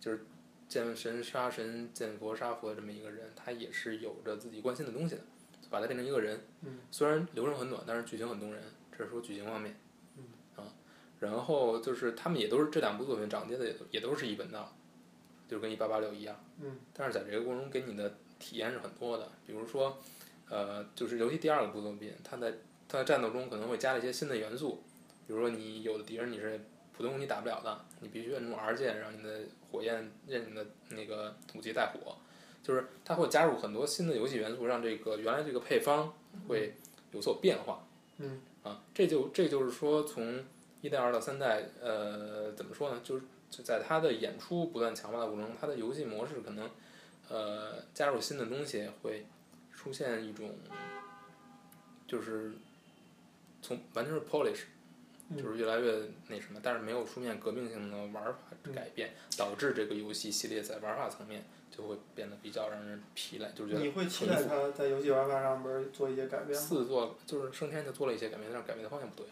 Speaker 1: 就是见神杀神、见佛杀佛的这么一个人，他也是有着自己关心的东西的，就把他变成一个人。
Speaker 3: 嗯，
Speaker 1: 虽然流程很短，但是剧情很动人，这是说剧情方面。嗯，啊，然后就是他们也都是这两部作品长接的也都也都是一本道，就是跟一八八六一样。
Speaker 3: 嗯，
Speaker 1: 但是在这个过程中给你的体验是很多的，比如说，呃，就是尤其第二个部作品，它在它在战斗中可能会加了一些新的元素，比如说你有的敌人你是普通你打不了的，你必须摁住 R 键，让你的火焰让你的那个武器带火，就是它会加入很多新的游戏元素，让这个原来这个配方会有所变化。
Speaker 3: 嗯，
Speaker 1: 啊，这就这就是说从一代、二到三代，呃，怎么说呢？就是就在它的演出不断强化的过程中，它的游戏模式可能呃加入新的东西，会出现一种就是从完全是 polish。
Speaker 3: 嗯
Speaker 1: 就是越来越那什么，但是没有出现革命性的玩法
Speaker 3: 嗯
Speaker 1: 改变，导致这个游戏系列在玩法层面就会变得比较让人疲累，就是觉得
Speaker 3: 你会期待他在游戏玩法上边儿做一些改变吗？
Speaker 1: 四做就是升天就做了一些改变，但是改变的方向不对。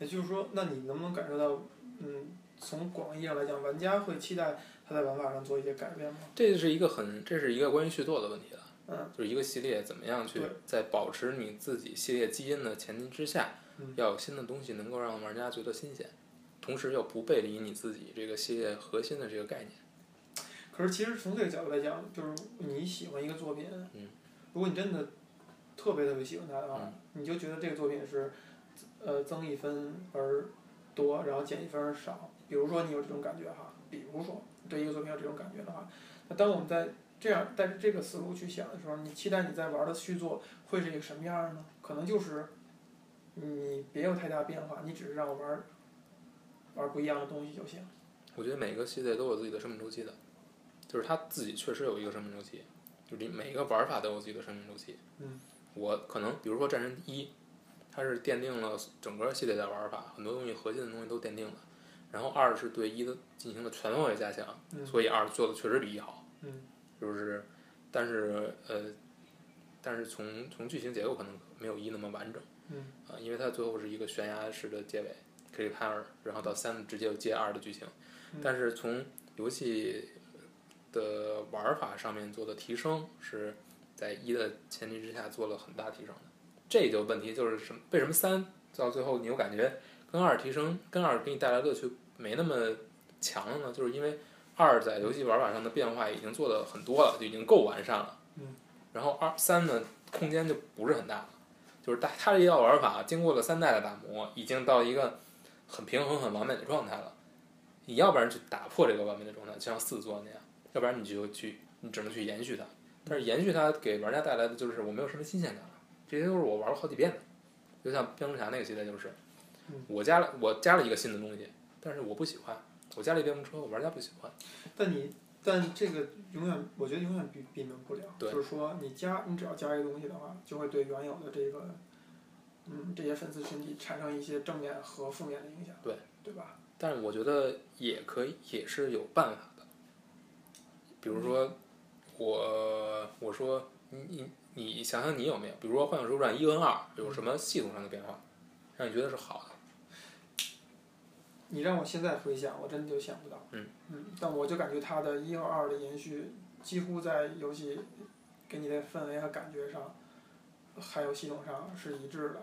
Speaker 3: 也就是说，那你能不能感受到，嗯，从广义上来讲，玩家会期待他在玩法上做一些改变吗？
Speaker 1: 这是一个很，这是一个关于续作的问题了。
Speaker 3: 嗯，
Speaker 1: 就是一个系列怎么样去
Speaker 3: 对
Speaker 1: 在保持你自己系列基因的前提之下，
Speaker 3: 嗯
Speaker 1: 要有新的东西能够让玩家觉得新鲜，同时又不背离你自己这个系列核心的这个概念。
Speaker 3: 可是其实从这个角度来讲，就是你喜欢一个作品，
Speaker 1: 嗯
Speaker 3: 如果你真的特别特别喜欢它的话，
Speaker 1: 嗯
Speaker 3: 你就觉得这个作品是，呃，增一分而多，然后减一分而少。比如说你有这种感觉哈，比如说对一个作品有这种感觉的话，那当我们在这样带着这个思路去想的时候，你期待你在玩的续作会是一个什么样儿呢？可能就是
Speaker 2: 你别有太大变化，你只是让我玩儿玩儿不一样的东西就行。
Speaker 1: 我觉得每个系列都有自己的生命周期的，就是它自己确实有一个生命周期，就是你每一个玩法都有自己的生命周期。
Speaker 2: 嗯，
Speaker 1: 我可能比如说《战神一》，它是奠定了整个系列的玩法，很多东西核心的东西都奠定了。然后二是对一的进行了全方位加强，
Speaker 2: 嗯
Speaker 1: 所以二做的确实比一好。
Speaker 2: 嗯，
Speaker 1: 就是，但是呃，但是从从剧情结构可能没有一那么完整。
Speaker 2: 嗯，
Speaker 1: 啊、因为它最后是一个悬崖式的结尾 c l i p h a n g e r 然后到三直接就接二的剧情。
Speaker 2: 嗯
Speaker 1: 但是从游戏的玩法上面做的提升，是在一的前提之下做了很大提升的。这就问题就是什么？为什么三到最后你又感觉跟二提升，跟二给你带来乐趣没那么强了呢？就是因为二在游戏玩法上的变化已经做的很多了，就已经够完善了。
Speaker 2: 嗯。
Speaker 1: 然后二三呢，空间就不是很大了，就是它它这一套玩法经过了三代的打磨，已经到一个很平衡、很完美的状态了。你要不然去打破这个完美的状态，就像四做那样；要不然你就去，你只能去延续它。但是延续它给玩家带来的就是我没有什么新鲜感了，这些都是我玩过好几遍的。就像蝙蝠侠那个系列就是
Speaker 2: 嗯，
Speaker 1: 我加了我加了一个新的东西，但是我不喜欢，我加了一蝙蝠车，我玩家不喜欢。
Speaker 2: 但你但这个永远，我觉得永远避避免不了。
Speaker 1: 对
Speaker 2: 就是说，你加你只要加一个东西的话，就会对原有的这个，嗯，这些粉丝群体产生一些正面和负面的影响。
Speaker 1: 对，
Speaker 2: 对吧？
Speaker 1: 但是我觉得也可以，也是有办法的。比如说，我我说你你你想想你有没有，比如说《幻想手传》一跟二有什么系统上的变化，让你觉得是好的？
Speaker 2: 你让我现在回想，我真的就想不到。
Speaker 1: 嗯
Speaker 2: 但我就感觉它的一和二的延续，几乎在游戏给你的氛围和感觉上，还有系统上是一致的。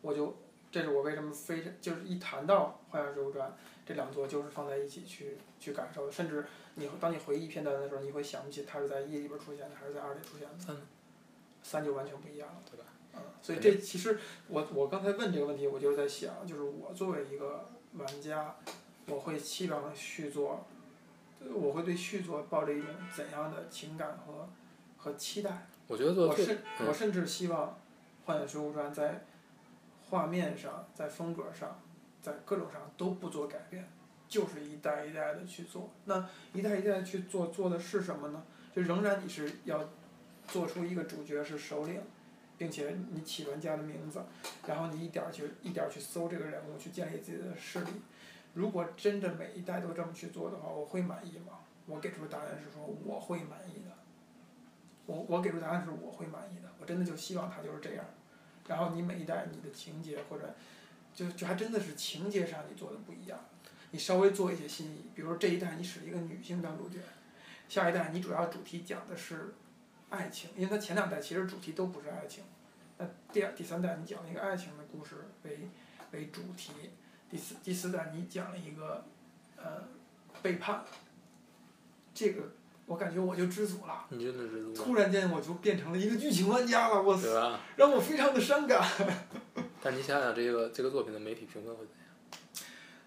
Speaker 2: 我就这是我为什么非常就是一谈到《幻想水浒传》这两座，就是放在一起去去感受的。甚至你当你回忆片段的时候，你会想不起它是在一里边出现的，还是在二里出现的。
Speaker 1: 三
Speaker 2: 三就完全不一样了，
Speaker 1: 嗯对吧？
Speaker 2: 嗯，所以这其实我我刚才问这个问题，我就是在想，就是我作为一个玩家，我会期望续作，呃我会对续作抱着一种怎样的情感和和期待？
Speaker 1: 我觉得做
Speaker 2: 我
Speaker 1: 最
Speaker 2: 甚
Speaker 1: 嗯
Speaker 2: 我甚至希望《幻影水浒传》在画面上、在风格上、在各种上都不做改变，就是一代一代的去做。那一代一代去做，做的是什么呢？就仍然你是要做出一个主角是首领，并且你起玩家的名字，然后你一点儿去一点儿去搜这个人物，去建立自己的势力。如果真的每一代都这么去做的话，我会满意吗？我给出的答案是说我会满意的。我我给出答案是我会满意的，我真的就希望它就是这样。然后你每一代你的情节或者就就还真的是情节上你做的不一样，你稍微做一些新意，比如说这一代你使一个女性当主角，下一代你主要主题讲的是爱情，因为它前两代其实主题都不是爱情。那第二第三代你讲了一个爱情的故事为为主题，第四第四代你讲了一个呃背叛，这个我感觉我就知足了。
Speaker 1: 你真的是如果
Speaker 2: 突然间我就变成了一个剧情玩家了，我
Speaker 1: 对吧？
Speaker 2: 让我非常的伤感。
Speaker 1: 但你想想这个这个作品的媒体评分会怎样？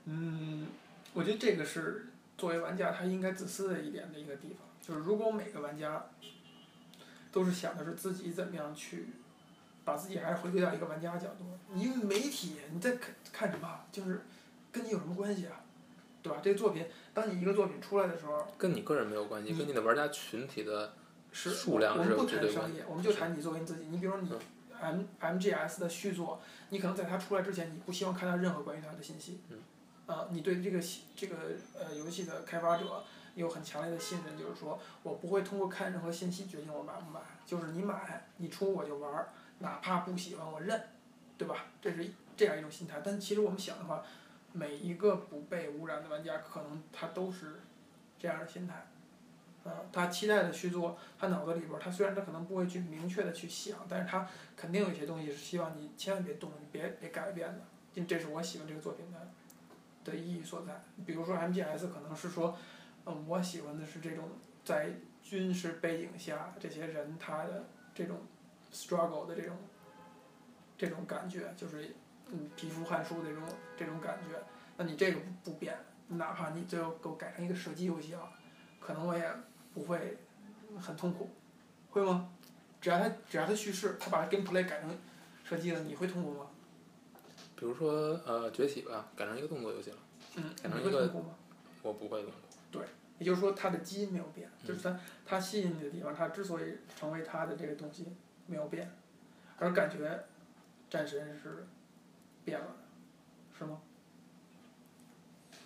Speaker 2: 嗯，我觉得这个是作为玩家他应该自私的一点的一个地方，就是如果每个玩家都是想的是自己怎么样去把自己还是回归到一个玩家角度，你媒体你在看看什么啊，就是跟你有什么关系啊，对吧？这个作品，当你一个作品出来的时候，
Speaker 1: 跟你个人没有关系，
Speaker 2: 你
Speaker 1: 跟你的玩家群体的
Speaker 2: 是
Speaker 1: 数量
Speaker 2: 我
Speaker 1: 是
Speaker 2: 们不
Speaker 1: 有绝
Speaker 2: 谈
Speaker 1: 对
Speaker 2: 商
Speaker 1: 关嗯
Speaker 2: 业，我们就谈你作为你自己。你比如说你 M MGS 的续作，你可能在它出来之前，你不希望看到任何关于它的信息。
Speaker 1: 嗯。
Speaker 2: 啊、你对这个系这个呃游戏的开发者有很强烈的信任，就是说我不会通过看任何信息决定我买不买，就是你买你出我就玩儿，哪怕不喜欢我认，对吧？这是这样一种心态。但其实我们想的话，每一个不被污染的玩家，可能他都是这样的心态。啊、他期待的续作，他脑子里边儿，他虽然他可能不会去明确的去想，但是他肯定有一些东西是希望你千万别动，你别别改变的。这这是我喜欢这个作品的的意义所在。比如说 MGS 可能是说，嗯，我喜欢的是这种在军事背景下这些人他的这种 struggle 的这种这种感觉，就是嗯皮肤汗出的这种这种感觉。那你这个不不变，哪怕你最后给我改成一个射击游戏啊，可能我也不会很痛苦，会吗？只要他只要他叙事，他把 gameplay 改成射击了，你会痛苦吗？
Speaker 1: 比如说呃崛起吧，改成一个动作就行了。
Speaker 2: 嗯，
Speaker 1: 可能
Speaker 2: 你会
Speaker 1: 一个
Speaker 2: 痛苦吗？
Speaker 1: 我不会动
Speaker 2: 也就是说，它的基因没有变，
Speaker 1: 嗯
Speaker 2: 就是它它吸引你的地方，它之所以成为它的这个东西没有变，而感觉战神是变了的，是吗？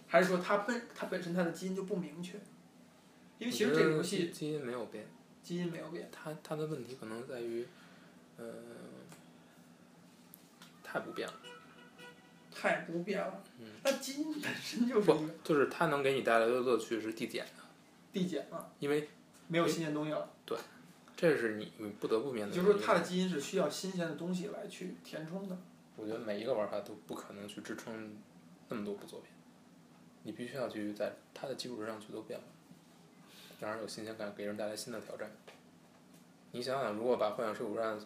Speaker 2: 还是说它本它本身它的基因就不明确？因为其实这个游戏
Speaker 1: 基因没有变，
Speaker 2: 基因没有变，
Speaker 1: 它它的问题可能在于，呃，太不变了。
Speaker 2: 太不变了
Speaker 1: 嗯。
Speaker 2: 那基因本身就是一个
Speaker 1: 就是它能给你带来的乐趣是递减的，
Speaker 2: 递减了，
Speaker 1: 因为
Speaker 2: 没有新鲜东西了。
Speaker 1: 这是你你不得不面
Speaker 2: 也
Speaker 1: 对
Speaker 2: 就
Speaker 1: 的
Speaker 2: 是说，
Speaker 1: 一
Speaker 2: 它
Speaker 1: 个。
Speaker 2: 的基因是需要新鲜的东西来去填充的。
Speaker 1: 我觉得每一个玩法都不可能去支撑那么多部作品，你必须要去在它的基础之上去做变化，让人有新鲜感，给人带来新的挑战。你想想，如果把《幻想水浒传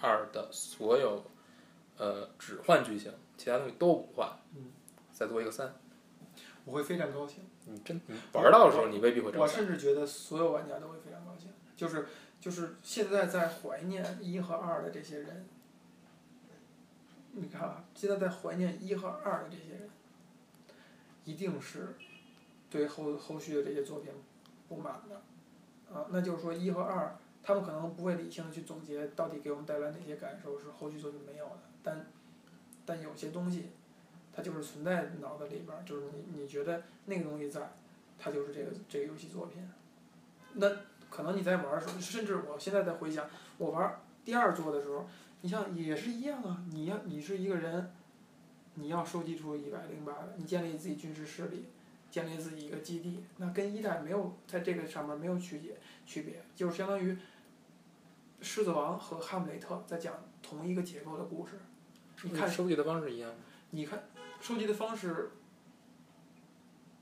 Speaker 1: 二》的所有呃只换剧情，其他东西都不换，
Speaker 2: 嗯
Speaker 1: 再做一个三，
Speaker 2: 我会非常高兴。
Speaker 1: 你真你玩到的时候，你未必会这
Speaker 2: 我
Speaker 1: 么
Speaker 2: 甚至觉得所有玩家都会非常高兴，就是就是现在在怀念一和二的这些人，你看啊，现在在怀念一和二的这些人，一定是对后后续的这些作品不满的，啊，那就是说一和二，他们可能不会理性的去总结到底给我们带来哪些感受是后续作品没有的，但但有些东西。它就是存在脑子里边儿，就是你你觉得那个东西在，它就是这个这个游戏作品。那可能你在玩儿的时候，甚至我现在在回想，我玩儿第二座的时候，你像也是一样啊，你要你是一个人，你要收集出一百零八，你建立自己军事势力，建立自己一个基地，那跟一代没有在这个上面没有区别区别，就是相当于《狮子王》和《哈姆雷特》在讲同一个结构的故事。你看
Speaker 1: 想。收集的方式一样，
Speaker 2: 你看收集的方式，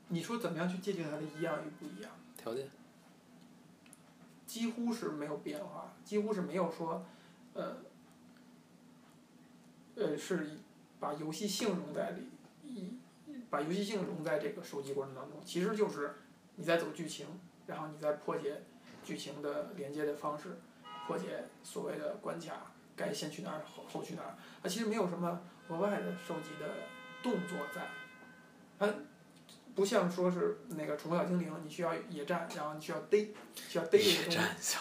Speaker 2: 你说怎么样去界定它的一样与不一样？
Speaker 1: 条件
Speaker 2: 几乎是没有变化，几乎是没有说，呃，呃，是以把游戏性融在里，一把游戏性融在这个收集过程当中，其实就是你在走剧情，然后你在破解剧情的连接的方式，破解所谓的关卡，该先去哪儿，后后去哪儿，它其实没有什么额外的收集的动作在，它不像说是那个宠物小精灵，你需要野战，然后你需要逮，需要逮这些东西。
Speaker 1: 小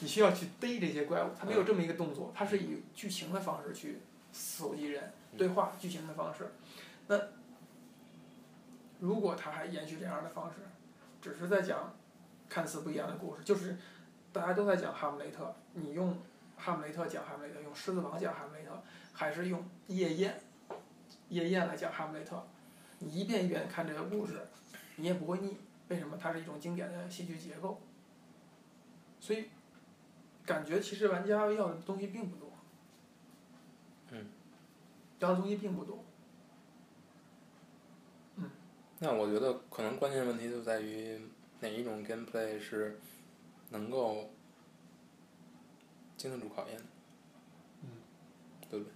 Speaker 2: 你需要去逮这些怪物，它没有这么一个动作，它是以剧情的方式去搜集人、
Speaker 1: 嗯
Speaker 2: 对话剧情的方式。那如果他还延续这样的方式，只是在讲看似不一样的故事，就是大家都在讲哈姆雷特，你用哈姆雷特讲哈姆雷特，用狮子王讲哈姆雷特，还是用夜宴夜宴来讲哈姆雷特，你一遍一遍看这个故事，你也不会腻。为什么？它是一种经典的戏剧结构，所以感觉其实玩家要的东西并不多。
Speaker 1: 嗯。
Speaker 2: 要的东西并不多。
Speaker 1: 那我觉得可能关键问题就在于哪一种 gameplay 是能够经得住考验的，
Speaker 4: 嗯，
Speaker 1: 对不对？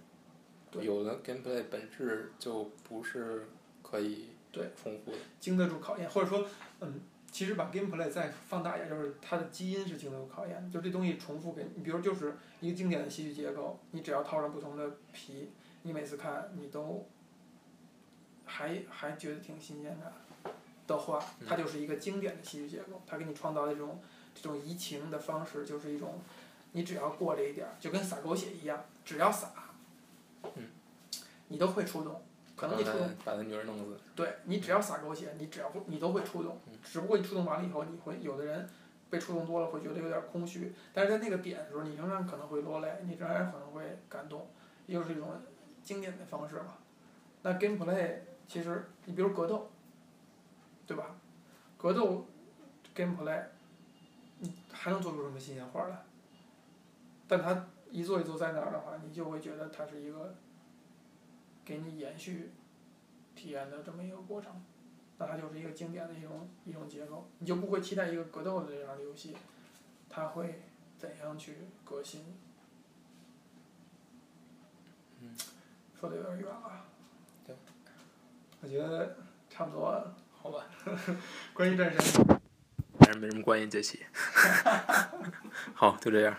Speaker 2: 对
Speaker 1: 有的 gameplay 本质就不是可以
Speaker 2: 对
Speaker 1: 重复的，
Speaker 2: 经得住考验，或者说，嗯，其实把 gameplay 再放大一点，就是它的基因是经得住考验的，就这东西重复给你，比如就是一个经典的戏剧结构，你只要套上不同的皮，你每次看你都还还觉得挺新鲜的的话，
Speaker 1: 嗯
Speaker 2: 它就是一个经典的戏剧结构，它给你创造的这种这种移情的方式，就是一种你只要过这一点儿，就跟撒狗血一样，只要撒，
Speaker 1: 嗯，
Speaker 2: 你都会触动，可能你触
Speaker 1: 然
Speaker 2: 动
Speaker 1: 后呢把那女人弄死，
Speaker 2: 对你只要撒狗血，你只要会你都会触动
Speaker 1: 嗯，
Speaker 2: 只不过你触动完了以后，你会有的人被触动多了会觉得有点空虚，但是在那个点的时候，你仍然可能会落泪，你仍然可能会感动，又是一种经典的方式嘛。那 gameplay 其实你比如格斗，对吧？格斗 gameplay，你还能做出什么新鲜花儿来？但它一座一座在那儿的话，你就会觉得它是一个给你延续体验的这么一个过程，那它就是一个经典的一种一种结构，你就不会期待一个格斗的这样的游戏，它会怎样去革新？
Speaker 1: 嗯，
Speaker 2: 说的有点远了。
Speaker 1: 对，
Speaker 2: 我觉得差不多了，好吧。 关于战神，
Speaker 1: 反正没什么关系，这期。好，就这样。